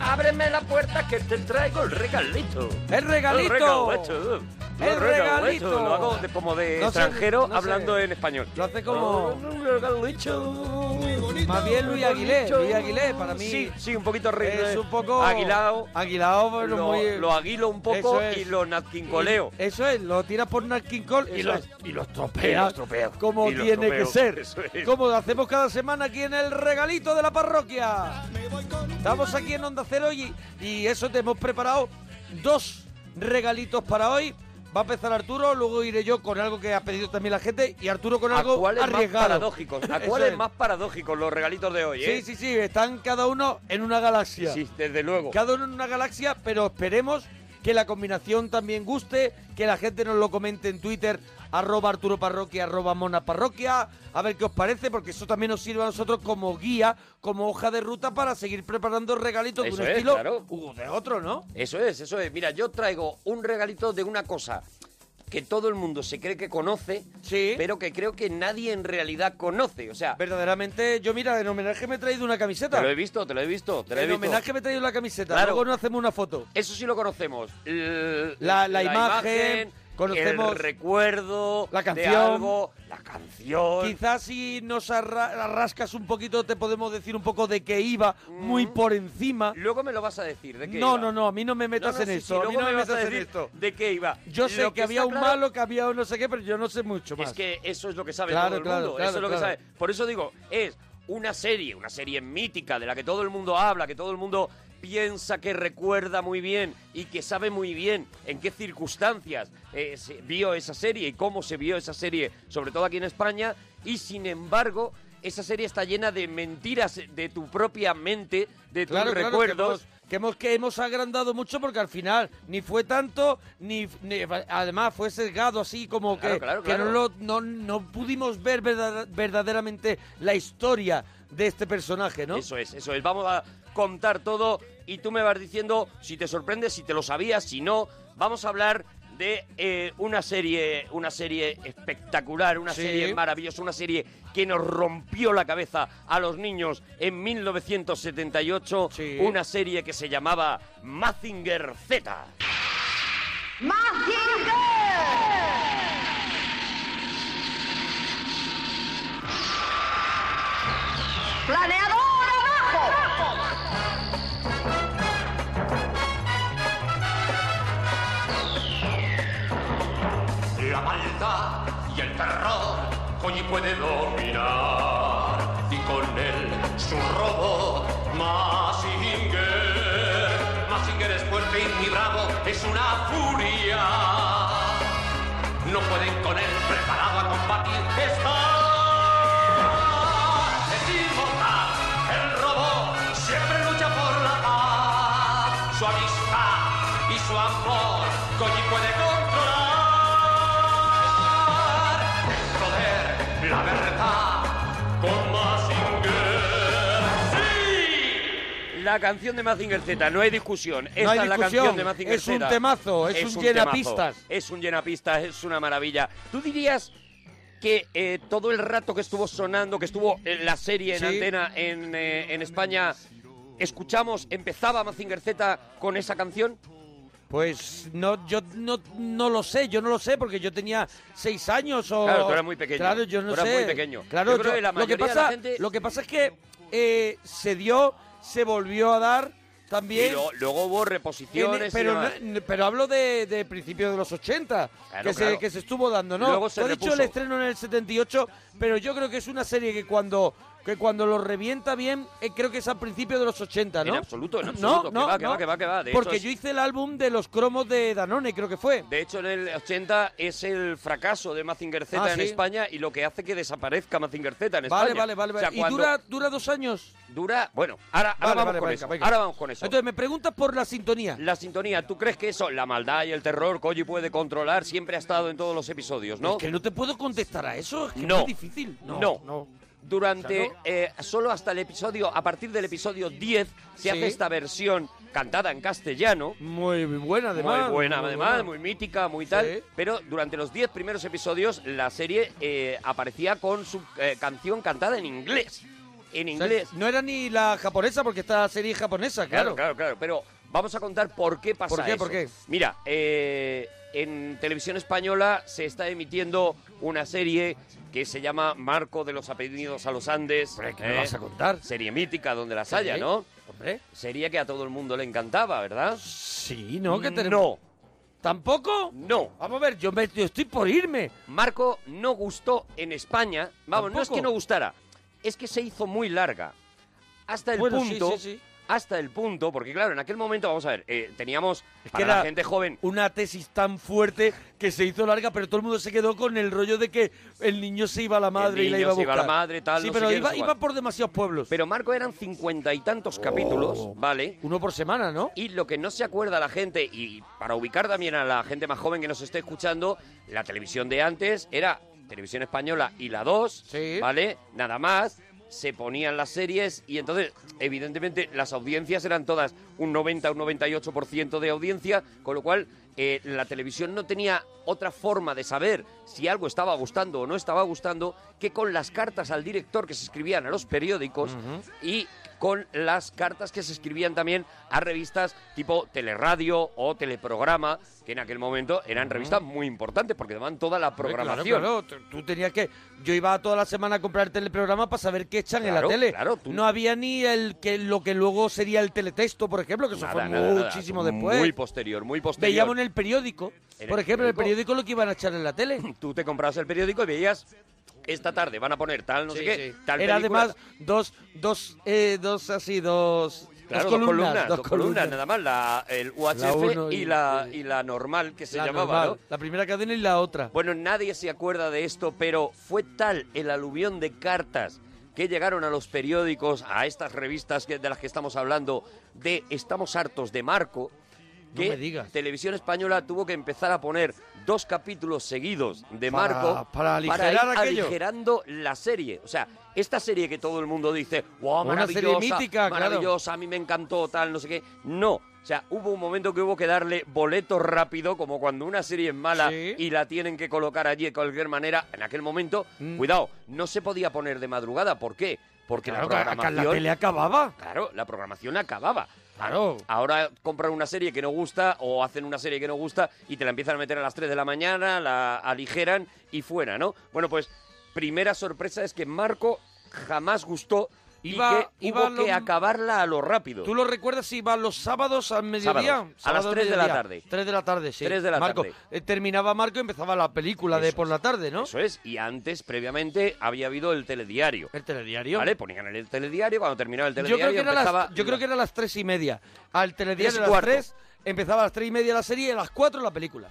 Speaker 1: Ábreme la puerta que te traigo el regalito. ¿eh?
Speaker 2: ¡El regalito!
Speaker 1: regalito!
Speaker 2: ¡El
Speaker 1: Lo regalito,
Speaker 2: regalito!
Speaker 1: Lo hago de- como de
Speaker 2: No sé,
Speaker 1: extranjero
Speaker 2: no sé.
Speaker 1: hablando en español.
Speaker 2: Lo hace como- Más bien Luis Aguilé, Luis Aguilé para mí.
Speaker 1: Sí, sí, un poquito re-
Speaker 2: es un poco
Speaker 1: aguilao.
Speaker 2: Aguilao, pero
Speaker 1: Lo-
Speaker 2: muy
Speaker 1: lo aguilo un poco
Speaker 2: Eso
Speaker 1: y lo nazquincoleo.
Speaker 2: Y- Eso es, lo tiras por nazquincol
Speaker 1: Y
Speaker 2: eso
Speaker 1: lo-
Speaker 2: es.
Speaker 1: y lo estropeo, lo estropeo.
Speaker 2: Como
Speaker 1: Y lo
Speaker 2: tiene
Speaker 1: estropeo,
Speaker 2: que ser.
Speaker 1: eso es.
Speaker 2: Como lo hacemos cada semana aquí en el regalito de la parroquia. Estamos aquí en Onda Cero y, y eso te hemos preparado dos regalitos para hoy. Va a empezar Arturo, luego iré yo con algo que ha pedido también la gente y Arturo con
Speaker 3: ¿A
Speaker 2: algo
Speaker 3: cuáles más
Speaker 2: arriesgado.
Speaker 3: paradójicos? ¿A
Speaker 2: Eso
Speaker 3: cuáles
Speaker 2: es.
Speaker 3: más paradójicos los regalitos de hoy, eh?
Speaker 2: Sí, sí, sí, están cada uno en una galaxia.
Speaker 3: Sí, desde luego.
Speaker 2: Cada uno en una galaxia, pero esperemos que la combinación también guste, que la gente nos lo comente en Twitter, arroba Arturo Parroquia, arroba Mona Parroquia, a ver qué os parece, porque eso también nos sirve a nosotros como guía, como hoja de ruta para seguir preparando regalitos de
Speaker 3: Eso
Speaker 2: un
Speaker 3: es,
Speaker 2: estilo
Speaker 3: claro.
Speaker 2: u de otro, ¿no?
Speaker 3: Eso es, eso es. Mira, yo traigo un regalito de una cosa que todo el mundo se cree que conoce, pero que creo que nadie en realidad conoce. O sea,
Speaker 2: Verdaderamente, yo mira, en homenaje me he traído una camiseta.
Speaker 3: Te lo he visto, te lo he visto, te lo he
Speaker 2: en
Speaker 3: visto.
Speaker 2: homenaje me he traído la camiseta,
Speaker 3: Claro.
Speaker 2: luego nos hacemos una foto.
Speaker 3: Eso sí lo conocemos. L-
Speaker 2: La- la imagen, conocemos-
Speaker 3: el recuerdo,
Speaker 2: La canción.
Speaker 3: de algo, la canción.
Speaker 2: Quizás si nos arra- arrascas un poquito te podemos decir un poco de qué iba, muy por encima.
Speaker 3: Mm. Luego me lo vas a decir, ¿de qué
Speaker 2: No,
Speaker 3: iba?
Speaker 2: no, no, a mí no me metas
Speaker 3: No, no,
Speaker 2: en
Speaker 3: sí, sí,
Speaker 2: esto, a mí
Speaker 3: luego
Speaker 2: no me,
Speaker 3: me vas a
Speaker 2: metas en
Speaker 3: decir
Speaker 2: esto.
Speaker 3: ¿De qué iba?
Speaker 2: Yo sé
Speaker 3: Lo
Speaker 2: que, había
Speaker 3: está
Speaker 2: un
Speaker 3: claro
Speaker 2: malo, que había un no sé qué, pero yo no sé mucho más.
Speaker 3: Es que eso es lo que sabe
Speaker 2: Claro,
Speaker 3: todo el
Speaker 2: claro,
Speaker 3: mundo.
Speaker 2: claro,
Speaker 3: eso es lo
Speaker 2: claro.
Speaker 3: que sabe. Por eso digo, es una serie, una serie mítica de la que todo el mundo habla, que todo el mundo piensa que recuerda muy bien y que sabe muy bien en qué circunstancias eh, se vio esa serie y cómo se vio esa serie, sobre todo aquí en España, y sin embargo... Esa serie está llena de mentiras de tu propia mente, de tus
Speaker 2: Claro, claro, que
Speaker 3: recuerdos.
Speaker 2: hemos, que hemos que hemos agrandado mucho porque al final ni fue tanto ni, ni- además fue sesgado así como
Speaker 3: Claro,
Speaker 2: que,
Speaker 3: claro,
Speaker 2: que no,
Speaker 3: claro.
Speaker 2: lo- no, no pudimos ver verdad- verdaderamente la historia de este personaje, ¿no?
Speaker 3: Eso es, eso es. Vamos a contar todo y tú me vas diciendo si te sorprende, si te lo sabías, si no. Vamos a hablar de eh, una serie, una serie espectacular, una
Speaker 2: Sí.
Speaker 3: serie maravillosa, una serie que nos rompió la cabeza a los niños en 1978. Una serie que se llamaba Mazinger Z.
Speaker 1: ¡Planeador abajo!
Speaker 7: La maldad y el terror hoy puede dominar y con él su robot Massinger. Massinger es fuerte y muy bravo, es una furia. No pueden con él, preparado a combatir, está. Es inmortal, el robot siempre lucha por la paz. Su amistad y su amor, Koji puede controlar. poder, la verdad, con Mazinger. ¡Sí!
Speaker 3: La canción de Mazinger Z, no hay discusión. Esta
Speaker 2: hay
Speaker 3: es la
Speaker 2: discusión.
Speaker 3: canción de Mazinger
Speaker 2: Es un
Speaker 3: Z.
Speaker 2: temazo, es un llenapistas.
Speaker 3: temazo, Es un llenapistas, es una maravilla. ¿Tú dirías que eh, todo el rato que estuvo sonando, que estuvo en la serie en
Speaker 2: Sí.
Speaker 3: antena en, eh, en España, escuchamos, empezaba Mazinger Z con esa canción?
Speaker 2: Pues no, yo no, no lo sé, yo no lo sé porque yo tenía seis años o...
Speaker 3: Claro, tú eras muy pequeño.
Speaker 2: Claro, yo no
Speaker 3: Tú eras
Speaker 2: sé.
Speaker 3: muy pequeño.
Speaker 2: Claro,
Speaker 3: Yo creo que la
Speaker 2: lo, que
Speaker 3: mayoría de
Speaker 2: pasa,
Speaker 3: la gente-
Speaker 2: lo que pasa es que eh, se dio, se volvió a dar también...
Speaker 3: Y lo- luego hubo reposiciones. y
Speaker 2: en- pero,
Speaker 3: demás.
Speaker 2: no- pero hablo de, de principios de los 80,
Speaker 3: Claro,
Speaker 2: que, se,
Speaker 3: claro.
Speaker 2: que se estuvo dando, ¿no?
Speaker 3: Luego se
Speaker 2: Tú has dicho el
Speaker 3: repuso.
Speaker 2: estreno en el 78, pero yo creo que es una serie que cuando... Que cuando lo revienta bien, eh, creo que es al principio de los 80, ¿no?
Speaker 3: En absoluto, en
Speaker 2: No,
Speaker 3: absoluto. que
Speaker 2: No,
Speaker 3: va, que
Speaker 2: no.
Speaker 3: va, que va, que va. De
Speaker 2: Porque
Speaker 3: hecho, es-
Speaker 2: yo hice el álbum de los cromos de Danone, creo que fue.
Speaker 3: De hecho, en el 80 es el fracaso de Mazinger Z
Speaker 2: Ah,
Speaker 3: en
Speaker 2: ¿sí?
Speaker 3: España y lo que hace que desaparezca Mazinger Z en
Speaker 2: Vale,
Speaker 3: España.
Speaker 2: vale, vale.
Speaker 3: O sea,
Speaker 2: vale. ¿Y
Speaker 3: cuando-
Speaker 2: dura, dura dos años?
Speaker 3: Dura, bueno, ahora, ahora
Speaker 2: Vale,
Speaker 3: vamos
Speaker 2: vale,
Speaker 3: con
Speaker 2: venga,
Speaker 3: eso.
Speaker 2: venga.
Speaker 3: Ahora vamos con eso.
Speaker 2: Entonces, me preguntas por la sintonía.
Speaker 3: La sintonía, ¿tú crees que eso, la maldad y el terror, Koji puede controlar, siempre ha estado en todos los episodios, ¿no?
Speaker 2: Es que no te puedo contestar a eso, es que
Speaker 3: No.
Speaker 2: es difícil.
Speaker 3: No,
Speaker 2: No,
Speaker 3: no. durante
Speaker 2: Claro.
Speaker 3: eh, solo hasta el episodio, a partir del episodio 10, se
Speaker 2: Sí.
Speaker 3: hace esta versión cantada en castellano.
Speaker 2: Muy buena, además.
Speaker 3: Muy buena, además,
Speaker 2: buena.
Speaker 3: muy mítica, muy tal. Pero durante los 10 primeros episodios la serie eh, aparecía con su eh, canción cantada en inglés. En
Speaker 2: O sea,
Speaker 3: inglés.
Speaker 2: No era ni la japonesa, porque esta serie es japonesa,
Speaker 3: Claro, claro,
Speaker 2: claro.
Speaker 3: claro. Pero vamos a contar por qué pasa
Speaker 2: ¿Por qué,
Speaker 3: eso.
Speaker 2: por qué?
Speaker 3: Mira, eh, en televisión española se está emitiendo una serie que se llama Marco de los Apellidos a los Andes. Eh,
Speaker 2: ¿qué me vas a contar?
Speaker 3: Serie mítica donde las
Speaker 2: Sí,
Speaker 3: haya, ¿no?
Speaker 2: Hombre.
Speaker 3: Sería que a todo el mundo le encantaba, ¿verdad? Mm,
Speaker 2: Sí, ¿no? Que
Speaker 3: No.
Speaker 2: tenemos- ¿Tampoco?
Speaker 3: No.
Speaker 2: Vamos a ver, yo, me, yo estoy por irme.
Speaker 3: Marco no gustó en España. Vamos, no es
Speaker 2: Tampoco.
Speaker 3: que no gustara, es que se hizo muy larga. Hasta el
Speaker 2: Bueno, sí,
Speaker 3: punto.
Speaker 2: sí, sí.
Speaker 3: Hasta el punto, porque claro, en aquel momento, vamos a ver, eh, teníamos
Speaker 2: Es
Speaker 3: para
Speaker 2: que era
Speaker 3: la gente joven.
Speaker 2: Una tesis tan fuerte que se hizo larga, pero todo el mundo se quedó con el rollo de que el niño se iba a la madre y la
Speaker 3: niño
Speaker 2: iba a
Speaker 3: se iba a
Speaker 2: buscar.
Speaker 3: la madre, tal,
Speaker 2: Sí,
Speaker 3: no sé
Speaker 2: pero
Speaker 3: qué, no
Speaker 2: iba,
Speaker 3: sé
Speaker 2: iba
Speaker 3: cuál.
Speaker 2: por demasiados pueblos. Oh.
Speaker 3: Pero Marco eran cincuenta y tantos capítulos, ¿vale?
Speaker 2: Uno por semana, ¿no?
Speaker 3: Y lo que no se acuerda la gente, y para ubicar también a la gente más joven que nos esté escuchando, la televisión de antes era televisión española y la 2, ¿vale? Nada más. Se ponían las series y entonces, evidentemente, las audiencias eran todas un 90, un 98% de audiencia, con lo cual eh, la televisión no tenía otra forma de saber si algo estaba gustando o no estaba gustando que con las cartas al director que se escribían a los periódicos y con las cartas que se escribían también a revistas tipo Teleradio o Teleprograma, que en aquel momento eran revistas muy importantes porque daban toda la
Speaker 2: Hombre, claro,
Speaker 3: programación.
Speaker 2: Claro, Tú- Tú tenías que. Yo iba toda la semana a comprar el teleprograma para saber qué echan en
Speaker 3: Claro,
Speaker 2: la tele.
Speaker 3: claro, tú-
Speaker 2: No había ni el que lo que luego sería el teletexto, por ejemplo, que eso
Speaker 3: Nada,
Speaker 2: fue
Speaker 3: nada, nada,
Speaker 2: muchísimo
Speaker 3: tú
Speaker 2: después.
Speaker 3: Muy posterior, muy posterior.
Speaker 2: Veíamos en el periódico.
Speaker 3: En
Speaker 2: por
Speaker 3: el
Speaker 2: ejemplo, en el periódico lo que iban a echar en la tele.
Speaker 3: Tú te comprabas el periódico y veías esta tarde van a poner tal, no sé qué, tal
Speaker 2: Era
Speaker 3: película.
Speaker 2: además dos, dos, eh, dos así, dos.
Speaker 3: Claro,
Speaker 2: dos
Speaker 3: dos columnas, dos columnas, nada más, la, el UHF
Speaker 2: La uno
Speaker 3: y,
Speaker 2: y-
Speaker 3: la, y la normal que se
Speaker 2: La
Speaker 3: llamaba,
Speaker 2: normal,
Speaker 3: ¿no?
Speaker 2: La primera cadena y la otra.
Speaker 3: Bueno, nadie se acuerda de esto, pero fue tal el aluvión de cartas que llegaron a los periódicos, a estas revistas que- de las que estamos hablando, de Estamos hartos de Marco,
Speaker 2: No
Speaker 3: que
Speaker 2: me digas.
Speaker 3: Televisión Española tuvo que empezar a poner dos capítulos seguidos de
Speaker 2: Para-
Speaker 3: Marco
Speaker 2: para aligerar
Speaker 3: ir
Speaker 2: aquello.
Speaker 3: aligerando la serie. O sea, esta serie que todo el mundo dice, wow,
Speaker 2: Una serie
Speaker 3: maravillosa,
Speaker 2: mítica, claro.
Speaker 3: maravillosa, a mí me encantó, tal, no sé qué. No, o sea, hubo un momento que hubo que darle boleto rápido, como cuando una serie es mala y la tienen que colocar allí de cualquier manera. En aquel momento,
Speaker 2: Mm.
Speaker 3: cuidado, no se podía poner de madrugada. ¿Por qué? Porque
Speaker 2: Claro,
Speaker 3: la
Speaker 2: acá- acá
Speaker 3: programación...
Speaker 2: la tele acababa.
Speaker 3: Claro, la programación acababa.
Speaker 2: Claro.
Speaker 3: Ahora compran una serie que no gusta o hacen una serie que no gusta y te la empiezan a meter a las 3 de la mañana, la aligeran y fuera, ¿no? Bueno, pues primera sorpresa es que Marco jamás gustó y
Speaker 2: Iba-
Speaker 3: que
Speaker 2: iba
Speaker 3: hubo
Speaker 2: lo-
Speaker 3: que acabarla a lo rápido.
Speaker 2: ¿Tú lo recuerdas si iba los sábados al mediodía?
Speaker 3: Sábados, a las
Speaker 2: Sábado
Speaker 3: tres de la
Speaker 2: mediodía.
Speaker 3: tarde.
Speaker 2: Tres de la tarde, sí.
Speaker 3: Tres de la
Speaker 2: Marco,
Speaker 3: tarde.
Speaker 2: eh, terminaba Marco y empezaba la película de por la tarde, ¿no?
Speaker 3: Eso es, y antes, previamente, había habido el telediario.
Speaker 2: El telediario.
Speaker 3: Vale, ponían el telediario, cuando terminaba el
Speaker 2: Yo
Speaker 3: telediario
Speaker 2: creo, que era
Speaker 3: empezaba...
Speaker 2: las, yo creo que era las tres y media. Al
Speaker 3: Tres y
Speaker 2: telediario a las
Speaker 3: cuarto.
Speaker 2: tres, empezaba a las tres y media la serie y a las cuatro la película.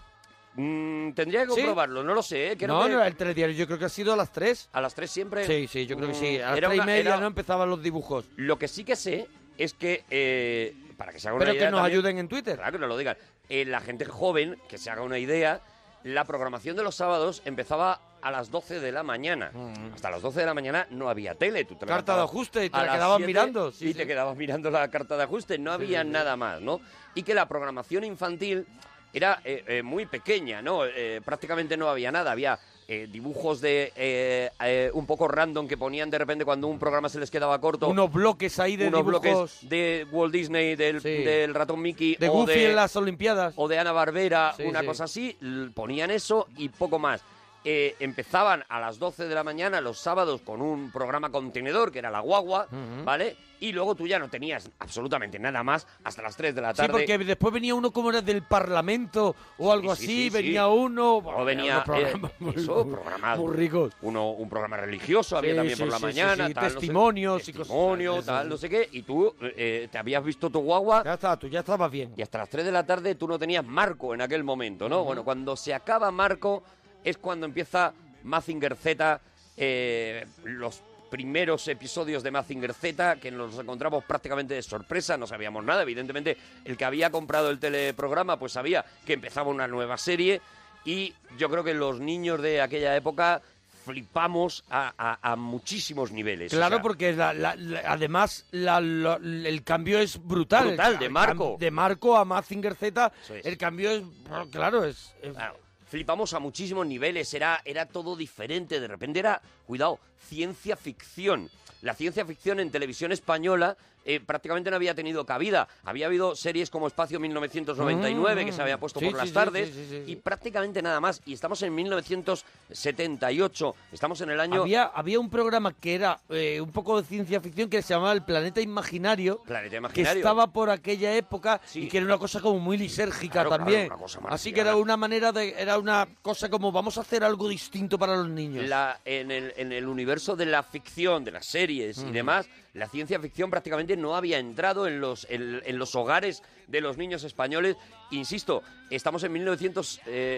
Speaker 3: Mm, tendría que
Speaker 2: ¿Sí?
Speaker 3: comprobarlo, no lo sé. ¿eh? Creo
Speaker 2: No,
Speaker 3: que
Speaker 2: no, el telediario yo creo que ha sido a las tres.
Speaker 3: A las tres siempre...
Speaker 2: Sí, sí, yo creo que sí. A
Speaker 3: Mm,
Speaker 2: las
Speaker 3: era
Speaker 2: tres y
Speaker 3: una-
Speaker 2: media
Speaker 3: era-
Speaker 2: no empezaban los dibujos.
Speaker 3: Lo que sí que sé es que, eh, para que se haga una
Speaker 2: Pero
Speaker 3: idea
Speaker 2: que nos
Speaker 3: también-
Speaker 2: ayuden en Twitter.
Speaker 3: Claro, que nos lo digan. Eh, la gente joven, que se haga una idea, la programación de los sábados empezaba a las 12 de la mañana. Hasta las 12 de la mañana no había tele. Tú te
Speaker 2: Mm. Carta de
Speaker 3: levantabas
Speaker 2: ajuste y te
Speaker 3: a
Speaker 2: la
Speaker 3: las
Speaker 2: quedabas
Speaker 3: 7
Speaker 2: mirando, sí,
Speaker 3: y te quedabas mirando la carta de ajuste. No había
Speaker 2: sí.
Speaker 3: nada más, ¿no? Y que la programación infantil era eh, eh, muy pequeña, ¿no? Eh, prácticamente no había nada. Había eh, dibujos de eh, eh, un poco random que ponían de repente cuando un programa se les quedaba corto.
Speaker 2: Unos bloques ahí de
Speaker 3: unos
Speaker 2: dibujos.
Speaker 3: bloques de Walt Disney, del, del ratón Mickey
Speaker 2: De
Speaker 3: o
Speaker 2: Goofy
Speaker 3: de,
Speaker 2: en las Olimpiadas.
Speaker 3: o de Ana Barbera,
Speaker 2: Sí,
Speaker 3: una
Speaker 2: sí.
Speaker 3: cosa así, l- ponían eso y poco más. Eh, empezaban a las 12 de la mañana los sábados con un programa contenedor que era la guagua,
Speaker 2: Ujú.
Speaker 3: ¿vale? Y luego tú ya no tenías absolutamente nada más hasta las 3 de la
Speaker 2: Sí,
Speaker 3: tarde.
Speaker 2: porque después venía uno como era del Parlamento o algo
Speaker 3: sí,
Speaker 2: así,
Speaker 3: sí, sí.
Speaker 2: venía uno...
Speaker 3: O
Speaker 2: bueno,
Speaker 3: venía
Speaker 2: unos programas
Speaker 3: eh,
Speaker 2: muy-
Speaker 3: eso, programas
Speaker 2: muy ricos.
Speaker 3: Uno, un programa religioso había
Speaker 2: Sí,
Speaker 3: también
Speaker 2: sí,
Speaker 3: por la
Speaker 2: sí, sí,
Speaker 3: mañana.
Speaker 2: sí,
Speaker 3: tal, no sé-
Speaker 2: testimonios y cosas
Speaker 3: testimonio,
Speaker 2: así, sí,
Speaker 3: tal,
Speaker 2: sí.
Speaker 3: no sé qué. Y tú eh, te habías visto tu guagua.
Speaker 2: Ya está, tú ya estabas bien.
Speaker 3: Y hasta las 3 de la tarde tú no tenías Marco en aquel momento, ¿no? Bueno, cuando se acaba Marco es cuando empieza Mazinger Z, eh, los primeros episodios de Mazinger Z, que nos encontramos prácticamente de sorpresa, no sabíamos nada, evidentemente el que había comprado el teleprograma pues sabía que empezaba una nueva serie y yo creo que los niños de aquella época flipamos a, a- a muchísimos niveles. o
Speaker 2: Claro,
Speaker 3: sea,
Speaker 2: porque la- la- la- además la- lo- el cambio es brutal.
Speaker 3: Brutal,
Speaker 2: El
Speaker 3: de
Speaker 2: cam-
Speaker 3: marco.
Speaker 2: De marco a Mazinger Z.
Speaker 3: Eso es.
Speaker 2: El cambio es, claro, es... es-
Speaker 3: Claro, flipamos a muchísimos niveles, era, era todo diferente, de repente era, cuidado, ciencia ficción. La ciencia ficción en televisión española eh, prácticamente no había tenido cabida. Había habido series como Espacio 1999, que se había puesto
Speaker 2: Sí,
Speaker 3: por
Speaker 2: Mm, sí,
Speaker 3: las
Speaker 2: sí,
Speaker 3: tardes,
Speaker 2: sí, sí, sí.
Speaker 3: y prácticamente nada más. Y estamos en 1978, estamos en el año...
Speaker 2: Había, había un programa que era eh, un poco de ciencia ficción que se llamaba El Planeta Imaginario.
Speaker 3: Planeta
Speaker 2: Que
Speaker 3: Imaginario.
Speaker 2: estaba por aquella época y que era una cosa como muy lisérgica
Speaker 3: Claro, claro,
Speaker 2: también.
Speaker 3: una cosa
Speaker 2: Así que era una manera de. Era una cosa como vamos a hacer algo distinto para los niños.
Speaker 3: La- en, el, en el universo de la ficción, de las series y
Speaker 2: Ujú.
Speaker 3: demás, la ciencia ficción prácticamente no había entrado en los, en, en los hogares de los niños españoles. Insisto, estamos en eh,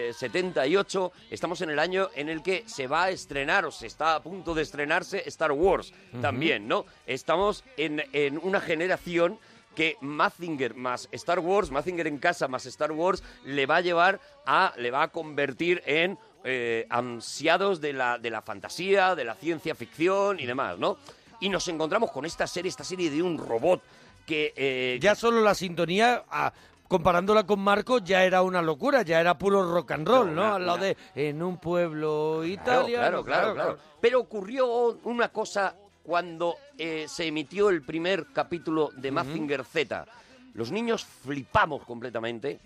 Speaker 3: 1978, estamos en el año en el que se va a estrenar o se está a punto de estrenarse Star Wars
Speaker 2: Ujú.
Speaker 3: también, ¿no? Estamos en, en una generación que Mazinger más Star Wars, Mazinger en casa más Star Wars, le va a llevar a, le va a convertir en eh, ansiados de la, de la fantasía, de la ciencia ficción y demás, ¿no? Y nos encontramos con esta serie, esta serie de un robot que... eh,
Speaker 2: Ya solo la sintonía, ah, comparándola con Marco, ya era una locura, ya era puro rock and roll, ¿no?
Speaker 3: una-
Speaker 2: Al lado
Speaker 3: una-
Speaker 2: de en un pueblo
Speaker 3: Claro, claro,
Speaker 2: italiano.
Speaker 3: claro, claro. Pero ocurrió una cosa cuando eh, se emitió el primer capítulo de Mazinger Z. Los niños flipamos completamente,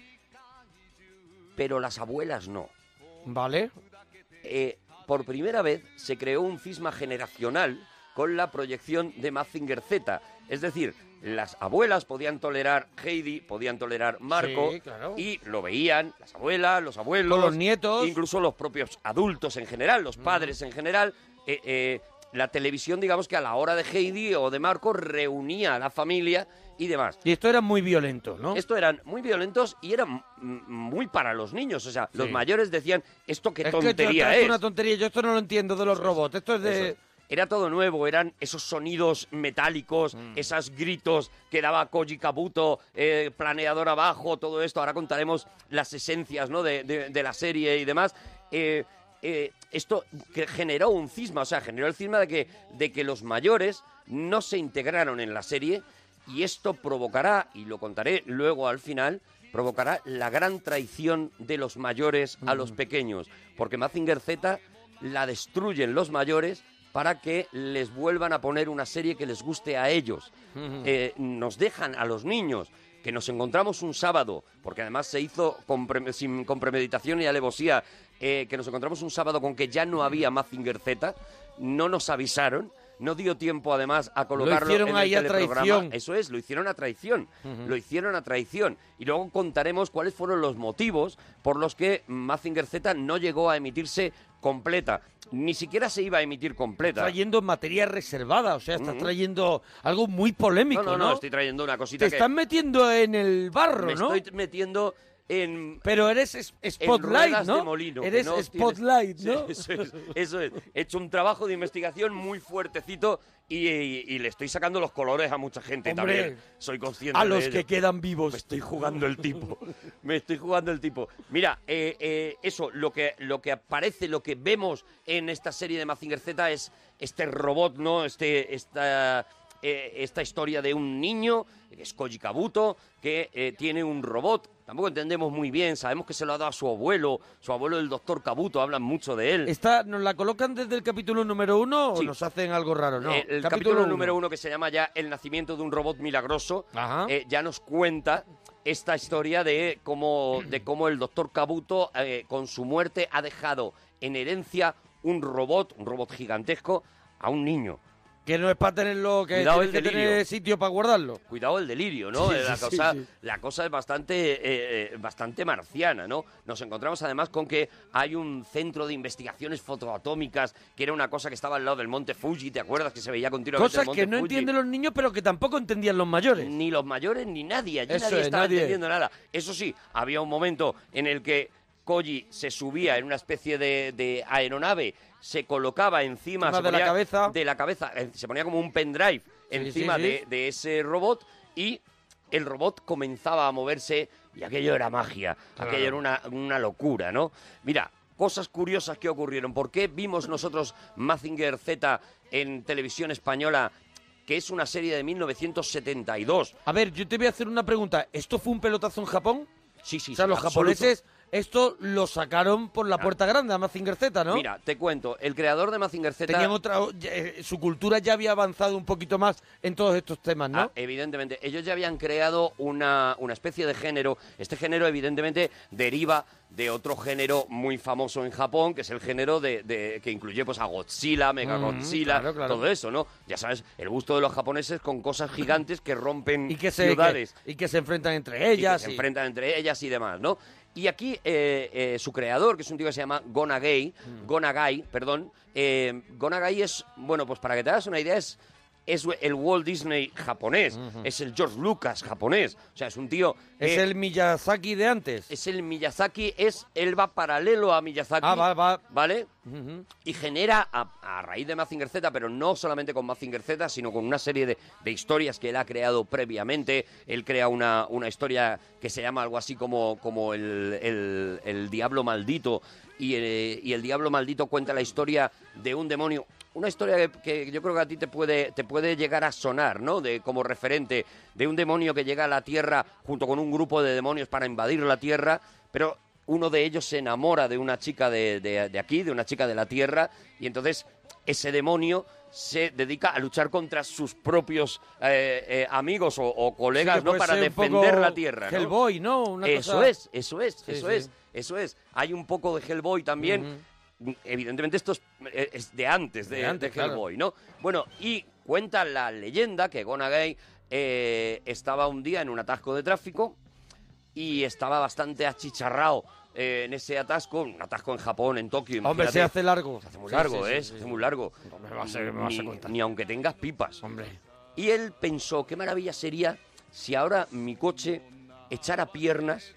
Speaker 3: pero las abuelas no.
Speaker 2: Vale.
Speaker 3: Eh, por primera vez se creó un cisma generacional con la proyección de Mazinger Z. Es decir, las abuelas podían tolerar Heidi, podían tolerar Marco,
Speaker 2: Sí, claro.
Speaker 3: y lo veían las abuelas, los abuelos,
Speaker 2: Con los nietos.
Speaker 3: incluso los propios adultos en general, los padres en general. Eh, eh, la televisión, digamos que a la hora de Heidi o de Marco, reunía a la familia y demás.
Speaker 2: Y esto era muy violento, ¿no?
Speaker 3: Esto eran muy violentos y eran mm, muy para los niños. O sea, los
Speaker 2: Sí.
Speaker 3: mayores decían, ¿esto qué
Speaker 2: Es que esto-
Speaker 3: tontería
Speaker 2: esto es
Speaker 3: es?
Speaker 2: una tontería, yo esto no lo entiendo de los robots, esto es de...
Speaker 3: Eso es. Era todo nuevo, eran esos sonidos metálicos,
Speaker 2: Mm.
Speaker 3: esos gritos que daba Koji Kabuto, eh, planeador abajo, todo esto. Ahora contaremos las esencias ¿no? de, de- de la serie y demás. Eh, eh, esto que generó un cisma, o sea, generó el cisma de que, de que los mayores no se integraron en la serie y esto provocará, y lo contaré luego al final, provocará la gran traición de los mayores a los pequeños, porque Mazinger Z la destruyen los mayores para que les vuelvan a poner una serie que les guste a ellos. Eh, nos dejan a los niños que nos encontramos un sábado, porque además se hizo con pre- sin, con premeditación y alevosía, eh, que nos encontramos un sábado con que ya no había Mazinger Z, no nos avisaron, no dio tiempo además a colocarlo
Speaker 2: hicieron
Speaker 3: en el
Speaker 2: ahí a
Speaker 3: teleprograma.
Speaker 2: traición.
Speaker 3: Eso es, lo hicieron a traición.
Speaker 2: Ujú.
Speaker 3: Lo hicieron a traición. Y luego contaremos cuáles fueron los motivos por los que Mazinger Z no llegó a emitirse completa. Ni siquiera se iba a emitir completa.
Speaker 2: trayendo materia reservada, o sea, estás
Speaker 3: Ujú.
Speaker 2: trayendo algo muy polémico,
Speaker 3: no,
Speaker 2: ¿no?
Speaker 3: no, estoy trayendo una cosita
Speaker 2: Te
Speaker 3: que
Speaker 2: estás metiendo en el barro,
Speaker 3: me
Speaker 2: ¿no?
Speaker 3: estoy metiendo en...
Speaker 2: Pero eres es-
Speaker 3: en
Speaker 2: spotlight,
Speaker 3: ruedas
Speaker 2: ¿no?
Speaker 3: de molino. que
Speaker 2: eres
Speaker 3: no tienes-
Speaker 2: spotlight,
Speaker 3: Sí,
Speaker 2: ¿no?
Speaker 3: eso, es, eso es. He hecho un trabajo de investigación muy fuertecito y, y- y le estoy sacando los colores a mucha gente
Speaker 2: Hombre,
Speaker 3: también. Soy consciente
Speaker 2: A
Speaker 3: de
Speaker 2: los
Speaker 3: ello.
Speaker 2: que quedan vivos. Me
Speaker 3: estoy jugando el tipo. Me estoy jugando el tipo. Mira, eh, eh, eso, lo que, lo que aparece, lo que vemos en esta serie de Mazinger Z es este robot, ¿no? Este, esta, eh, esta historia de un niño, que es Koji Kabuto, que eh, tiene un robot. Tampoco entendemos muy bien, sabemos que se lo ha dado a su abuelo, su abuelo el doctor Kabuto, hablan mucho de él.
Speaker 2: Esta, ¿Nos la colocan desde el capítulo número uno
Speaker 3: Sí.
Speaker 2: o nos hacen algo raro? No,
Speaker 3: Eh, el capítulo, número uno que se llama ya El nacimiento de un robot milagroso eh, ya nos cuenta esta historia de cómo, de cómo el doctor Kabuto eh, con su muerte ha dejado en herencia un robot, un robot gigantesco, a un niño.
Speaker 2: Que no es para tenerlo, que
Speaker 3: Cuidado
Speaker 2: tienes
Speaker 3: el
Speaker 2: que tener
Speaker 3: delirio.
Speaker 2: sitio para guardarlo.
Speaker 3: Cuidado el delirio, ¿no? Eh,
Speaker 2: Sí,
Speaker 3: la,
Speaker 2: sí, sí,
Speaker 3: cosa,
Speaker 2: sí.
Speaker 3: la cosa es bastante, eh, eh, bastante marciana, ¿no? Nos encontramos además con que hay un centro de investigaciones fotoatómicas, que era una cosa que estaba al lado del monte Fuji, ¿te acuerdas que se veía continuamente
Speaker 2: Cosas
Speaker 3: el monte
Speaker 2: que no
Speaker 3: Fuji?
Speaker 2: entienden los niños, pero que tampoco entendían los mayores.
Speaker 3: Ni los mayores ni nadie. Allí
Speaker 2: Eso
Speaker 3: nadie
Speaker 2: es,
Speaker 3: estaba
Speaker 2: nadie.
Speaker 3: entendiendo nada. Eso sí, había un momento en el que Koji se subía en una especie de, de aeronave, se colocaba encima
Speaker 2: Encima
Speaker 3: se
Speaker 2: de la
Speaker 3: ponía-
Speaker 2: cabeza.
Speaker 3: de la cabeza, eh, se ponía como un pendrive encima
Speaker 2: sí,
Speaker 3: de-
Speaker 2: sí.
Speaker 3: de ese robot y el robot comenzaba a moverse y aquello era magia,
Speaker 2: Claro.
Speaker 3: aquello era una, una locura, ¿no? Mira, cosas curiosas que ocurrieron. ¿Por qué vimos nosotros Mazinger Z en televisión española, que es una serie de 1972?
Speaker 2: A ver, yo te voy a hacer una pregunta. ¿Esto fue un pelotazo en Japón?
Speaker 3: Sí, sí.
Speaker 2: O sea, los
Speaker 3: absoluto. Ah.
Speaker 2: japoneses esto lo sacaron por la puerta grande a Mazinger Z, ¿no?
Speaker 3: Mira, te cuento, el creador de Mazinger Z...
Speaker 2: Tenían otra, eh, su cultura ya había avanzado un poquito más en todos estos temas, ¿no?
Speaker 3: Ah, evidentemente, ellos ya habían creado una, una especie de género. Este género, evidentemente, deriva de otro género muy famoso en Japón, que es el género de, de- que incluye pues a Godzilla, Mega
Speaker 2: Mm,
Speaker 3: Godzilla,
Speaker 2: claro, claro.
Speaker 3: todo eso, ¿no? Ya sabes, el gusto de los japoneses con cosas gigantes que rompen
Speaker 2: y que se,
Speaker 3: ciudades
Speaker 2: que- y que se enfrentan entre ellas.
Speaker 3: y que se
Speaker 2: y-
Speaker 3: enfrentan entre ellas y demás, ¿no? Y aquí eh, eh, su creador, que es un tío que se llama Gonagai,
Speaker 2: Mm.
Speaker 3: Gonagai, perdón, eh, Gonagai es, bueno, pues para que te hagas una idea, es, es el Walt Disney japonés, es el George Lucas japonés, o sea, es un tío...
Speaker 2: Es
Speaker 3: que-
Speaker 2: el Miyazaki de antes.
Speaker 3: es el Miyazaki, es él va paralelo a Miyazaki.
Speaker 2: Ah, va, va.
Speaker 3: ¿Vale?
Speaker 2: Ujú.
Speaker 3: Y genera a, a raíz de Mazinger Z, pero no solamente con Mazinger Z, sino con una serie de, de historias que él ha creado previamente. Él crea una, una historia que se llama algo así como, como el, el- el Diablo Maldito. Y, eh, y el Diablo Maldito cuenta la historia de un demonio. Una historia que, que yo creo que a ti te puede, te puede llegar a sonar, ¿no? De, como referente de un demonio que llega a la Tierra junto con un grupo de demonios para invadir la Tierra, pero uno de ellos se enamora de una chica de, de- de aquí, de una chica de la Tierra, y entonces ese demonio se dedica a luchar contra sus propios eh, eh, amigos o, o colegas,
Speaker 2: Sí, que
Speaker 3: ¿no?
Speaker 2: puede
Speaker 3: Para
Speaker 2: ser un poco
Speaker 3: defender la Tierra. ¿no?
Speaker 2: Hellboy, ¿no? Una
Speaker 3: eso
Speaker 2: cosa-
Speaker 3: es, eso es,
Speaker 2: Sí,
Speaker 3: eso
Speaker 2: sí.
Speaker 3: es, eso es. Hay un poco de Hellboy también. Evidentemente esto es, eh, es de antes de,
Speaker 2: De antes,
Speaker 3: de
Speaker 2: claro.
Speaker 3: Hellboy, ¿no? Bueno, y cuenta la leyenda que Gonagai eh, estaba un día en un atasco de tráfico y estaba bastante achicharrado eh, en ese atasco, un atasco en Japón, en Tokio.
Speaker 2: Hombre,
Speaker 3: imagínate.
Speaker 2: se hace largo. Se
Speaker 3: hace muy largo, ¿eh? Se hace muy largo.
Speaker 2: me vas a- me vas a
Speaker 3: Ni-
Speaker 2: contar.
Speaker 3: Ni aunque tengas pipas. Hombre. Y él pensó, qué maravilla sería si ahora mi coche echara piernas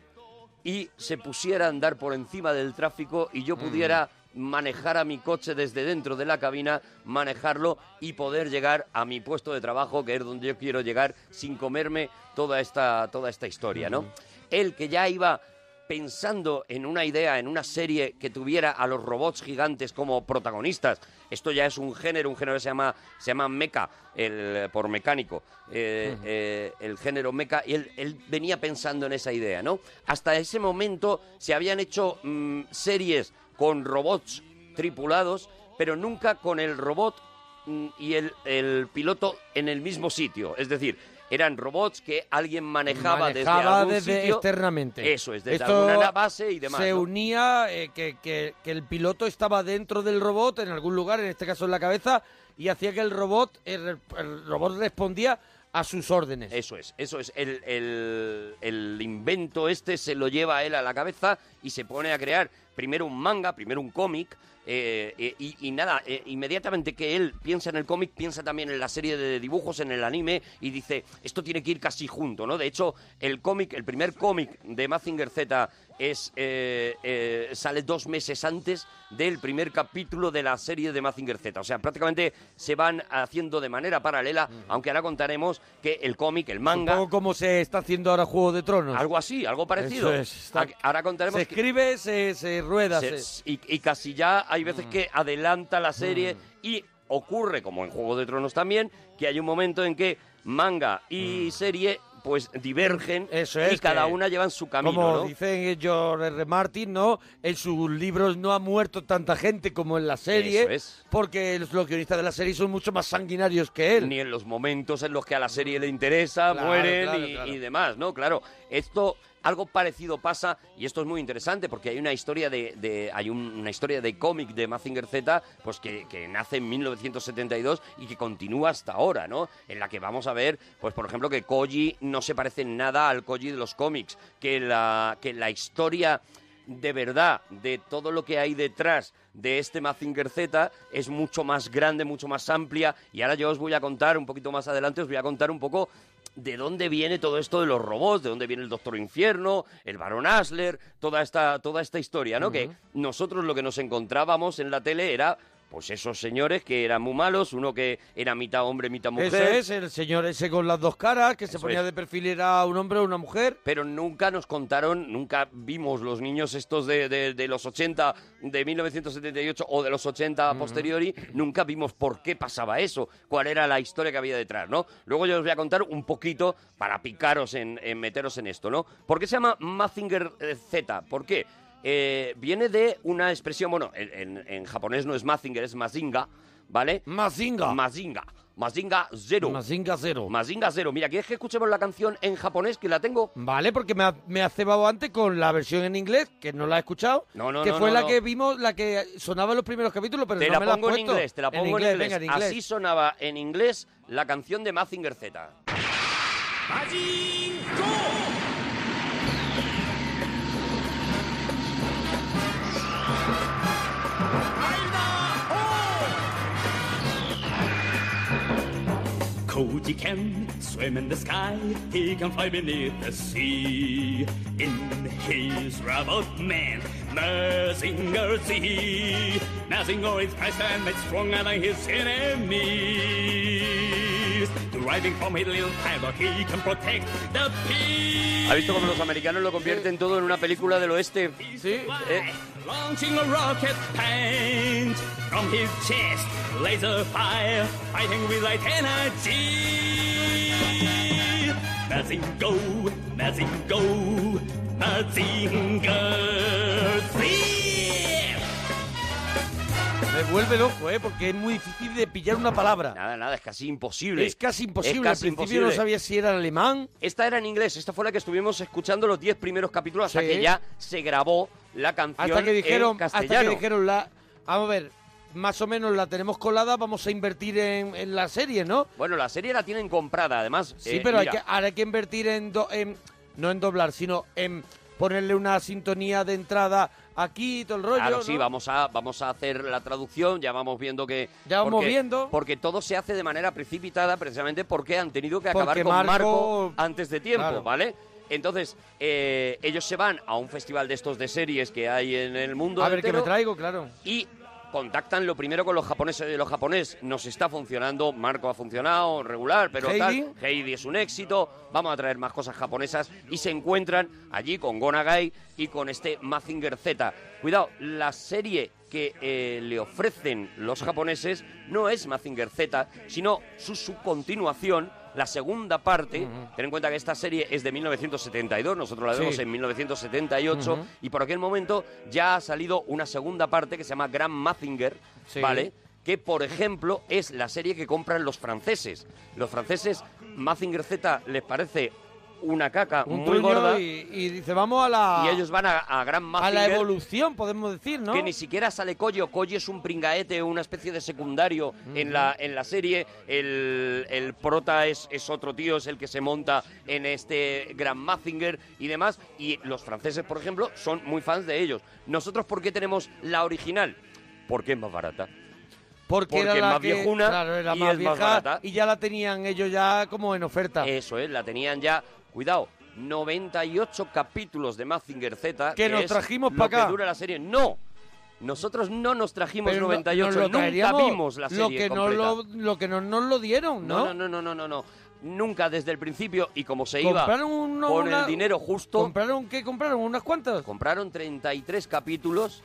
Speaker 3: y se pusiera a andar por encima del tráfico y yo
Speaker 2: Mm.
Speaker 3: pudiera manejar a mi coche desde dentro de la cabina, manejarlo y poder llegar a mi puesto de trabajo, que es donde yo quiero llegar, sin comerme toda esta, toda esta historia, ¿no? Él que ya iba pensando en una idea, en una serie que tuviera a los robots gigantes como protagonistas. Esto ya es un género, un género que se llama, se llama meca, el, por mecánico, eh,
Speaker 2: Ujú.
Speaker 3: eh, el género meca, y él, él venía pensando en esa idea, ¿no? Hasta ese momento se habían hecho mm, series con robots tripulados, pero nunca con el robot mm, y el, el piloto en el mismo sitio. Es decir, eran robots que alguien manejaba, desde
Speaker 2: Manejaba
Speaker 3: algún
Speaker 2: desde-
Speaker 3: sitio.
Speaker 2: externamente.
Speaker 3: Eso es, desde
Speaker 2: Esto
Speaker 3: alguna base y demás.
Speaker 2: Se
Speaker 3: ¿no?
Speaker 2: unía eh, que, que- que el piloto estaba dentro del robot, en algún lugar, en este caso en la cabeza, y hacía que el robot, el, el robot respondía a sus órdenes.
Speaker 3: Eso es, pues eso es. El, el- el invento este se lo lleva a él a la cabeza y se pone a crear primero un manga, primero un cómic. eh, eh, y, y nada, eh, inmediatamente que él piensa en el cómic, piensa también en la serie de dibujos, en el anime, y dice, esto tiene que ir casi junto, ¿no? De hecho, el cómic, el primer cómic de Mazinger Z es, eh, eh, sale dos meses antes del primer capítulo de la serie de Mazinger Z. O sea, prácticamente se van haciendo de manera paralela, aunque ahora contaremos que el cómic, el manga...
Speaker 2: Un poco como se está haciendo ahora Juego de Tronos.
Speaker 3: Algo así, algo parecido.
Speaker 2: Eso es, está-
Speaker 3: A- Ahora contaremos.
Speaker 2: Se escribe, se, se rueda.
Speaker 3: se-
Speaker 2: se- Mm.
Speaker 3: y, y casi ya hay veces que adelanta la serie y ocurre, como en Juego de Tronos también, que hay un momento en que manga y serie pues divergen
Speaker 2: Mm. Eso
Speaker 3: y
Speaker 2: es,
Speaker 3: cada
Speaker 2: que-
Speaker 3: una llevan su camino.
Speaker 2: Como
Speaker 3: ¿no?
Speaker 2: dicen George R. R. Martin, ¿no? En sus libros no ha muerto tanta gente como en la serie.
Speaker 3: Eso es.
Speaker 2: Porque los los guionistas de la serie son mucho más sanguinarios que él.
Speaker 3: Ni en los momentos en los que a la serie le interesa,
Speaker 2: Claro,
Speaker 3: mueren
Speaker 2: claro,
Speaker 3: y,
Speaker 2: claro.
Speaker 3: y demás, ¿no? Claro, esto, algo parecido pasa, y esto es muy interesante, porque hay una historia de, de- hay un- una historia de cómic de Mazinger Z, pues que, que nace en 1972 y que continúa hasta ahora, ¿no? En la que vamos a ver, pues por ejemplo, que Koji no se parece en nada al Koji de los cómics, que la, que la historia de verdad de todo lo que hay detrás de este Mazinger Z es mucho más grande, mucho más amplia. Y ahora yo os voy a contar, un poquito más adelante, os voy a contar un poco de dónde viene todo esto de los robots, de dónde viene el Doctor Infierno, el Barón Asler, toda esta, toda esta historia, ¿no? Que nosotros lo que nos encontrábamos en la tele era pues esos señores que eran muy malos, uno que era mitad hombre, mitad mujer.
Speaker 2: Ese es el señor ese con las dos caras, que se
Speaker 3: Eso
Speaker 2: ponía
Speaker 3: es.
Speaker 2: de perfil y era un hombre o una mujer.
Speaker 3: Pero nunca nos contaron, nunca vimos los niños estos de, de- de los 80, de 1978 o de los 80 a posteriori, nunca vimos por qué pasaba eso, cuál era la historia que había detrás, ¿no? Luego yo os voy a contar un poquito para picaros en, en meteros en esto, ¿no? ¿Por qué se llama Mazinger eh, Z? ¿Por qué? Eh, viene de una expresión, bueno, en, en- en japonés no es Mazinger, es Mazinga, ¿vale?
Speaker 2: Mazinga.
Speaker 3: Mazinga. Mazinga Zero.
Speaker 2: Mazinga Zero.
Speaker 3: Mazinga Zero. Mira, ¿quieres que escuchemos la canción en japonés? Que la tengo.
Speaker 2: Vale, porque me ha, me ha cebado antes con la versión en inglés, que no la he escuchado.
Speaker 3: No, no,
Speaker 2: que
Speaker 3: no,
Speaker 2: fue
Speaker 3: no,
Speaker 2: la
Speaker 3: no.
Speaker 2: que vimos, la que sonaba en los primeros capítulos, pero
Speaker 3: te
Speaker 2: no
Speaker 3: la
Speaker 2: me la has
Speaker 3: pongo en
Speaker 2: puesto.
Speaker 3: inglés, te la pongo en inglés.
Speaker 2: venga, en inglés.
Speaker 3: Así sonaba en inglés la canción de Mazinger Z.
Speaker 5: Cody can swim in the sky, he can fly beneath the sea. In his robot man, Mazinger Z. Mazinger is faster and much stronger than his enemies. Deriving from his little pilot, he can protect the peace.
Speaker 3: ¿Has visto cómo los americanos lo convierten todo en una película del oeste?
Speaker 5: Sí. Launching a rocket paint from his chest, laser fire, fighting with light energy. Mazingo, Mazingo, Mazinger Z.
Speaker 2: Me vuelve loco, ¿eh? Porque es muy difícil de pillar una palabra.
Speaker 3: Nada, nada, es casi imposible.
Speaker 2: Es casi imposible.
Speaker 3: Es casi
Speaker 2: Al principio no
Speaker 3: imposible.
Speaker 2: sabía si era en alemán.
Speaker 3: Esta era en inglés, esta fue la que estuvimos escuchando los 10 primeros capítulos hasta
Speaker 2: Sí.
Speaker 3: que ya se grabó la canción
Speaker 2: Hasta que
Speaker 3: en
Speaker 2: dijeron, hasta
Speaker 3: castellano.
Speaker 2: que dijeron la. Vamos a ver, más o menos la tenemos colada, vamos a invertir en, en la serie, ¿no?
Speaker 3: Bueno, la serie la tienen comprada, además.
Speaker 2: Sí,
Speaker 3: eh,
Speaker 2: pero hay
Speaker 3: mira.
Speaker 2: que, ahora hay que invertir en, do- en- No en doblar, sino en ponerle una sintonía de entrada aquí y todo el rollo.
Speaker 3: Claro, sí,
Speaker 2: ¿no?
Speaker 3: vamos a, vamos a hacer la traducción, ya vamos viendo que...
Speaker 2: Ya vamos
Speaker 3: porque-
Speaker 2: viendo.
Speaker 3: Porque todo se hace de manera precipitada precisamente porque han tenido que acabar
Speaker 2: Porque
Speaker 3: con Marco,
Speaker 2: Marco-
Speaker 3: antes de tiempo,
Speaker 2: Claro.
Speaker 3: ¿vale? Entonces, eh, ellos se van a un festival de estos de series que hay en el mundo
Speaker 2: A ver qué me
Speaker 3: entero
Speaker 2: traigo, claro.
Speaker 3: y contactan lo primero con los japoneses de los japoneses. Nos está funcionando, Marco ha funcionado regular, pero
Speaker 2: Heidi.
Speaker 3: tal. Heidi es un éxito, vamos a traer más cosas japonesas y se encuentran allí con Gonagai y con este Mazinger Z. Cuidado, la serie que eh, le ofrecen los japoneses no es Mazinger Z, sino su subcontinuación, la segunda parte.
Speaker 2: Ujú.
Speaker 3: Ten en cuenta que esta serie es de 1972, nosotros la
Speaker 2: Sí.
Speaker 3: vemos en 1978
Speaker 2: Ujú.
Speaker 3: y por aquel momento ya ha salido una segunda parte que se llama Grand Mazinger,
Speaker 2: Sí.
Speaker 3: ¿vale? Que, por ejemplo, es la serie que compran los franceses. Los franceses, Mazinger Z les parece una caca
Speaker 2: Un
Speaker 3: muy
Speaker 2: truño
Speaker 3: gorda y,
Speaker 2: y, y dice, vamos a la.
Speaker 3: ellos van a, a Grand
Speaker 2: a
Speaker 3: Mazinger.
Speaker 2: la evolución, podemos decir, ¿no?
Speaker 3: Que ni siquiera sale Coyo. Coyo es un pringaete, una especie de secundario en, la, en la serie. El, el prota es, es otro tío, es el que se monta en este Grand Mazinger y demás. Y los franceses, por ejemplo, son muy fans de ellos. ¿Nosotros por qué tenemos la original? Porque es más barata.
Speaker 2: porque era
Speaker 3: porque
Speaker 2: la
Speaker 3: más
Speaker 2: que-
Speaker 3: viejuna
Speaker 2: claro, era
Speaker 3: y
Speaker 2: más
Speaker 3: es más
Speaker 2: vieja
Speaker 3: barata.
Speaker 2: y ya la tenían ellos ya como en oferta.
Speaker 3: Eso es, la tenían ya. Cuidado. 98 capítulos de Mazinger Z.
Speaker 2: Que nos
Speaker 3: es
Speaker 2: trajimos
Speaker 3: lo
Speaker 2: pa' acá.
Speaker 3: que dura la serie. No. Nosotros no nos trajimos
Speaker 2: Pero no-
Speaker 3: 98,
Speaker 2: nos lo
Speaker 3: nunca
Speaker 2: traeríamos,
Speaker 3: vimos la serie
Speaker 2: lo que no
Speaker 3: completa.
Speaker 2: lo, lo que no nos lo dieron, ¿no?
Speaker 3: No, no, no, no, no, no. Nunca desde el principio y como se iba
Speaker 2: Compraron uno-
Speaker 3: con
Speaker 2: una-
Speaker 3: el dinero justo.
Speaker 2: ¿Compraron qué? ¿Compraron unas cuantas?
Speaker 3: Compraron 33 capítulos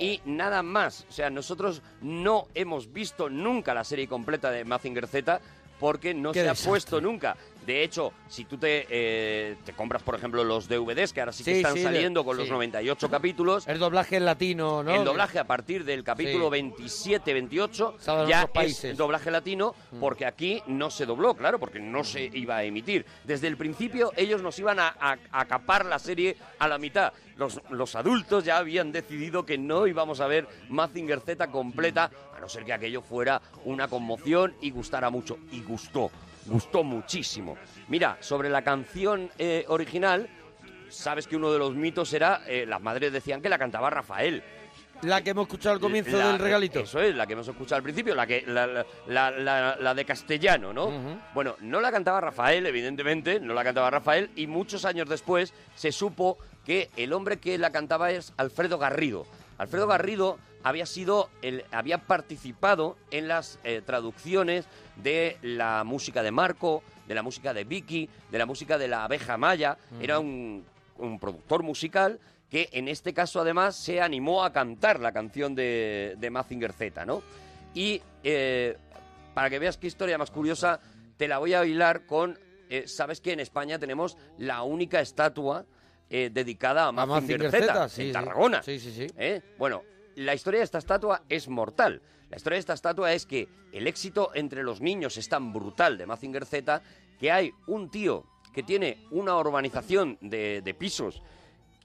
Speaker 3: y nada más. O sea, nosotros no hemos visto nunca la serie completa de Mazinger Z porque no
Speaker 2: Qué
Speaker 3: se ha
Speaker 2: desastre.
Speaker 3: puesto nunca. De hecho, si tú te, eh, te compras, por ejemplo, los DVDs, que ahora sí que
Speaker 2: Sí,
Speaker 3: están
Speaker 2: sí, de-
Speaker 3: saliendo con los
Speaker 2: sí.
Speaker 3: 98 capítulos,
Speaker 2: El doblaje en latino, ¿no?
Speaker 3: el doblaje a partir del capítulo 27-28
Speaker 2: en
Speaker 3: ya
Speaker 2: otros
Speaker 3: es
Speaker 2: países. Mm.
Speaker 3: doblaje latino porque aquí no se dobló, claro, porque no se iba a emitir. Desde el principio ellos nos iban a, a- a acapar la serie a la mitad. Los, los adultos ya habían decidido que no íbamos a ver Mazinger Z completa, a no ser que aquello fuera una conmoción y gustara mucho. Y gustó, gustó muchísimo. Mira, sobre la canción eh, original, sabes que uno de los mitos era, eh, las madres decían que la cantaba Rafael.
Speaker 2: La que hemos escuchado al comienzo
Speaker 3: Eh, La-
Speaker 2: del regalito.
Speaker 3: Eso es, la que hemos escuchado al principio, la, que, la, la- la- la- la de castellano, ¿no?
Speaker 2: Ujú.
Speaker 3: Bueno, no la cantaba Rafael, evidentemente, no la cantaba Rafael, y muchos años después se supo que el hombre que la cantaba es Alfredo Garrido. Alfredo Garrido había sido el, había participado en las eh, traducciones de la música de Marco, de la música de Vicky, de la música de la abeja maya. Era un, un productor musical que en este caso además se animó a cantar la canción de, de Mazinger Z, ¿no? Y eh, para que veas qué historia más curiosa, te la voy a bailar con. eh, Sabes que en España tenemos la única estatua eh, dedicada a Mazinger
Speaker 2: Mazinger
Speaker 3: Z,
Speaker 2: Z, sí,
Speaker 3: en
Speaker 2: sí.
Speaker 3: Tarragona.
Speaker 2: Sí, sí, sí.
Speaker 3: ¿eh? Bueno, la historia de esta estatua es mortal. La historia de esta estatua es que el éxito entre los niños es tan brutal de Mazinger Z que hay un tío que tiene una urbanización de, de pisos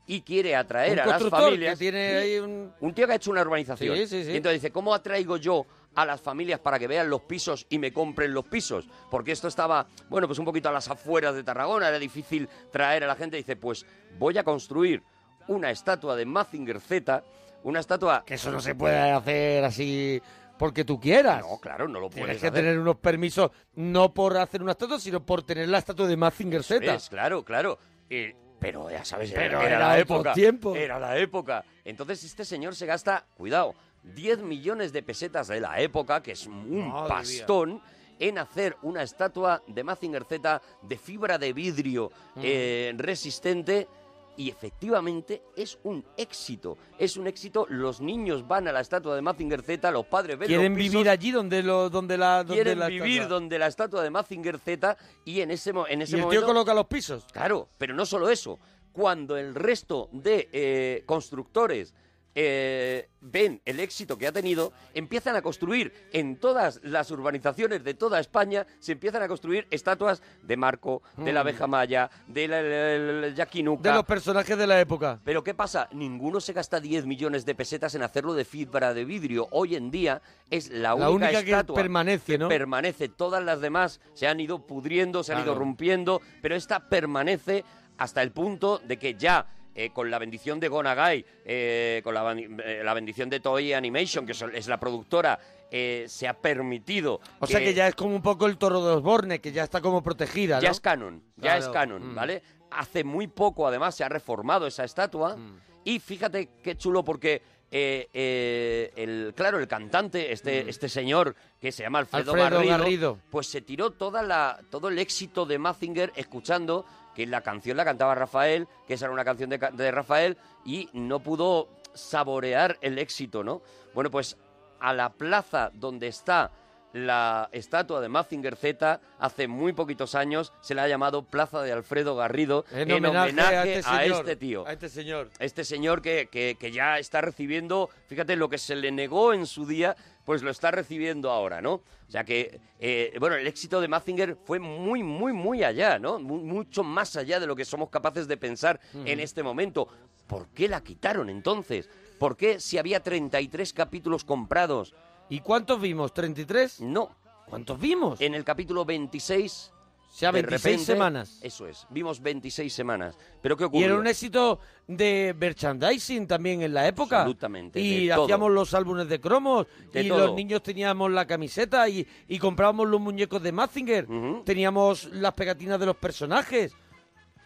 Speaker 3: y quiere atraer
Speaker 2: Un
Speaker 3: a las
Speaker 2: constructor que
Speaker 3: familias.
Speaker 2: tiene ahí un...
Speaker 3: tío que ha hecho una urbanización.
Speaker 2: Sí, sí, sí.
Speaker 3: Y entonces dice, ¿cómo atraigo yo a las familias para que vean los pisos y me compren los pisos? Porque esto estaba, bueno, pues un poquito a las afueras de Tarragona, era difícil traer a la gente. Dice, pues voy a construir una estatua de Mazinger Z, una estatua... Que
Speaker 2: Eso no se puede hacer así porque tú quieras.
Speaker 3: No, claro, no lo
Speaker 2: Tienes
Speaker 3: puedes
Speaker 2: que
Speaker 3: hacer.
Speaker 2: tener unos permisos, no por hacer una estatua, sino por tener la estatua de Mazinger Z.
Speaker 3: Es, claro, claro. Eh, pero ya sabes, era,
Speaker 2: Pero
Speaker 3: era
Speaker 2: era
Speaker 3: la
Speaker 2: otro
Speaker 3: época.
Speaker 2: tiempo.
Speaker 3: Era la época. Entonces este señor se gasta, cuidado, 10 millones de pesetas de la época, que es un
Speaker 2: Madre
Speaker 3: pastón, en hacer una estatua de Mazinger Z de fibra de vidrio
Speaker 2: Mm.
Speaker 3: eh, resistente. Y efectivamente es un éxito. Es un éxito. Los niños van a la estatua de Mazinger Z, los padres ven los
Speaker 2: Quieren
Speaker 3: pisos,
Speaker 2: vivir allí donde, lo, donde la. Donde
Speaker 3: quieren
Speaker 2: la
Speaker 3: vivir
Speaker 2: estatua.
Speaker 3: donde la estatua de Mazinger Z y en ese, mo- en ese
Speaker 2: Y el tío
Speaker 3: momento...
Speaker 2: coloca los pisos.
Speaker 3: Claro, pero no solo eso. Cuando el resto de eh, constructores eh, ven el éxito que ha tenido, empiezan a construir en todas las urbanizaciones de toda España, se empiezan a construir estatuas de Marco, de la
Speaker 2: Mm.
Speaker 3: abeja maya, de la, la- la- la Yaquinuca.
Speaker 2: De los personajes de la época.
Speaker 3: Pero ¿qué pasa? Ninguno se gasta 10 millones de pesetas en hacerlo de fibra de vidrio. Hoy en día es la única,
Speaker 2: La única, que
Speaker 3: estatua
Speaker 2: permanece, ¿no?
Speaker 3: permanece. Todas las demás se han ido pudriendo, se han
Speaker 2: Claro.
Speaker 3: ido rompiendo, pero esta permanece hasta el punto de que ya. eh, con la bendición de Gonagai, eh, con la, ban- eh, la bendición de Toei Animation, que son- es la productora, eh, se ha permitido.
Speaker 2: o sea que ya es como un poco el toro de Osborne, que ya está como protegida.
Speaker 3: ya
Speaker 2: ¿no?
Speaker 3: es canon, ya
Speaker 2: Claro.
Speaker 3: es canon,
Speaker 2: Mm.
Speaker 3: ¿vale? Hace muy poco, además, se ha reformado esa estatua.
Speaker 2: Mm.
Speaker 3: Y fíjate qué chulo, porque, eh, eh, el, claro, el cantante, este, este señor que se llama Alfredo,
Speaker 2: Mm. Alfredo
Speaker 3: Garrido,
Speaker 2: Garrido.
Speaker 3: pues se tiró toda la, todo el éxito de Mazinger escuchando que la canción la cantaba Rafael, que esa era una canción de, ca- de Rafael, y no pudo saborear el éxito, ¿no? Bueno, pues a la plaza donde está la estatua de Mazinger Z, hace muy poquitos años se la ha llamado Plaza de Alfredo Garrido, en, homenaje, a,
Speaker 2: señor,
Speaker 3: este tío.
Speaker 2: A este señor.
Speaker 3: Este señor que, que- que ya está recibiendo, fíjate, lo que se le negó en su día, pues lo está recibiendo ahora, ¿no? O sea que, eh, bueno, el éxito de Mazinger fue muy, muy, muy allá, ¿no? Mu- mucho más allá de lo que somos capaces de pensar
Speaker 2: Ujú.
Speaker 3: en este momento. ¿Por qué la quitaron entonces? ¿Por qué si había 33 capítulos comprados?
Speaker 2: ¿Y cuántos vimos? ¿33?
Speaker 3: No.
Speaker 2: ¿Cuántos vimos?
Speaker 3: En el capítulo 26...
Speaker 2: sea,
Speaker 3: de
Speaker 2: 26
Speaker 3: repente-
Speaker 2: semanas.
Speaker 3: Eso es, vimos 26 semanas. ¿Pero qué
Speaker 2: Y
Speaker 3: ocurrió?
Speaker 2: era un éxito de merchandising también en la época.
Speaker 3: Absolutamente,
Speaker 2: Y
Speaker 3: de todo.
Speaker 2: hacíamos los álbumes de cromos.
Speaker 3: De
Speaker 2: y
Speaker 3: todo.
Speaker 2: los niños teníamos la camiseta y, y comprábamos los muñecos de Mazinger. Teníamos las pegatinas de los personajes.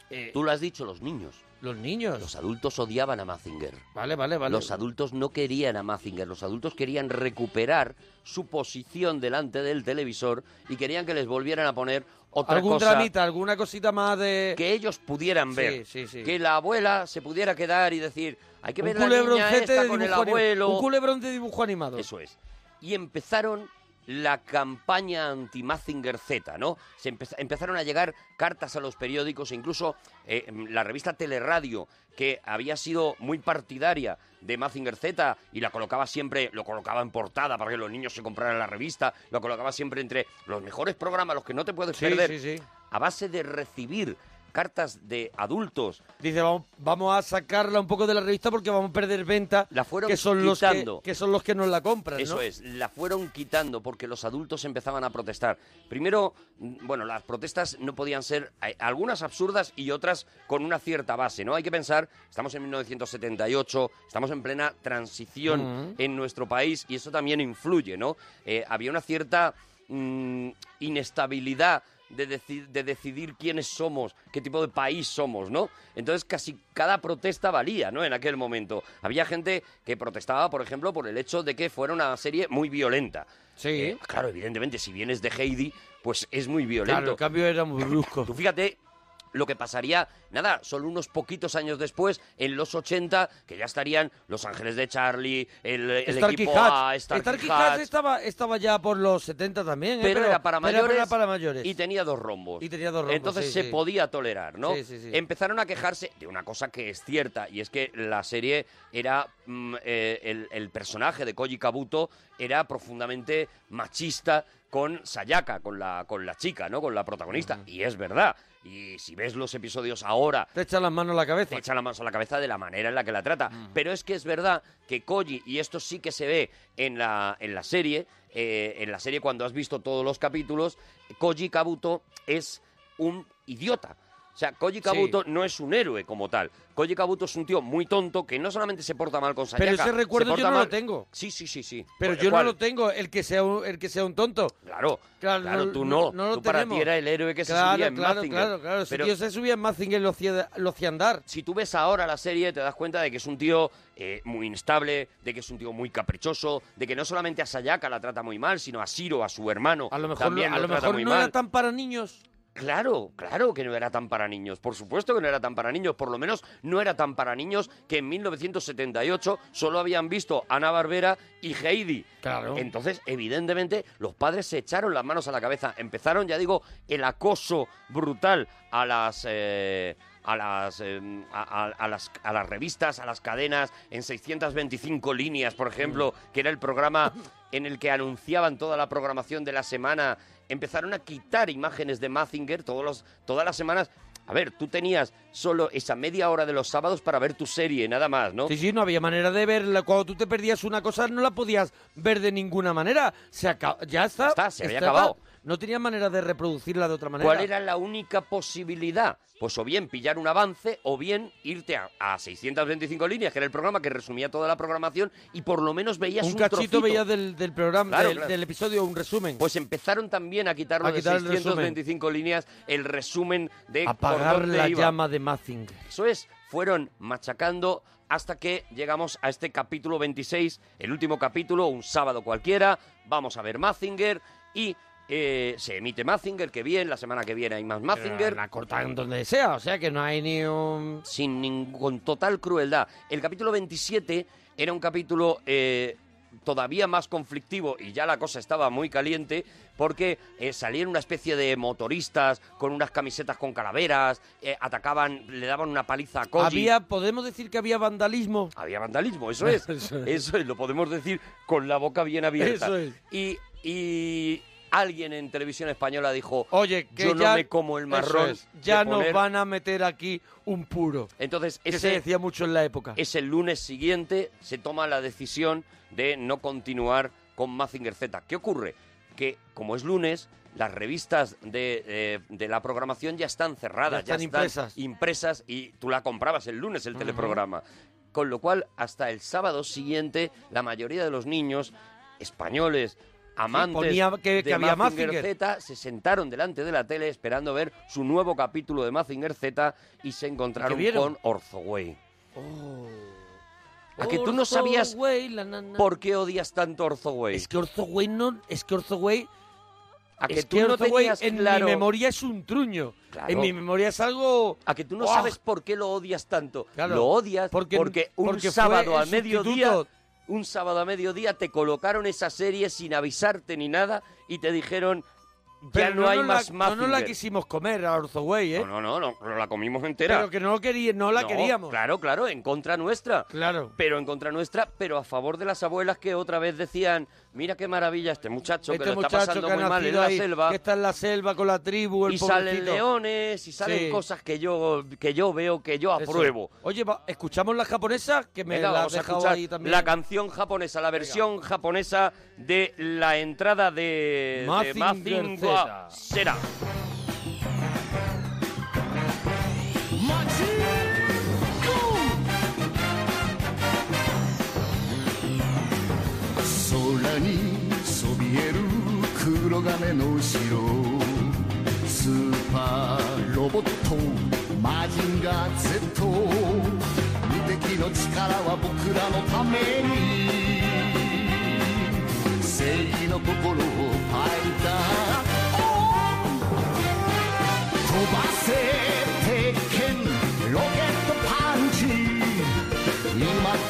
Speaker 3: Eh, Tú lo has dicho, los niños.
Speaker 2: Los niños.
Speaker 3: Los adultos odiaban a Mazinger.
Speaker 2: Vale, vale, vale.
Speaker 3: Los adultos no querían a Mazinger. Los adultos querían recuperar su posición delante del televisor y querían que les volvieran a poner otra
Speaker 2: Algún
Speaker 3: cosa
Speaker 2: dramita, alguna cosita más de...
Speaker 3: que ellos pudieran
Speaker 2: Sí,
Speaker 3: ver.
Speaker 2: sí, sí.
Speaker 3: Que la abuela se pudiera quedar y decir, hay que
Speaker 2: un
Speaker 3: ver la niña
Speaker 2: culebroncete
Speaker 3: esta
Speaker 2: de
Speaker 3: con el
Speaker 2: dibujo anim-
Speaker 3: abuelo.
Speaker 2: Un culebrón de dibujo animado.
Speaker 3: Eso es. Y empezaron la campaña anti-Mazinger Z, ¿no? Se empe- empezaron a llegar cartas a los periódicos, e incluso eh, la revista Teleradio, que había sido muy partidaria de Mazinger Z y la colocaba siempre, lo colocaba en portada para que los niños se compraran la revista, lo colocaba siempre entre los mejores programas, los que no te puedes
Speaker 2: Sí,
Speaker 3: perder,
Speaker 2: sí, sí.
Speaker 3: a base de recibir cartas de adultos
Speaker 2: Dice, vamos, vamos a sacarla un poco de la revista porque vamos a perder venta.
Speaker 3: La fueron
Speaker 2: que son los que,
Speaker 3: quitando.
Speaker 2: que son los que nos la compran, ¿no?
Speaker 3: Eso es, la fueron quitando porque los adultos empezaban a protestar. Primero, mm, bueno, las protestas no podían ser hay algunas absurdas y otras con una cierta base, ¿no? Hay que pensar, estamos en 1978, estamos en plena transición
Speaker 2: Ujú.
Speaker 3: en nuestro país y eso también influye, ¿no? Eh, había una cierta mm, inestabilidad de, deci- de decidir quiénes somos, qué tipo de país somos, ¿no? Entonces casi cada protesta valía, ¿no? En aquel momento. Había gente que protestaba, por ejemplo, por el hecho de que fuera una serie muy violenta. Sí. claro, evidentemente, si vienes de Heidi, pues es muy violento.
Speaker 2: Claro, el cambio era muy brusco.
Speaker 3: Tú fíjate lo que pasaría, nada, solo unos poquitos años después, en los 80, que ya estarían Los Ángeles de Charlie, el, el
Speaker 2: Starkey
Speaker 3: equipo A,
Speaker 2: Hatch.
Speaker 3: Starkey
Speaker 2: Starkey
Speaker 3: Hatch,
Speaker 2: Hatch estaba, estaba ya por los 70 también. ¿eh?
Speaker 3: pero, era para
Speaker 2: pero
Speaker 3: mayores.
Speaker 2: era para mayores.
Speaker 3: Y tenía dos rombos.
Speaker 2: Y tenía dos rombos,
Speaker 3: Entonces
Speaker 2: sí,
Speaker 3: se
Speaker 2: sí.
Speaker 3: podía tolerar, ¿no?
Speaker 2: Sí, sí, sí.
Speaker 3: Empezaron a quejarse de una cosa que es cierta, y es que la serie era. mm, eh, el, el personaje de Koji Kabuto era profundamente machista con Sayaka, con la, con la chica, ¿no? Con la protagonista. Y es verdad. Y si ves los episodios ahora
Speaker 2: Te echan las manos a la cabeza.
Speaker 3: te echa la mano a la cabeza de la manera en la que la trata. Pero es que es verdad que Koji, y esto sí que se ve en la, en la serie, eh, en la serie cuando has visto todos los capítulos, Koji Kabuto es un idiota. O sea, Koji Kabuto no es un héroe como tal. Koji Kabuto es un tío muy tonto que no solamente se porta mal con Sayaka.
Speaker 2: Pero ese
Speaker 3: se
Speaker 2: recuerdo yo
Speaker 3: porta
Speaker 2: no lo
Speaker 3: mal-
Speaker 2: tengo.
Speaker 3: Sí, sí, sí, sí.
Speaker 2: Pero
Speaker 3: Bueno,
Speaker 2: yo
Speaker 3: ¿cuál?
Speaker 2: no lo tengo, el que sea un, el que sea un tonto.
Speaker 3: Claro, claro, tú no.
Speaker 2: lo
Speaker 3: Tú para ti
Speaker 2: tenemos.
Speaker 3: era el héroe que se
Speaker 2: Claro,
Speaker 3: subía en
Speaker 2: claro,
Speaker 3: Mazinger.
Speaker 2: Claro, claro, ese
Speaker 3: Pero-
Speaker 2: tío se subía en Mazinger y lo hacía, lo hacía andar.
Speaker 3: Si tú ves ahora la serie, te das cuenta de que es un tío eh, muy inestable, de que es un tío muy caprichoso, de que no solamente a Sayaka la trata muy mal, sino a Shiro, a su hermano.
Speaker 2: A lo mejor,
Speaker 3: también
Speaker 2: no- a lo
Speaker 3: trata
Speaker 2: mejor
Speaker 3: muy
Speaker 2: no
Speaker 3: mal.
Speaker 2: era tan para niños.
Speaker 3: Claro, claro que no era tan para niños. Por supuesto que no era tan para niños. Por lo menos no era tan para niños que en 1978 solo habían visto Ana Barbera y Heidi.
Speaker 2: Claro.
Speaker 3: Entonces, evidentemente, los padres se echaron las manos a la cabeza. Empezaron, ya digo, el acoso brutal a las. eh, a las, eh, a, a- a las a las revistas, a las cadenas, en 625 líneas, por ejemplo, que era el programa en el que anunciaban toda la programación de la semana, empezaron a quitar imágenes de Mazinger todos los, todas las semanas. A ver, tú tenías solo esa media hora de los sábados para ver tu serie, nada más, ¿no?
Speaker 2: Sí, sí, no había manera de verla. Cuando tú te perdías una cosa, no la podías ver de ninguna manera. Se acab- Ya está.
Speaker 3: está, se había
Speaker 2: estaba.
Speaker 3: acabado.
Speaker 2: No tenías manera de reproducirla de otra manera.
Speaker 3: ¿Cuál era la única posibilidad? Pues o bien pillar un avance o bien irte a, a 625 líneas, que era el programa que resumía toda la programación y por lo menos veías un,
Speaker 2: un cachito
Speaker 3: trocito.
Speaker 2: veías del, del programa,
Speaker 3: Claro,
Speaker 2: del,
Speaker 3: claro.
Speaker 2: del episodio, un resumen.
Speaker 3: Pues empezaron también a quitarlo
Speaker 2: A
Speaker 3: de
Speaker 2: quitar el
Speaker 3: 625 líneas el resumen de por
Speaker 2: Apagar
Speaker 3: dónde
Speaker 2: la
Speaker 3: iba.
Speaker 2: llama de Mazinger.
Speaker 3: Eso es, fueron machacando hasta que llegamos a este capítulo 26, el último capítulo, un sábado cualquiera. Vamos a ver Mazinger y eh, se emite Mazinger, que bien, la semana que viene hay más Mazinger.
Speaker 2: la cortan donde sea, o sea que no hay ni un...
Speaker 3: Sin ningún... Con total crueldad. El capítulo 27 era un capítulo... eh, todavía más conflictivo y ya la cosa estaba muy caliente porque eh, salían una especie de motoristas con unas camisetas con calaveras, eh, atacaban, le daban una paliza a Koji.
Speaker 2: Había, podemos decir que había vandalismo.
Speaker 3: Había vandalismo, eso es.
Speaker 2: Eso
Speaker 3: eso,
Speaker 2: es.
Speaker 3: es. lo podemos decir con la boca bien abierta.
Speaker 2: Eso es.
Speaker 3: Y, y alguien en televisión española dijo,
Speaker 2: oye, que
Speaker 3: yo
Speaker 2: ya-
Speaker 3: no me como el
Speaker 2: eso
Speaker 3: marrón.
Speaker 2: es, ya
Speaker 3: de
Speaker 2: nos
Speaker 3: poner".
Speaker 2: van a meter aquí un puro.
Speaker 3: Entonces,
Speaker 2: que
Speaker 3: ese,
Speaker 2: se decía mucho en la época.
Speaker 3: ese lunes siguiente se toma la decisión de no continuar con Mazinger Z. ¿Qué ocurre? Que como es lunes, las revistas de, eh, de la programación ya están cerradas,
Speaker 2: Ya están impresas.
Speaker 3: impresas y tú la comprabas el lunes el teleprograma. Con lo cual, hasta el sábado siguiente, la mayoría de los niños españoles amantes
Speaker 2: ponía que- que
Speaker 3: de
Speaker 2: había
Speaker 3: Mazinger
Speaker 2: Mazinger.
Speaker 3: Z se sentaron delante de la tele esperando ver su nuevo capítulo de Mazinger Z y se encontraron
Speaker 2: vieron?
Speaker 3: con Orzoway.
Speaker 2: Oh.
Speaker 3: A que tú no sabías
Speaker 2: Orzoway, la na, na.
Speaker 3: por qué odias tanto Orzoway.
Speaker 2: Es que Orzoway no... Es que Orzoway...
Speaker 3: A que
Speaker 2: es
Speaker 3: tú
Speaker 2: que
Speaker 3: no
Speaker 2: Orzoway
Speaker 3: tenías
Speaker 2: en
Speaker 3: claro-
Speaker 2: mi memoria es un truño.
Speaker 3: Claro.
Speaker 2: En mi memoria es algo...
Speaker 3: A que tú no
Speaker 2: ¡Oh!
Speaker 3: sabes por qué lo odias tanto.
Speaker 2: Claro.
Speaker 3: Lo odias
Speaker 2: Porque-
Speaker 3: porque, un
Speaker 2: porque fue
Speaker 3: sábado a
Speaker 2: el
Speaker 3: mediodía.
Speaker 2: sustituto.
Speaker 3: Un sábado a mediodía te colocaron esa serie sin avisarte ni nada y te dijeron ya
Speaker 2: Pero
Speaker 3: no, hay
Speaker 2: nos la-
Speaker 3: más
Speaker 2: No nos la
Speaker 3: Mazinger".
Speaker 2: quisimos comer a Orzoway, ¿eh?
Speaker 3: No, no, no, no, la comimos entera.
Speaker 2: Pero que no, lo quería, no la
Speaker 3: No,
Speaker 2: queríamos.
Speaker 3: Claro, claro, en contra nuestra.
Speaker 2: Claro.
Speaker 3: Pero en contra nuestra, pero a favor de las abuelas que otra vez decían, mira qué maravilla este muchacho que
Speaker 2: Este
Speaker 3: lo está
Speaker 2: muchacho
Speaker 3: pasando
Speaker 2: que ha
Speaker 3: muy mal en
Speaker 2: nacido
Speaker 3: la
Speaker 2: ahí,
Speaker 3: selva.
Speaker 2: que está en la selva con la tribu, el
Speaker 3: y salen
Speaker 2: pobrecito.
Speaker 3: leones, y salen
Speaker 2: Sí.
Speaker 3: cosas que yo, que yo veo, que yo
Speaker 2: Eso.
Speaker 3: apruebo.
Speaker 2: Oye, va- escuchamos la japonesa que me
Speaker 3: Venga,
Speaker 2: la has
Speaker 3: vamos a
Speaker 2: dejado
Speaker 3: escuchar
Speaker 2: ahí también.
Speaker 3: la canción japonesa, la versión japonesa de la entrada de, de
Speaker 2: Mazinger
Speaker 3: Mazinger Zera.
Speaker 4: 空にそびえる黒金の城スーパーロボットマジンガー Z 無敵の力は僕らのために正義の心をファイター飛ばせ鉄拳ロケットパンチ今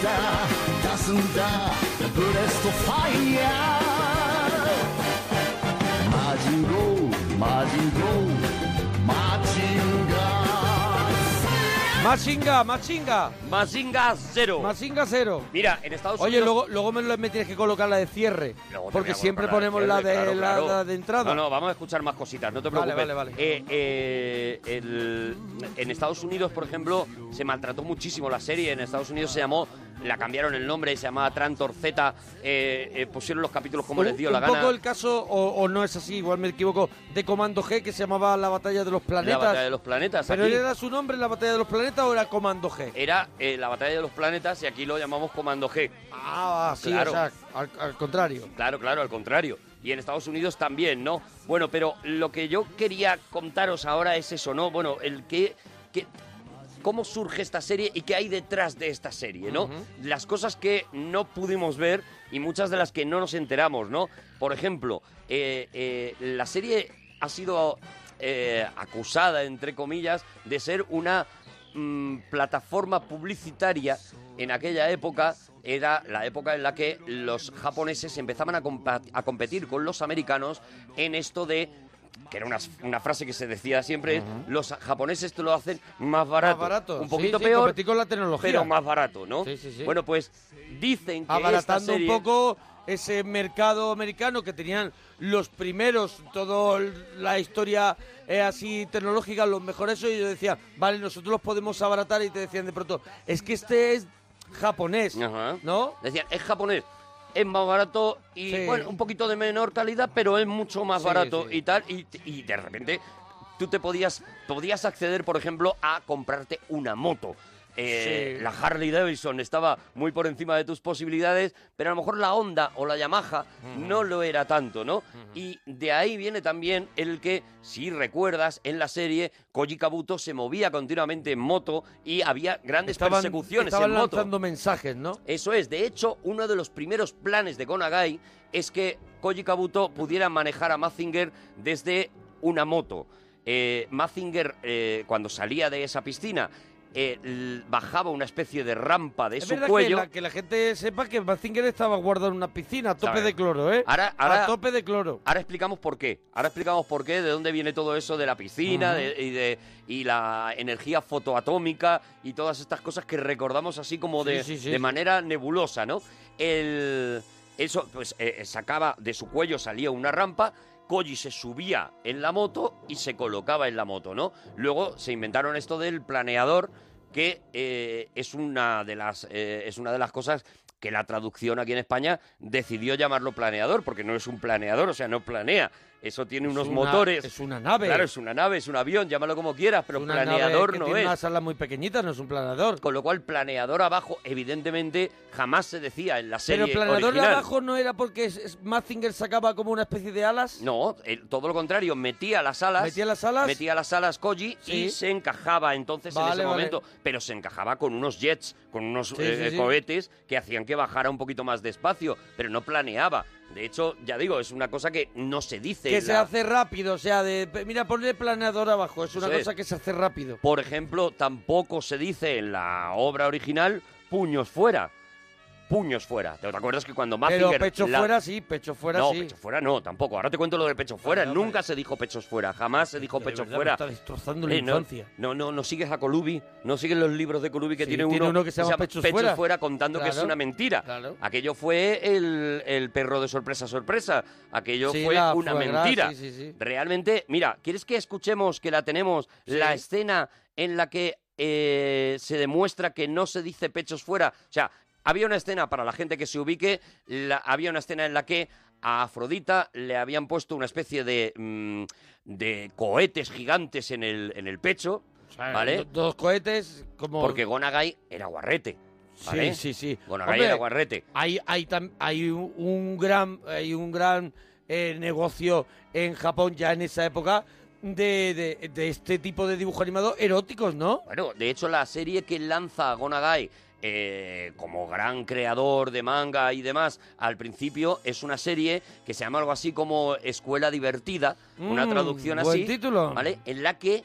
Speaker 4: だ出すんだブレストファイヤーマジンゴーマジンゴーマジンガー
Speaker 2: Machinga, Machinga.
Speaker 3: Machinga cero.
Speaker 2: Machinga cero.
Speaker 3: Mira, en Estados
Speaker 2: Oye,
Speaker 3: Unidos-
Speaker 2: luego, luego me, lo- me tienes que colocar la de cierre.
Speaker 3: Luego te
Speaker 2: porque
Speaker 3: voy a
Speaker 2: siempre
Speaker 3: colocar
Speaker 2: ponemos la de,
Speaker 3: cierre, claro,
Speaker 2: la-
Speaker 3: claro.
Speaker 2: la de entrada.
Speaker 3: No, no, vamos a escuchar más cositas, no te
Speaker 2: Vale,
Speaker 3: preocupes.
Speaker 2: vale, vale.
Speaker 3: Eh, eh, el- en Estados Unidos, por ejemplo, se maltrató muchísimo la serie. En Estados Unidos se llamó, la cambiaron el nombre, se llamaba Trantor Z. eh, eh, pusieron los capítulos como
Speaker 2: un,
Speaker 3: les dio la
Speaker 2: un
Speaker 3: gana.
Speaker 2: poco el caso, o, o no es así, igual me equivoco, de Comando G que se llamaba La Batalla de los Planetas.
Speaker 3: La batalla de los planetas.
Speaker 2: ¿Pero
Speaker 3: aquí.
Speaker 2: era su nombre La Batalla de los Planetas o era Comando G?
Speaker 3: Era, eh, la batalla de los planetas y aquí lo llamamos Comando G.
Speaker 2: Ah, sí,
Speaker 3: Claro.
Speaker 2: o sea, al, al contrario.
Speaker 3: Claro, claro, al contrario. Y en Estados Unidos también, ¿no? Bueno, pero lo que yo quería contaros ahora es eso, ¿no? Bueno, el que, que- cómo surge esta serie y qué hay detrás de esta serie, ¿no?
Speaker 2: Ujú.
Speaker 3: Las cosas que no pudimos ver y muchas de las que no nos enteramos, ¿no? Por ejemplo, eh, eh, la serie ha sido eh, acusada, entre comillas, de ser una mm, plataforma publicitaria en aquella época era la época en la que los japoneses empezaban a, compa- a competir con los americanos en esto de que era una, una frase que se decía siempre es, los japoneses te lo hacen más barato,
Speaker 2: barato,
Speaker 3: un
Speaker 2: sí,
Speaker 3: poquito
Speaker 2: sí,
Speaker 3: peor
Speaker 2: competir con la tecnología.
Speaker 3: pero más barato no
Speaker 2: Sí, sí, sí.
Speaker 3: bueno pues dicen que esta
Speaker 2: Abaratando
Speaker 3: serie
Speaker 2: un poco ese mercado americano que tenían los primeros, toda la historia eh, así tecnológica, los mejores, y ellos decían, vale, nosotros los podemos abaratar, y te decían de pronto, es que este es japonés, ¿no?
Speaker 3: Decían, es japonés, es más barato y
Speaker 2: Sí.
Speaker 3: bueno, un poquito de menor calidad, pero es mucho más
Speaker 2: Sí,
Speaker 3: barato
Speaker 2: sí.
Speaker 3: y tal. Y, y de repente tú te podías, podías acceder, por ejemplo, a comprarte una moto. Eh,
Speaker 2: Sí.
Speaker 3: La Harley Davidson estaba muy por encima de tus posibilidades, pero a lo mejor la Honda o la Yamaha
Speaker 2: Mm.
Speaker 3: no lo era tanto, ¿no? Y de ahí viene también el que, si recuerdas, en la serie Koji Kabuto se movía continuamente en moto y había grandes
Speaker 2: Estaban,
Speaker 3: persecuciones
Speaker 2: estaban
Speaker 3: en moto.
Speaker 2: lanzando mensajes, ¿no?
Speaker 3: Eso es, de hecho, uno de los primeros planes de Gonagai es que Koji Kabuto pudiera manejar a Mazinger desde una moto. Eh, Mazinger, eh, cuando salía de esa piscina, eh, l- bajaba una especie de rampa de
Speaker 2: Es
Speaker 3: su
Speaker 2: verdad
Speaker 3: cuello.
Speaker 2: Que, la, que la gente sepa que Mazinger estaba guardado en una piscina a tope
Speaker 3: Claro.
Speaker 2: de cloro, ¿eh?
Speaker 3: Ahora- ahora-
Speaker 2: a tope de cloro.
Speaker 3: Ahora explicamos por qué. Ahora explicamos por qué, de dónde viene todo eso de la piscina
Speaker 2: Ujú.
Speaker 3: de- y, de, y la energía fotoatómica y todas estas cosas que recordamos así como
Speaker 2: Sí,
Speaker 3: de,
Speaker 2: sí, sí,
Speaker 3: de
Speaker 2: sí.
Speaker 3: manera nebulosa, ¿no? El, eso, pues eh, sacaba de su cuello, salía una rampa. Koji se subía en la moto y se colocaba en la moto, ¿no? Luego se inventaron esto del planeador, que eh, es, una de las, eh, es una de las cosas que la traducción aquí en España decidió llamarlo planeador, porque no es un planeador, o sea, no planea. Eso tiene unos
Speaker 2: una-
Speaker 3: motores.
Speaker 2: es una nave.
Speaker 3: Claro, es una nave, es un avión, llámalo como quieras, pero
Speaker 2: Una nave
Speaker 3: planeador
Speaker 2: que
Speaker 3: no
Speaker 2: tiene
Speaker 3: es.
Speaker 2: una sala muy pequeñita, no es un planeador.
Speaker 3: Con lo cual, planeador abajo, evidentemente, jamás se decía en la serie
Speaker 2: Pero planeador de
Speaker 3: original.
Speaker 2: abajo no era porque es- es- Mazinger sacaba como una especie de alas.
Speaker 3: No, eh, todo lo contrario, metía las alas.
Speaker 2: Metía las alas.
Speaker 3: Metía las alas Koji y
Speaker 2: Sí.
Speaker 3: se encajaba entonces en
Speaker 2: Vale,
Speaker 3: ese
Speaker 2: vale.
Speaker 3: momento. Pero se encajaba con unos jets, con unos
Speaker 2: Sí,
Speaker 3: eh,
Speaker 2: sí, sí.
Speaker 3: cohetes que hacían que bajara un poquito más despacio, pero no planeaba. De hecho, ya digo, es una cosa que no se dice.
Speaker 2: que
Speaker 3: en
Speaker 2: se
Speaker 3: la-
Speaker 2: hace rápido, o sea, de, pe- mira, poner planeador abajo, es una
Speaker 3: Eso es.
Speaker 2: cosa que se hace rápido.
Speaker 3: Por ejemplo, tampoco se dice en la obra original puños fuera. Puños fuera. ¿Te acuerdas que cuando Mazinger...
Speaker 2: Pero pecho
Speaker 3: la-
Speaker 2: fuera sí, pecho fuera
Speaker 3: no,
Speaker 2: sí. Eh,
Speaker 3: pecho fuera no, tampoco. Ahora te cuento lo de pecho fuera. Nunca se dijo pechos fuera. Jamás se dijo pecho
Speaker 2: verdad, me
Speaker 3: fuera. Eh,
Speaker 2: está destrozando la
Speaker 3: no,
Speaker 2: infancia.
Speaker 3: No, no, no sigues a Colubi. No sigues los libros de Colubi que
Speaker 2: Sí,
Speaker 3: tiene,
Speaker 2: tiene uno que se llama
Speaker 3: pecho
Speaker 2: Pechos Fuera.
Speaker 3: contando que es
Speaker 2: Claro,
Speaker 3: una mentira.
Speaker 2: claro.
Speaker 3: Aquello fue el, el perro de sorpresa, sorpresa. Aquello
Speaker 2: Sí,
Speaker 3: fue
Speaker 2: la
Speaker 3: una
Speaker 2: foie gras,
Speaker 3: mentira.
Speaker 2: sí, sí, sí.
Speaker 3: Realmente, mira, ¿quieres que escuchemos que la tenemos la escena en la que eh, se demuestra que no se dice pechos fuera? O sea, había una escena, para la gente que se ubique, la- había una escena en la que a Afrodita le habían puesto una especie de, mm, de cohetes gigantes en el, en el pecho, ¿vale?
Speaker 2: Do- Dos cohetes como...
Speaker 3: Porque Gonagai era guarrete, ¿vale?
Speaker 2: Sí, sí, sí.
Speaker 3: Gonagai
Speaker 2: Hombre,
Speaker 3: era guarrete.
Speaker 2: Hay, hay, tam- hay un, un gran, hay un gran eh, negocio en Japón ya en esa época de, de- de este tipo de dibujos animados eróticos, ¿no?
Speaker 3: Bueno, de hecho la serie que lanza Gonagai eh, como gran creador de manga y demás al principio es una serie que se llama algo así como Escuela Divertida, una
Speaker 2: Mm,
Speaker 3: traducción
Speaker 2: buen
Speaker 3: así,
Speaker 2: título.
Speaker 3: ¿vale? En la que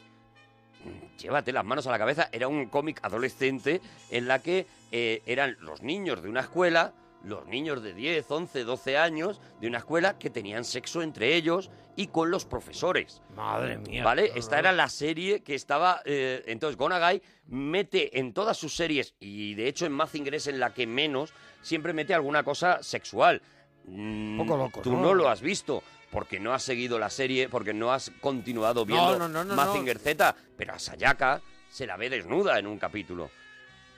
Speaker 3: mm, llévate las manos a la cabeza, era un cómic adolescente en la que eh, eran los niños de una escuela, los niños de 10, 11, 12 años de una escuela que tenían sexo entre ellos y con los profesores.
Speaker 2: Madre mía,
Speaker 3: ¿Vale?
Speaker 2: qué
Speaker 3: Esta
Speaker 2: horror.
Speaker 3: era la serie que estaba... eh, entonces, Gonagai mete en todas sus series, y de hecho en Mazinger es en la que menos, siempre mete alguna cosa sexual. Mm,
Speaker 2: Poco loco,
Speaker 3: Tú
Speaker 2: ¿no?
Speaker 3: ¿no? lo has visto porque no has seguido la serie, porque no has continuado viendo
Speaker 2: no, no, no,
Speaker 3: Mazinger Z, pero a Sayaka se la ve desnuda en un capítulo.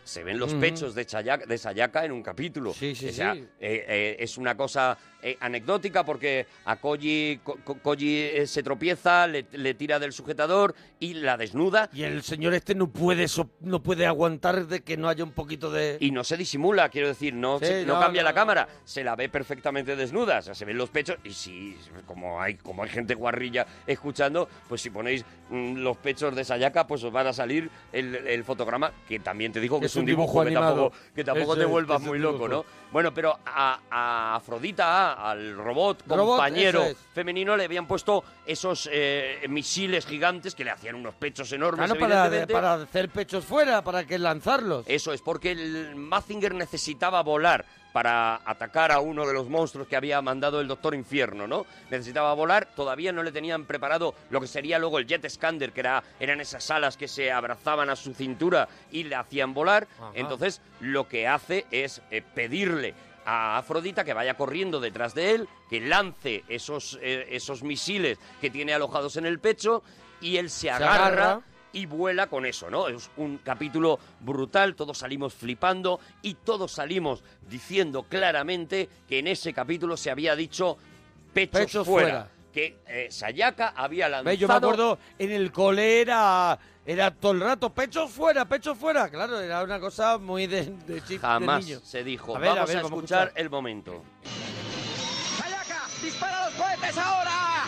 Speaker 3: Se ven los
Speaker 2: Ujú.
Speaker 3: pechos de, Chayaka- de Sayaka en un capítulo. o sea,
Speaker 2: sí.
Speaker 3: eh, eh, es una cosa eh, anecdótica porque a Koji, Ko- Ko- Koji, eh, se tropieza, le, le tira del sujetador y la desnuda.
Speaker 2: Y el señor este no puede so- no puede aguantar de que no haya un poquito de
Speaker 3: Y no se disimula, quiero decir, no,
Speaker 2: Sí,
Speaker 3: se- no
Speaker 2: no,
Speaker 3: cambia
Speaker 2: no,
Speaker 3: la cámara, se la ve perfectamente desnuda, o sea, se ven los pechos y si, como hay, como hay gente guarrilla escuchando, pues si ponéis mm, los pechos de Sayaka, pues os van a salir el, el fotograma, que también te digo que es, un dibujo, que
Speaker 2: animado.
Speaker 3: tampoco, que tampoco
Speaker 2: Eso
Speaker 3: te
Speaker 2: es,
Speaker 3: vuelvas
Speaker 2: es un
Speaker 3: muy loco,
Speaker 2: dibujo.
Speaker 3: ¿no? Bueno, pero a, a Afrodita, a- al robot
Speaker 2: Robot,
Speaker 3: compañero
Speaker 2: eso es.
Speaker 3: femenino, le habían puesto esos eh, misiles gigantes que le hacían unos pechos enormes,
Speaker 2: Claro, para,
Speaker 3: evidentemente.
Speaker 2: para hacer pechos fuera, para que lanzarlos.
Speaker 3: Eso es porque el Mazinger necesitaba volar para atacar a uno de los monstruos que había mandado el Doctor Infierno, ¿no? Necesitaba volar, todavía no le tenían preparado lo que sería luego el Jet Scander, que era, eran esas alas que se abrazaban a su cintura y le hacían volar.
Speaker 2: Ajá.
Speaker 3: Entonces lo que hace es eh, pedirle a Afrodita que vaya corriendo detrás de él, que lance esos, eh, esos misiles que tiene alojados en el pecho y él se
Speaker 2: agarra.
Speaker 3: agarra y vuela con eso, ¿no? Es un capítulo brutal, todos salimos flipando y todos salimos diciendo claramente que en ese capítulo se había dicho pechos,
Speaker 2: Pechos
Speaker 3: fuera,
Speaker 2: fuera.
Speaker 3: que eh, Sayaka había lanzado
Speaker 2: Ve, Yo me acuerdo en el cole era, era todo el rato, pechos fuera, pechos fuera. Claro, era una cosa muy de, de chip de
Speaker 3: jamás
Speaker 2: niño.
Speaker 3: se dijo.
Speaker 2: A ver, a
Speaker 3: vamos a,
Speaker 2: ver, vamos a
Speaker 3: escuchar
Speaker 2: escuchar.
Speaker 3: el momento.
Speaker 1: ¡Dispara los cohetes ahora!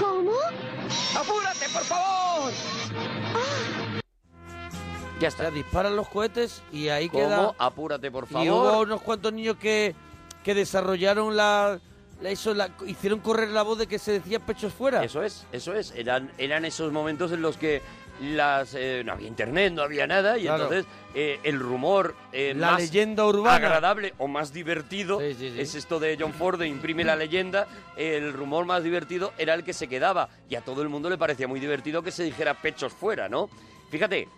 Speaker 1: ¿Cómo? ¡Apúrate, por favor!
Speaker 3: Ya está.
Speaker 2: disparan los cohetes y ahí
Speaker 3: ¿Cómo?
Speaker 2: queda.
Speaker 3: Apúrate, por favor.
Speaker 2: Y hubo unos cuantos niños que, que desarrollaron la, la- eso, la- hicieron correr la voz de que se decía pechos fuera.
Speaker 3: Eso es, eso es. Eran, eran esos momentos en los que las eh, no había internet, no había nada, y
Speaker 2: Claro.
Speaker 3: entonces eh, el rumor eh,
Speaker 2: La
Speaker 3: más
Speaker 2: leyenda urbana.
Speaker 3: agradable o más divertido es esto de John Ford de imprime la leyenda. El rumor más divertido era el que se quedaba, y a todo el mundo le parecía muy divertido que se dijera pechos fuera, ¿no? Fíjate,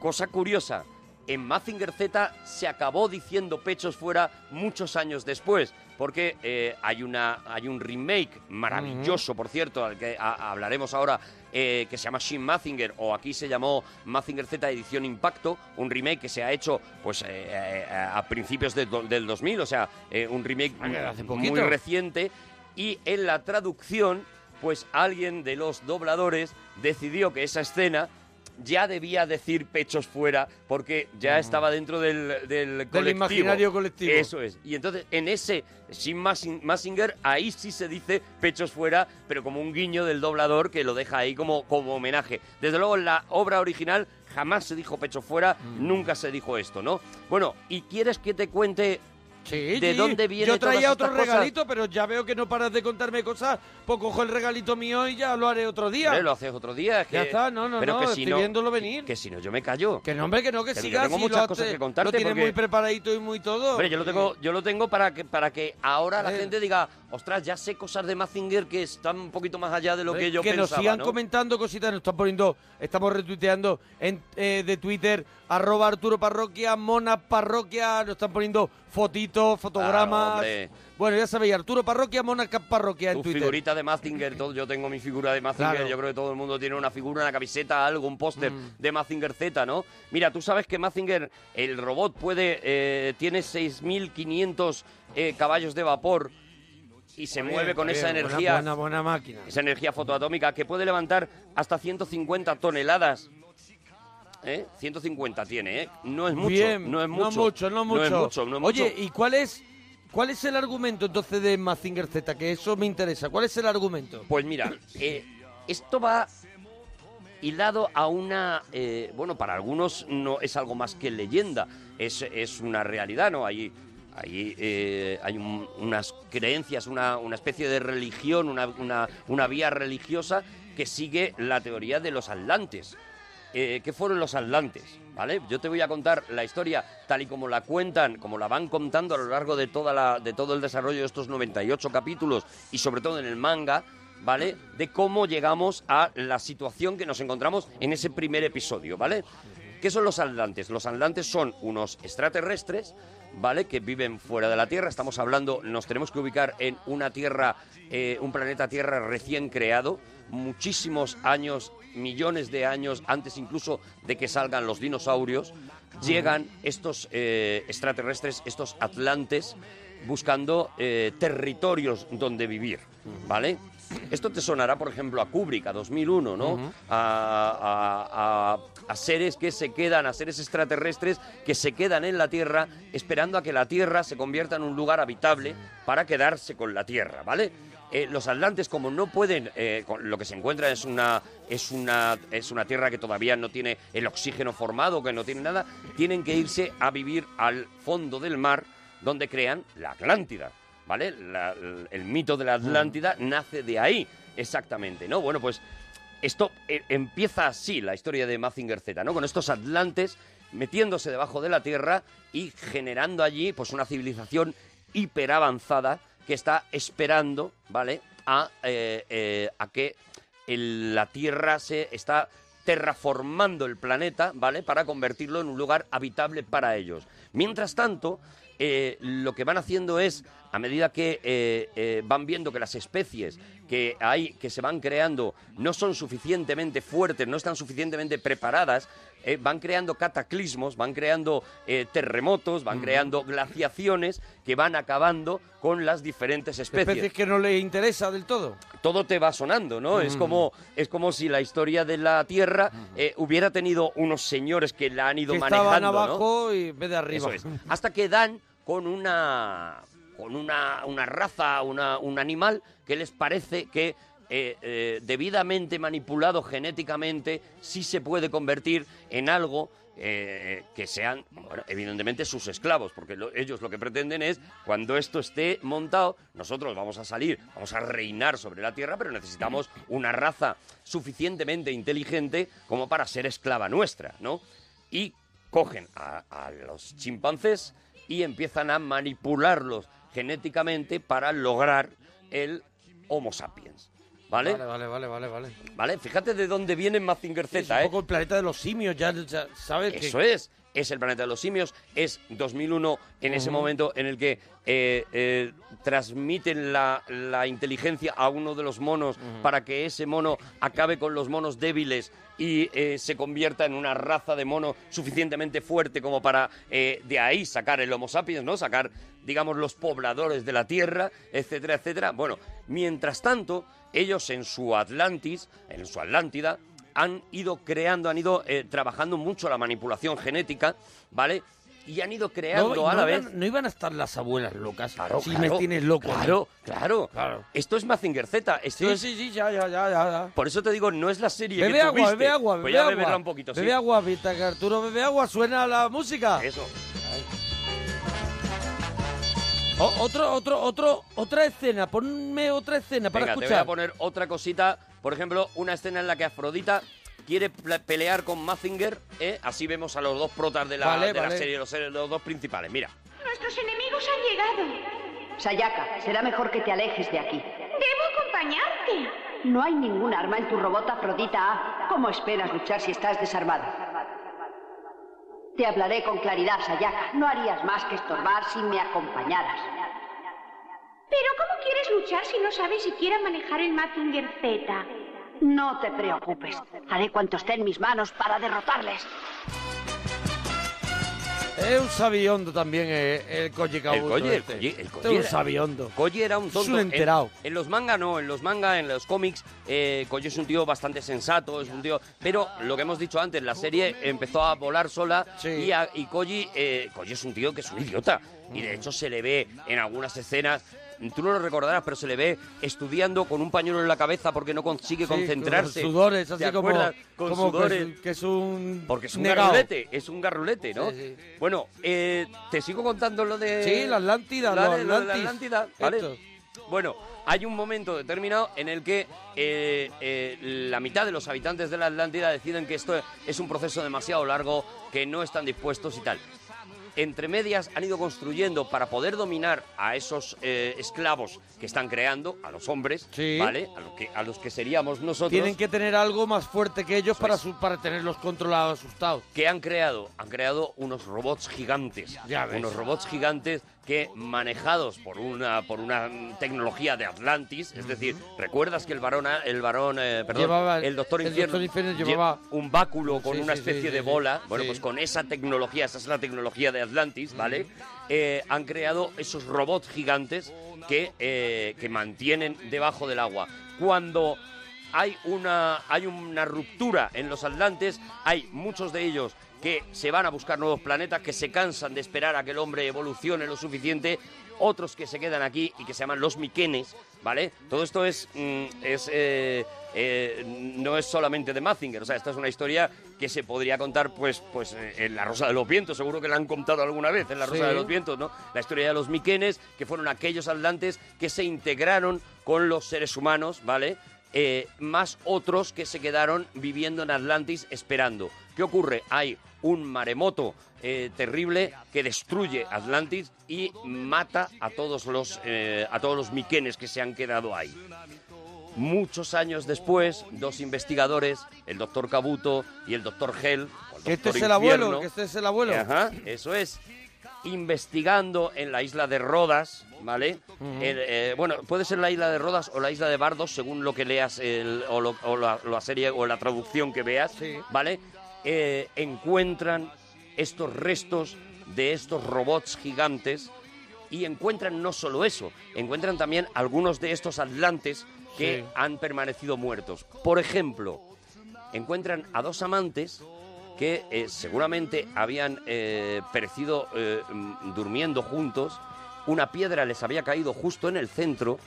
Speaker 3: cosa curiosa. En Mazinger Z se acabó diciendo pechos fuera muchos años después, porque eh, hay, una, hay un remake maravilloso, por cierto, al que a- hablaremos ahora, eh, que se llama Shin Mazinger, o aquí se llamó Mazinger Z Edición Impacto, un remake que se ha hecho pues eh, eh, a principios de do- del 2000, o sea, eh, un remake muy
Speaker 2: poquito.
Speaker 3: reciente, y en la traducción, pues alguien de los dobladores decidió que esa escena ya debía decir pechos fuera porque ya estaba dentro del, del colectivo.
Speaker 2: Mm. imaginario colectivo.
Speaker 3: Eso es. Y entonces en ese Sin Massinger ahí sí se dice pechos fuera, pero como un guiño del doblador que lo deja ahí como, como homenaje. Desde luego en la obra original jamás se dijo pecho fuera,
Speaker 2: Mm.
Speaker 3: nunca se dijo esto, ¿no? Bueno, ¿y quieres que te cuente de
Speaker 2: Sí,
Speaker 3: dónde viene
Speaker 2: Yo traía
Speaker 3: todas
Speaker 2: otro
Speaker 3: estas cosas?
Speaker 2: regalito, pero ya veo que no paras de contarme cosas. Pues cojo el regalito mío y ya lo haré otro día.
Speaker 3: Hombre, lo haces otro día. es que-
Speaker 2: Ya está, no, no,
Speaker 3: pero
Speaker 2: no,
Speaker 3: que si
Speaker 2: estoy
Speaker 3: no-
Speaker 2: viéndolo venir.
Speaker 3: Que si no, yo me callo.
Speaker 2: Que no, hombre, que no, que
Speaker 3: Pero yo
Speaker 2: sigas.
Speaker 3: tengo
Speaker 2: y
Speaker 3: muchas
Speaker 2: lo
Speaker 3: cosas
Speaker 2: haces-
Speaker 3: que contarte
Speaker 2: Lo tienes
Speaker 3: porque-
Speaker 2: muy preparadito y muy todo.
Speaker 3: Hombre, yo lo tengo, yo lo tengo para que para que ahora la
Speaker 2: Hombre.
Speaker 3: gente diga, ostras, ya sé cosas de Mazinger que están un poquito más allá de lo
Speaker 2: Hombre,
Speaker 3: que yo
Speaker 2: nos
Speaker 3: pensaba.
Speaker 2: sigan
Speaker 3: ¿no?
Speaker 2: comentando cositas, nos están poniendo, estamos retuiteando en, eh, de Twitter, arroba Arturo Parroquia, Mona Parroquia, nos están poniendo fotitos, fotogramas.
Speaker 3: hombre.
Speaker 2: bueno, ya sabéis, Arturo Parroquia, Mona Cap Parroquia en
Speaker 3: Tu
Speaker 2: Twitter.
Speaker 3: figurita de Mazinger, todo- yo tengo mi figura de Mazinger,
Speaker 2: Claro. Mm.
Speaker 3: yo creo que todo el mundo tiene una figura, una camiseta, algo, un póster de Mazinger Z, ¿no? Mira, tú sabes que Mazinger, el robot puede, eh, tiene 6.500 eh, caballos de vapor y se mueve con
Speaker 2: Bien,
Speaker 3: esa
Speaker 2: bien, buena-
Speaker 3: energía.
Speaker 2: Buena, buena máquina.
Speaker 3: esa energía fotoatómica que puede levantar hasta 150 toneladas. ¿Eh? 150 tiene, ¿eh? No es mucho,
Speaker 2: Bien,
Speaker 3: no es mucho.
Speaker 2: No mucho, no mucho.
Speaker 3: es mucho, no es
Speaker 2: Oye,
Speaker 3: mucho.
Speaker 2: ¿y cuál es, cuál es el argumento entonces de Mazinger Z? Que eso me interesa. ¿Cuál es el argumento?
Speaker 3: Pues mira, eh, Esto va hilado a una, eh, bueno, para algunos no es algo más que leyenda, es, es una realidad, ¿no? Hay, hay, eh, hay un- unas creencias, una, una especie de religión, una, una- una vía religiosa que sigue la teoría de los atlantes. Eh, ¿Qué fueron los atlantes? ¿Vale? Yo te voy a contar la historia tal y como la cuentan, como la van contando a lo largo de, toda la, de todo el desarrollo de estos 98 capítulos y sobre todo en el manga, ¿vale? De cómo llegamos a la situación que nos encontramos en ese primer episodio, ¿vale? ¿Qué son los atlantes? Los atlantes son unos extraterrestres, ¿vale? Que viven fuera de la Tierra. Estamos hablando, nos tenemos que ubicar en una Tierra, eh, un planeta Tierra recién creado, muchísimos años, millones de años antes incluso de que salgan los dinosaurios. Llegan estos eh, extraterrestres, estos atlantes, buscando eh, territorios donde vivir, ¿vale? Esto te sonará, por ejemplo, a Kubrick, a 2001, ¿no?
Speaker 6: Ujú.
Speaker 3: a, a- a- a seres que se quedan, a seres extraterrestres que se quedan en la Tierra esperando a que la Tierra se convierta en un lugar habitable para quedarse con la Tierra, ¿vale? Eh, los atlantes, como no pueden, eh, con- lo que se encuentra es una, es, una, es una tierra que todavía no tiene el oxígeno formado, que no tiene nada, tienen que irse a vivir al fondo del mar donde crean la Atlántida, ¿vale? La- el- el mito de la Atlántida nace de ahí, exactamente, ¿no? Bueno, pues esto eh, empieza así la historia de Mazinger Z, ¿no? Con estos atlantes metiéndose debajo de la tierra y generando allí pues una civilización hiperavanzada que está esperando, ¿vale? A, eh, eh, a que el- la tierra se está terraformando el planeta, ¿vale? Para convertirlo en un lugar habitable para ellos. Mientras tanto, eh, lo que van haciendo es, a medida que eh, eh, van viendo que las especies que hay, que se van creando, no son suficientemente fuertes, no están suficientemente preparadas, eh, van creando cataclismos, van creando eh, terremotos, van creando glaciaciones que van acabando con las diferentes especies
Speaker 2: Especies que no le interesa del todo.
Speaker 3: todo te va sonando, ¿no? Es
Speaker 2: Mm.
Speaker 3: como es como si la historia de la Tierra eh, hubiera tenido unos señores que la han ido
Speaker 2: Que
Speaker 3: manejando,
Speaker 2: estaban
Speaker 3: ¿no?
Speaker 2: abajo y en vez de arriba.
Speaker 3: Eso es. Hasta que dan con una con una, una raza, una- un animal que les parece que eh, eh, debidamente manipulado genéticamente sí se puede convertir en algo eh, que sean, bueno, evidentemente, sus esclavos, porque lo- ellos lo que pretenden es, cuando esto esté montado, nosotros vamos a salir, vamos a reinar sobre la Tierra, pero necesitamos una raza suficientemente inteligente como para ser esclava nuestra, ¿no? y cogen a, a los chimpancés y empiezan a manipularlos genéticamente para lograr el Homo sapiens. ¿Vale?
Speaker 2: Vale, vale, vale, vale. vale.
Speaker 3: ¿Vale? Fíjate de dónde viene Mazinger Z,
Speaker 2: Es un
Speaker 3: ¿eh?
Speaker 2: poco el planeta de los simios, ya, ya sabes que...
Speaker 3: Eso es. Es el planeta de los simios, es 2001, en ese
Speaker 2: Ujú.
Speaker 3: momento en el que eh, eh, transmiten la, la inteligencia a uno de los monos para que ese mono acabe con los monos débiles y eh, se convierta en una raza de mono suficientemente fuerte como para eh, de ahí sacar el Homo sapiens, ¿no? Sacar, digamos, los pobladores de la Tierra, etcétera, etcétera. Bueno, mientras tanto, ellos en su Atlantis, en su Atlántida, han ido creando, han ido eh, trabajando mucho la manipulación genética, ¿vale? Y han ido creando
Speaker 2: No,
Speaker 3: a
Speaker 2: no
Speaker 3: la
Speaker 2: iban-
Speaker 3: vez.
Speaker 2: no iban a estar las abuelas locas.
Speaker 3: Claro,
Speaker 2: si
Speaker 3: claro,
Speaker 2: me tienes loco. a mí.
Speaker 3: Claro, claro, Esto es Mazinger Z. Esto
Speaker 2: Sí,
Speaker 3: es-
Speaker 2: sí, sí, ya, ya, ya, ya. ya.
Speaker 3: Por eso te digo, no es la serie
Speaker 2: Bebe
Speaker 3: que
Speaker 2: agua,
Speaker 3: tuviste.
Speaker 2: bebe agua, bebe
Speaker 3: Pues ya
Speaker 2: agua.
Speaker 3: beberá un poquito, sí.
Speaker 2: bebe agua, Vita, que Arturo bebe agua, suena la música.
Speaker 3: Eso.
Speaker 2: O- otro, otro, otro, otra escena, ponme otra escena para
Speaker 3: Venga, te voy
Speaker 2: escuchar.
Speaker 3: a poner otra cosita. Por ejemplo, una escena en la que Afrodita quiere pla- pelear con Mazinger. ¿eh? Así vemos a los dos protas de la,
Speaker 2: Vale,
Speaker 3: de la
Speaker 2: vale.
Speaker 3: serie, los, los dos principales. Mira.
Speaker 8: Nuestros enemigos han llegado.
Speaker 22: Sayaka, será mejor que te alejes de aquí.
Speaker 8: Debo acompañarte.
Speaker 22: No hay ningún arma en tu robot Afrodita A. ¿Cómo esperas luchar si estás desarmada? Te hablaré con claridad, Sayaka. No harías más que estorbar si me acompañaras.
Speaker 8: Pero ¿cómo quieres luchar si no sabes siquiera manejar el Mazinger Z?
Speaker 22: No te preocupes. Haré cuanto esté en mis manos para derrotarles.
Speaker 2: Es un sabiondo también eh, el Koji
Speaker 3: El
Speaker 2: Kabuto
Speaker 3: Koji, el
Speaker 2: este.
Speaker 3: Koji, el
Speaker 2: Este
Speaker 3: Koji
Speaker 2: es un
Speaker 3: era-
Speaker 2: sabiondo.
Speaker 3: Koji era un
Speaker 2: Es
Speaker 3: tonto.
Speaker 2: un enterado.
Speaker 3: En, en los manga no, en los manga, en los cómics, eh, Koji es un tío bastante sensato, es un tío... Pero lo que hemos dicho antes, la serie empezó a volar sola y, a- y Koji, eh, Koji es un tío que es un idiota. y de hecho se le ve en algunas escenas, tú no lo recordarás, pero se le ve estudiando con un pañuelo en la cabeza porque no consigue
Speaker 2: Sí, con
Speaker 3: concentrarse.
Speaker 2: sudores,
Speaker 3: ¿Te
Speaker 2: así como-
Speaker 3: acuerdas? Con
Speaker 2: como que
Speaker 3: sudores.
Speaker 2: es- que es un
Speaker 3: Porque es un
Speaker 2: negao.
Speaker 3: garrulete, es un garrulete, ¿no?
Speaker 2: Sí,
Speaker 3: Bueno, eh, te sigo contando lo de...
Speaker 2: Sí, la Atlántida,
Speaker 3: Dale,
Speaker 2: los
Speaker 3: lo de la
Speaker 2: Atlantis.
Speaker 3: Atlántida, ¿vale?
Speaker 2: Esto.
Speaker 3: Bueno, hay un momento determinado en el que eh, eh, la mitad de los habitantes de la Atlántida deciden que esto es un proceso demasiado largo, que no están dispuestos y tal. Entre medias han ido construyendo para poder dominar a esos eh, esclavos que están creando, a los hombres, ¿vale? A, los que, a los que seríamos nosotros Pues
Speaker 2: Tienen que tener algo más fuerte que ellos para, su- para tenerlos controlados, asustados.
Speaker 3: que han creado, han creado unos robots gigantes,
Speaker 2: Ya ves.
Speaker 3: unos robots gigantes que manejados por una por una mm, tecnología de Atlantis, es decir, recuerdas que el varón a- el varón eh, perdón,
Speaker 2: Llevaba-
Speaker 3: el doctor
Speaker 2: el
Speaker 3: infierno,
Speaker 2: Doctor Infierno
Speaker 3: lle-
Speaker 2: llevaba-
Speaker 3: un báculo con
Speaker 2: Sí,
Speaker 3: una
Speaker 2: sí, sí,
Speaker 3: especie
Speaker 2: sí,
Speaker 3: de
Speaker 2: sí.
Speaker 3: bola, bueno,
Speaker 2: Sí.
Speaker 3: pues con esa tecnología, esa es la tecnología de Atlantis, ¿vale? Eh, han creado esos robots gigantes que eh, que mantienen debajo del agua. Cuando hay una, hay una ruptura en los Atlantes, hay muchos de ellos que se van a buscar nuevos planetas, que se cansan de esperar a que el hombre evolucione lo suficiente, otros que se quedan aquí y que se llaman los Miquenes, ¿vale? Todo esto es, mm, es eh, eh, no es solamente de Mazinger, o sea, esta es una historia que se podría contar pues, pues eh, en La Rosa de los Vientos, seguro que la han contado alguna vez en La Rosa
Speaker 2: Sí.
Speaker 3: de los Vientos, ¿no? La historia de los Miquenes, que fueron aquellos atlantes que se integraron con los seres humanos, ¿vale? eh, más otros que se quedaron viviendo en Atlantis esperando. ¿Qué ocurre? Hay un maremoto eh, terrible que destruye Atlantis y mata a todos los eh, a todos los miquenes que se han quedado ahí. Muchos años después, dos investigadores, el doctor Cabuto y el doctor Hell, o el
Speaker 2: Que este
Speaker 3: Dr.
Speaker 2: es el abuelo,
Speaker 3: Infierno,
Speaker 2: que este es el abuelo.
Speaker 3: Ajá, eso es. Investigando en la isla de Rodas, ¿vale?
Speaker 2: Ujú.
Speaker 3: El, eh, bueno, puede ser la isla de Rodas o la isla de Bardos, según lo que leas el- o, lo- o la, la serie o la traducción que veas, ¿vale? Eh, encuentran estos restos de estos robots gigantes y encuentran no solo eso, encuentran también algunos de estos atlantes que
Speaker 2: Sí.
Speaker 3: han permanecido muertos. Por ejemplo, encuentran a dos amantes que eh, seguramente habían eh, perecido eh, mm, durmiendo juntos. Una piedra les había caído justo en el centro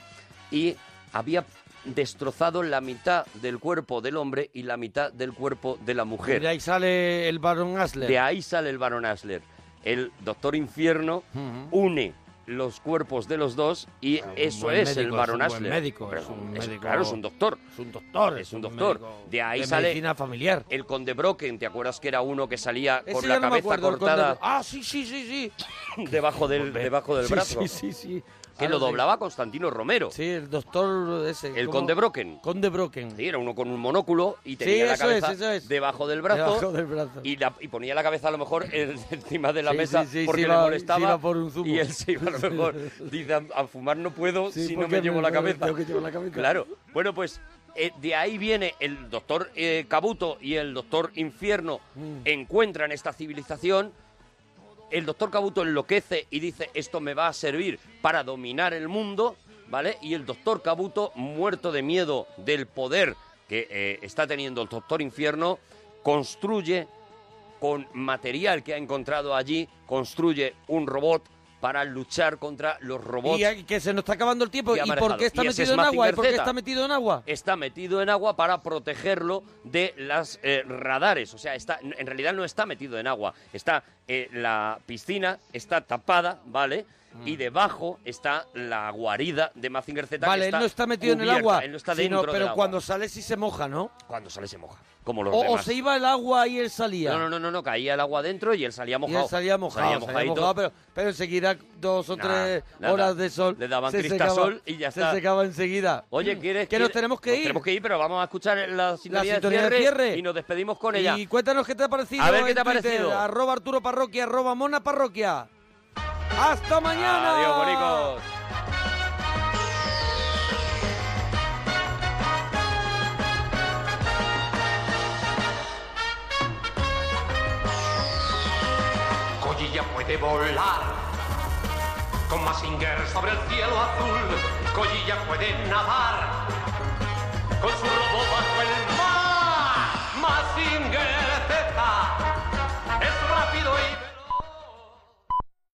Speaker 3: y había destrozado la mitad del cuerpo del hombre y la mitad del cuerpo de la mujer.
Speaker 2: De ahí sale el Baron Asler.
Speaker 3: De ahí sale el varón Asler. El doctor infierno
Speaker 2: Ujú. Ah,
Speaker 3: une los cuerpos de los dos y eso
Speaker 2: buen
Speaker 3: es el
Speaker 2: médico, es
Speaker 3: varón
Speaker 2: un buen
Speaker 3: Asler.
Speaker 2: médico,
Speaker 3: Pero
Speaker 2: es un
Speaker 3: es-
Speaker 2: médico-
Speaker 3: Claro, es un doctor. Es un
Speaker 2: doctor,
Speaker 3: Es
Speaker 2: es
Speaker 3: un
Speaker 2: un
Speaker 3: doctor.
Speaker 2: médico
Speaker 3: De ahí
Speaker 2: de
Speaker 3: sale.
Speaker 2: medicina familiar.
Speaker 3: El conde Brocken, ¿te acuerdas que era uno que salía
Speaker 2: Ese
Speaker 3: con
Speaker 2: ya
Speaker 3: la
Speaker 2: no me
Speaker 3: cabeza
Speaker 2: acuerdo, el conde
Speaker 3: cortada
Speaker 2: Bro- Ah, sí, sí, sí, sí.
Speaker 3: debajo del, debajo del
Speaker 2: Sí,
Speaker 3: brazo?
Speaker 2: sí, sí, sí.
Speaker 3: Que lo
Speaker 2: Ahora Ah, sí.
Speaker 3: doblaba Constantino Romero.
Speaker 2: Sí, el doctor ese.
Speaker 3: El
Speaker 2: ¿cómo?
Speaker 3: conde Brocken.
Speaker 2: Conde Brocken.
Speaker 3: Sí, era uno con un monóculo y tenía la
Speaker 2: eso es,
Speaker 3: cabeza
Speaker 2: eso es.
Speaker 3: debajo del brazo.
Speaker 2: Debajo del brazo.
Speaker 3: Y, la- y ponía la cabeza a lo mejor en- encima de la
Speaker 2: Sí,
Speaker 3: mesa
Speaker 2: sí, sí,
Speaker 3: porque
Speaker 2: se
Speaker 3: le
Speaker 2: iba-
Speaker 3: molestaba.
Speaker 2: se iba por un zumo.
Speaker 3: Y él se iba a lo mejor. Dice, a, a fumar no puedo
Speaker 2: Sí,
Speaker 3: si no
Speaker 2: porque
Speaker 3: me llevo
Speaker 2: me-
Speaker 3: la
Speaker 2: me-
Speaker 3: cabeza.
Speaker 2: tengo que llevar la cabeza.
Speaker 3: Claro. Bueno, pues eh, de ahí viene el doctor eh, Cabuto y el doctor Infierno
Speaker 2: Mm.
Speaker 3: encuentran esta civilización. El doctor Cabuto enloquece y dice, esto me va a servir para dominar el mundo, ¿vale? Y el doctor Cabuto, muerto de miedo del poder que eh, está teniendo el doctor Infierno, construye con material que ha encontrado allí, construye un robot para luchar contra los robots.
Speaker 2: Y hay- que se nos está acabando el tiempo.
Speaker 3: que ha
Speaker 2: Pues, ¿Y por
Speaker 3: manejado.
Speaker 2: qué está
Speaker 3: Y ese
Speaker 2: metido en
Speaker 3: es
Speaker 2: agua? ¿Y
Speaker 3: Mazinger
Speaker 2: por qué
Speaker 3: Z.
Speaker 2: está metido en agua?
Speaker 3: Está metido en agua para protegerlo de las eh, radares. O sea, está, en realidad no está metido en agua. Está eh, la piscina, está tapada, ¿vale? Y
Speaker 2: Mm.
Speaker 3: debajo está la guarida de Mazinger Z. que
Speaker 2: Vale, él
Speaker 3: está
Speaker 2: no está metido en el
Speaker 3: cubierta,
Speaker 2: agua.
Speaker 3: Él no está
Speaker 2: sino-
Speaker 3: dentro
Speaker 2: pero
Speaker 3: del agua.
Speaker 2: cuando sale sí se moja, ¿no?
Speaker 3: Cuando sale se moja. Como los
Speaker 2: O, o
Speaker 3: demás.
Speaker 2: se iba el agua y él salía.
Speaker 3: No, no, no, no, no, caía el agua adentro y él salía
Speaker 2: Y
Speaker 3: mojado.
Speaker 2: él salía mojado,
Speaker 3: Salía
Speaker 2: salía
Speaker 3: mojadito.
Speaker 2: mojado, pero, pero enseguida dos o
Speaker 3: Nah,
Speaker 2: tres
Speaker 3: nada.
Speaker 2: horas de sol.
Speaker 3: Le daban
Speaker 2: se
Speaker 3: cristal
Speaker 2: secaba-
Speaker 3: sol y ya
Speaker 2: se
Speaker 3: está.
Speaker 2: secaba enseguida.
Speaker 3: Oye, ¿quieres
Speaker 2: Mm, Que nos
Speaker 3: quiere-
Speaker 2: tenemos que
Speaker 3: nos
Speaker 2: ir.
Speaker 3: Tenemos que ir, pero vamos a escuchar la sintonía,
Speaker 2: sintonía de
Speaker 3: de, cierre
Speaker 2: cierre.
Speaker 3: y nos despedimos con ella.
Speaker 2: Y cuéntanos qué te ha parecido.
Speaker 3: A ver qué
Speaker 2: en
Speaker 3: te ha
Speaker 2: Twitter,
Speaker 3: parecido.
Speaker 2: Arroba Arturo Parroquia, arroba Mona Parroquia. ¡Hasta mañana!
Speaker 3: Adiós, bonicos.
Speaker 7: Koji ya puede volar con Massinger sobre el cielo azul. Koji ya puede nadar con su robot bajo el